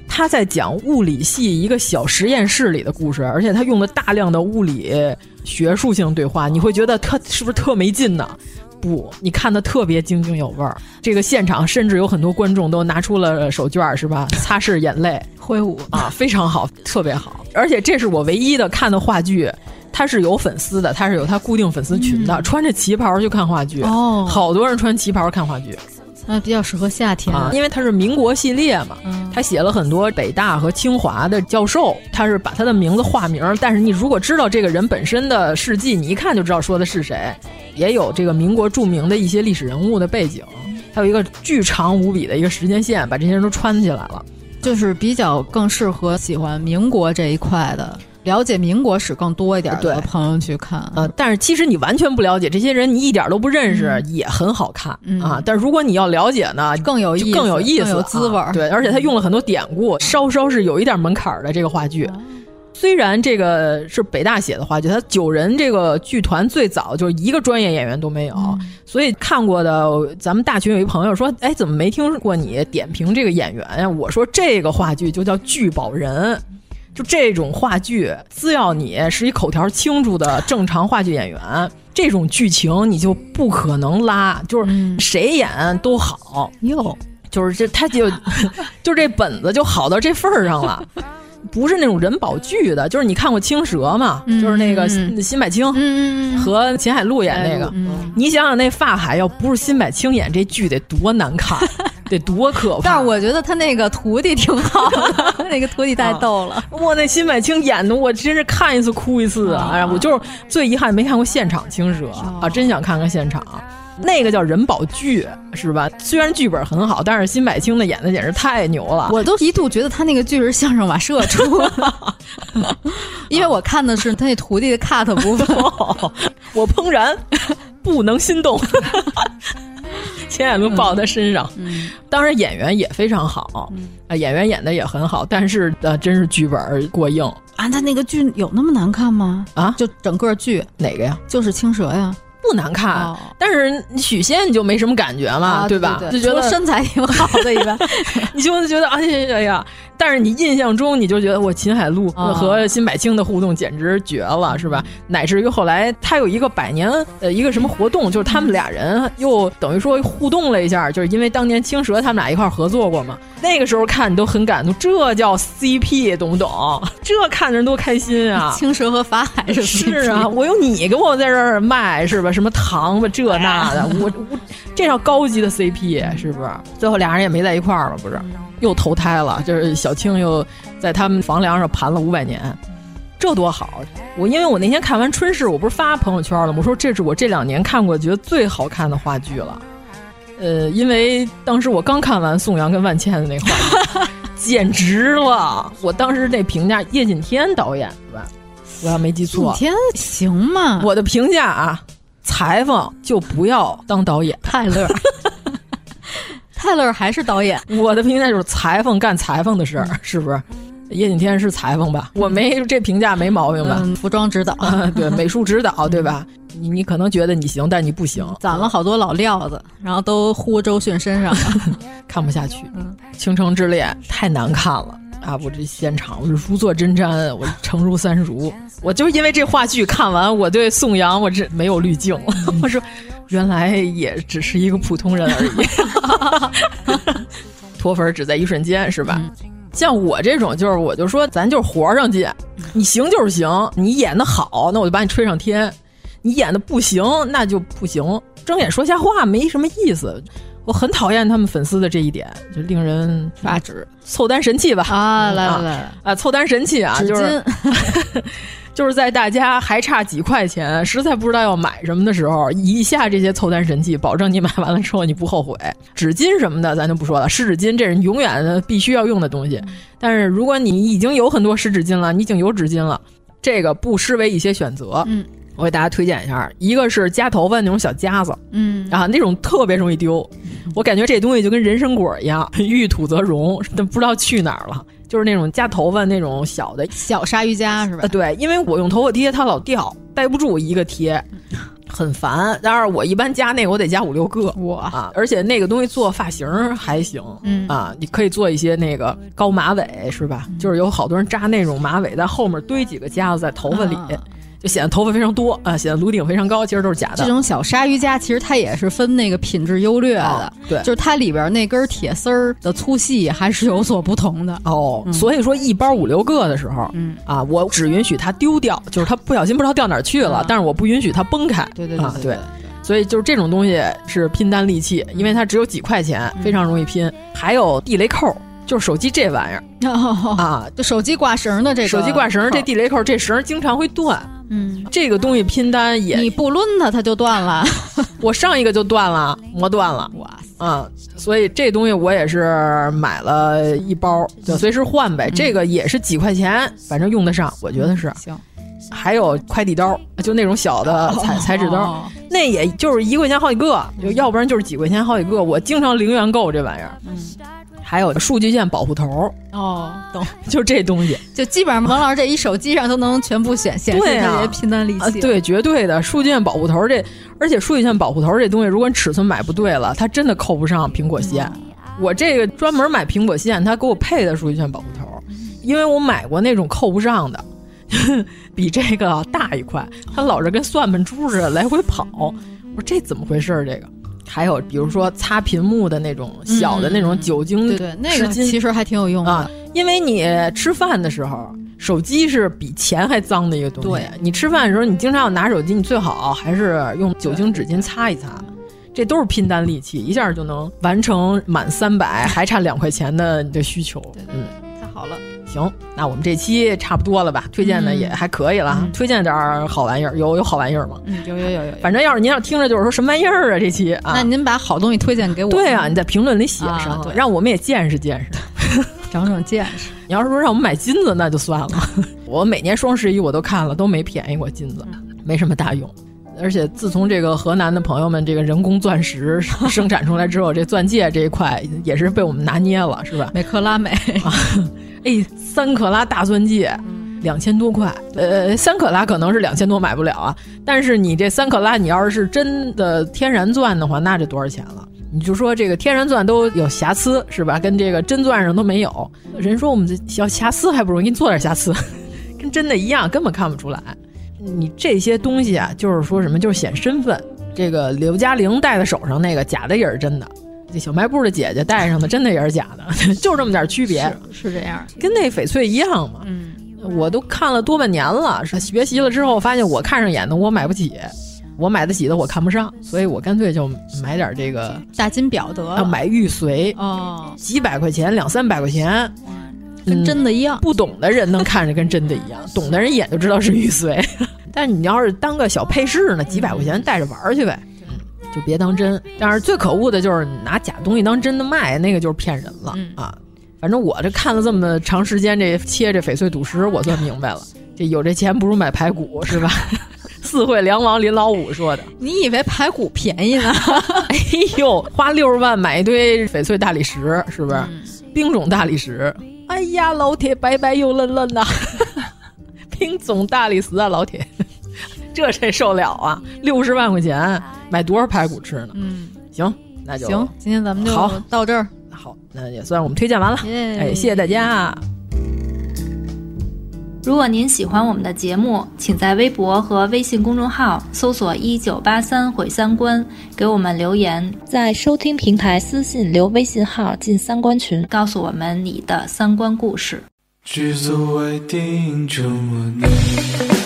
Speaker 11: 他在讲物理系一个小实验室里的故事，而且他用了大量的物理学术性对话，你会觉得他是不是特没劲呢？部，你看的特别津津有味儿。这个现场甚至有很多观众都拿出了手绢儿，是吧？擦拭眼泪，
Speaker 10: 挥舞
Speaker 11: 啊，非常好，特别好。而且这是我唯一的看的话剧。他是有粉丝的，他是有他固定粉丝群的，嗯、穿着旗袍去看话剧，
Speaker 10: 哦，
Speaker 11: 好多人穿旗袍看话剧，
Speaker 10: 那比较适合夏天，
Speaker 11: 啊、因为他是民国系列嘛，嗯、他写了很多北大和清华的教授，他是把他的名字化名，但是你如果知道这个人本身的事迹，你一看就知道说的是谁，也有这个民国著名的一些历史人物的背景，还有一个巨长无比的一个时间线，把这些人都穿起来了，
Speaker 10: 就是比较更适合喜欢民国这一块的。了解民国史更多一点的朋友去看，
Speaker 11: 呃，但是其实你完全不了解这些人，你一点都不认识，嗯、也很好看、嗯、啊。但如果你要了解呢，
Speaker 10: 更有意
Speaker 11: 更有意思，
Speaker 10: 更有滋味、啊。嗯
Speaker 11: 对，而且他用了很多典故，稍稍是有一点门槛的这个话
Speaker 10: 哦
Speaker 11: 剧。嗯虽然这个是北大写的话剧，它九人这个剧团最早就是一个专业演员都没有，嗯、所以看过的咱们大群有一朋友说：“哎，怎么没听过你点评这个演员呀？”我说：“这个话剧就叫聚宝人。”就这种话剧，只要你是一口条清楚的正常话剧演员，这种剧情你就不可能拉，就是谁演都好
Speaker 10: 哟，
Speaker 11: 嗯、就是这他就 <laughs> 就这本子就好到这份儿上了。不是那种人保剧的，就是你看过《青蛇》嘛，嗯、就是那个辛柏
Speaker 10: 嗯
Speaker 11: 青和秦海璐演那个，嗯、你想想那发海要不是辛柏青演这剧得多难 <laughs> 看，得多可怕！
Speaker 10: 但是我觉得他那个徒弟挺好的，
Speaker 11: <laughs>
Speaker 10: 那个徒弟太逗了。
Speaker 11: 哇、啊，那辛柏青演的我真是看一次哭一次啊！啊我就是最遗憾没看过现场《青蛇》
Speaker 10: 哦
Speaker 11: 啊，啊真想看看现场。那个叫人保剧是吧？虽然剧本很好，但是辛柏青的演的简直太牛了。
Speaker 10: 我都一度觉得他那个剧是相声瓦舍出的，因为我看的是他那徒弟的 cut 部分。
Speaker 11: 我怦然 <laughs> 不能
Speaker 10: <laughs>
Speaker 11: 心动，秦海璐抱他身上。
Speaker 10: 嗯嗯、
Speaker 11: 当然演员也非常好，嗯、啊，演员演的也很好，但是呃，真是剧本过硬
Speaker 10: 啊。他那个剧有那么难看吗？
Speaker 11: 啊，
Speaker 10: 就整个剧
Speaker 11: 哪个呀？
Speaker 10: 就是青蛇呀。
Speaker 11: 不难看，哦、但是许仙你就没什么感觉嘛，
Speaker 10: 啊、
Speaker 11: 对吧？
Speaker 10: 对
Speaker 11: 对就觉得
Speaker 10: 身材挺好的一般，
Speaker 11: 你就觉得哎呀呀！但是你印象中你就觉得我秦海璐和辛柏青的互动简直绝了，哦、是吧？乃至于后来他有一个百年呃一个什么活动，就是他们俩人又等于说互动了一下，就是因为当年青蛇他们俩一块合作过嘛。那个时候看你都很感动，这叫 CP，懂不懂？这看着人多开心 <laughs> 啊！
Speaker 10: <laughs> 青蛇和法海是
Speaker 11: 是啊，我有你给我在这儿卖是吧？什么糖吧，这那的，我我这叫高级的 CP 是不是？最后俩人也没在一块儿了，不是？又投胎了，就是小青又在他们房梁上盘了五百年，这多好！我因为我那天看完《春逝》，我不是发朋友圈了吗？我说这是我这两年看过觉得最好看的话剧了。呃，因为当时我刚看完宋阳跟万茜的那话剧，简直了！我当时那评价，叶锦添导演对吧？我要没记错，
Speaker 10: 锦添行吗？
Speaker 11: 我的评价啊。裁缝就不要当导演，
Speaker 10: 泰勒，泰勒还是导
Speaker 11: <laughs>
Speaker 10: 演。
Speaker 11: 我的评价就是裁缝干裁缝的事儿，是不是？叶景天是裁缝吧？我没这评价没毛病吧？
Speaker 10: 嗯、服装指导，
Speaker 11: 啊、 <laughs> 对美术指导，对吧？你你可能觉得你行，但你不行，
Speaker 10: 攒了好多老料子，然后都呼周迅身
Speaker 11: <laughs>
Speaker 10: 上了，
Speaker 11: 看不下去。嗯《倾城之恋》太难看了。啊！我这现场，我如坐针毡，我诚如三如。我就是因为这话剧看完，我对宋阳，我这没有滤镜。 <laughs> 我说，原来也只是一个普通人而已，脱粉只在一瞬间，是吧？嗯、像我这种，就是我就说，咱就是活上去，你行就是行，你演的好，那我就把你吹上天；你演的不行，那就不行。睁眼说瞎话没什么意思。我很讨厌他们粉丝的这一点，就令人
Speaker 10: 发指。
Speaker 11: 凑单神器吧！
Speaker 10: 啊，来来来，
Speaker 11: 啊，凑单神器啊，就是就是在大家还差几块钱，实在不知道要买什么的时候，以下这些凑单神器，保证你买完了之后你不后悔。纸巾什么的咱就不说了，湿纸巾这是永远必须要用的东西。
Speaker 10: 嗯
Speaker 11: 但是如果你已经有很多湿纸巾了，你已经有纸巾了，这个不失为一些选择。
Speaker 10: 嗯。
Speaker 11: 我给大家推荐一下，一个是夹头发那种小夹子，
Speaker 10: 嗯
Speaker 11: 啊，那种特别容易丢。我感觉这东西就跟人参果一样， <laughs> 遇土则溶，但 <laughs> 不知道去哪儿了。就是那种夹头发那种小的
Speaker 10: 小鲨鱼夹是吧？
Speaker 11: 啊，对，因为我用头发贴它老掉，掰不住一个贴，很烦。但是我一般夹那个我得夹五六个，
Speaker 10: 哇
Speaker 11: 啊！而且那个东西做发型还行，
Speaker 10: 嗯
Speaker 11: 啊，你可以做一些那个高马尾是吧？就是有好多人扎那种马尾，在后面堆几个夹子在头发里。
Speaker 10: 啊
Speaker 11: 就显得头发非常多啊，显得颅顶非常高，其实都是假的。
Speaker 10: 这种小鲨鱼夹其实它也是分那个品质优劣的，
Speaker 11: 哦对
Speaker 10: 就是它里边那根铁丝儿的粗细还是有所不同的。
Speaker 11: 哦，所以说一包五六个的时候，嗯啊，我只允许它丢掉，就是它不小心不知道掉哪儿去了，但是我不允许它崩开。
Speaker 10: 啊对对对
Speaker 11: 啊
Speaker 10: 对
Speaker 11: 对。所以就是这种东西是拼单利器，因为它只有几块钱，非常容易拼。还有地雷扣，就是手机这玩意儿，
Speaker 10: 啊， <laughs> 就手机挂绳的这个，
Speaker 11: 手机挂绳儿哦这地雷扣，这绳儿经常会断。
Speaker 10: 嗯，
Speaker 11: 这个东西拼单也，
Speaker 10: 你不抡它，它就断了。
Speaker 11: 我上一个就断了，磨断了。
Speaker 10: <laughs> 哇塞！
Speaker 11: 嗯，所以这东西我也是买了一包，就随时换呗。这个也是几块钱，反正用得上，我觉得是。
Speaker 10: 行。
Speaker 11: 还有快递刀，就那种小的裁裁纸
Speaker 10: 哦
Speaker 11: 刀，那也就是一块钱好几个，就要不然就是几块钱好几个。我经常零元购这玩意儿。
Speaker 10: 嗯。
Speaker 11: 还有数据线保护头，
Speaker 10: 哦，懂。
Speaker 11: 就这东西。
Speaker 10: 就基本上王老师这一手机上都能全部显显示
Speaker 11: 对
Speaker 10: 这
Speaker 11: 啊
Speaker 10: 些拼单利
Speaker 11: 啊
Speaker 10: 器。，
Speaker 11: 对，绝对的。数据线保护头这，而且数据线保护头这东西，如果你尺寸买不对了，它真的扣不上苹果线。
Speaker 10: 嗯
Speaker 11: 我这个专门买苹果线，它给我配的数据线保护头，因为我买过那种扣不上的， <laughs> 比这个大一块，它老是跟算盘珠似的来回跑。我说这怎么回事儿？这个。还有，比如说擦屏幕的那种小的那种酒精
Speaker 10: 嗯对对那个
Speaker 11: 湿巾
Speaker 10: 其实还挺有用的
Speaker 11: 啊，因为你吃饭的时候，手机是比钱还脏的一个东西。
Speaker 10: 对
Speaker 11: 你吃饭的时候，你经常要拿手机，你最好还是用酒精纸巾擦一擦。这都是拼单利器，一下就能完成满三百，还差两块钱的你的需求。嗯，
Speaker 10: 太好了。
Speaker 11: 行，那我们这期差不多了吧？推荐的
Speaker 10: 嗯
Speaker 11: 也还可以了，啊推荐点儿好玩意儿，有有好玩意儿吗？
Speaker 10: 嗯，有有有有有。
Speaker 11: 反正要是您要听着就是说什么玩意儿啊，这期啊，
Speaker 10: 那您把好东西推荐给我。
Speaker 11: 对啊，你在评论里写
Speaker 10: 啊
Speaker 11: 上，
Speaker 10: 对
Speaker 11: 让我们也见识见识。
Speaker 10: 长长见识。
Speaker 11: 你要是说让我们买金子，那就算了。 <laughs> 我每年双十一我都看了，都没便宜过金子，没什么大用。而且自从这个河南的朋友们这个人工钻石生产出来之后，这钻戒这一块也是被我们拿捏了，是吧？
Speaker 10: 美克拉美， <laughs>
Speaker 11: 哎，三克拉大钻戒。两千多块，呃，三克拉可能是两千多买不了啊。但是你这三克拉，你要是真的天然钻的话，那这多少钱了？你就说这个天然钻都有瑕疵是吧？跟这个真钻上都没有。人说我们这小瑕疵还不容易做点瑕疵， <laughs> 跟真的一样，根本看不出来。你这些东西啊，就是说什么，就是显身份。这个刘嘉玲戴在手上那个假的也是真的，这小卖部的姐姐戴上的真的也是假的， <laughs> 就这么点区别。
Speaker 10: 是这样。
Speaker 11: 跟那翡翠一样嘛。
Speaker 10: 嗯，
Speaker 11: 我都看了多半年了，是学习了之后发现我看上眼的我买不起，我买得起的我看不上，所以我干脆就买点这个
Speaker 10: 大金表得了
Speaker 11: 啊，买玉髓
Speaker 10: 哦，
Speaker 11: 几百块钱，两三百块钱。嗯
Speaker 10: 跟真的一样、
Speaker 11: 不懂的人能看着跟真的一样，懂的人一眼就知 <laughs> 道是玉髓。 <laughs> 但你要是当个小配饰呢，几百块钱带着玩儿去呗，嗯，就别当真。但是最可恶的就是你拿假东西当真的卖，那个就是骗人了、啊。反正我这看了这么长时间这切这翡翠赌石，我算明白 <laughs> 了，这有这钱不如买排骨是吧？ <laughs> 四惠梁王林老五说的。
Speaker 10: 你以为排骨便宜呢？
Speaker 11: <laughs> 哎呦，花六十万买一堆翡翠大理石，是不是？
Speaker 10: 嗯
Speaker 11: 冰种大理石，哎呀，老铁，白白又嫩嫩呐、 <laughs> 冰种大理石啊，老铁， <laughs> 这谁受了啊？六十万块钱买多少排骨吃呢？
Speaker 10: 嗯，
Speaker 11: 行，那就
Speaker 10: 行，今天咱们就
Speaker 11: 好
Speaker 10: 到这儿。
Speaker 11: 好，那也算我们推荐完了。哎，谢谢大家。
Speaker 8: 如果您喜欢我们的节目，请在微博和微信公众号搜索“一九八三毁三观”，给我们留言，在收听平台私信留微信号进三观群，告诉我们你的三观故事。
Speaker 13: 剧组未定，这么你。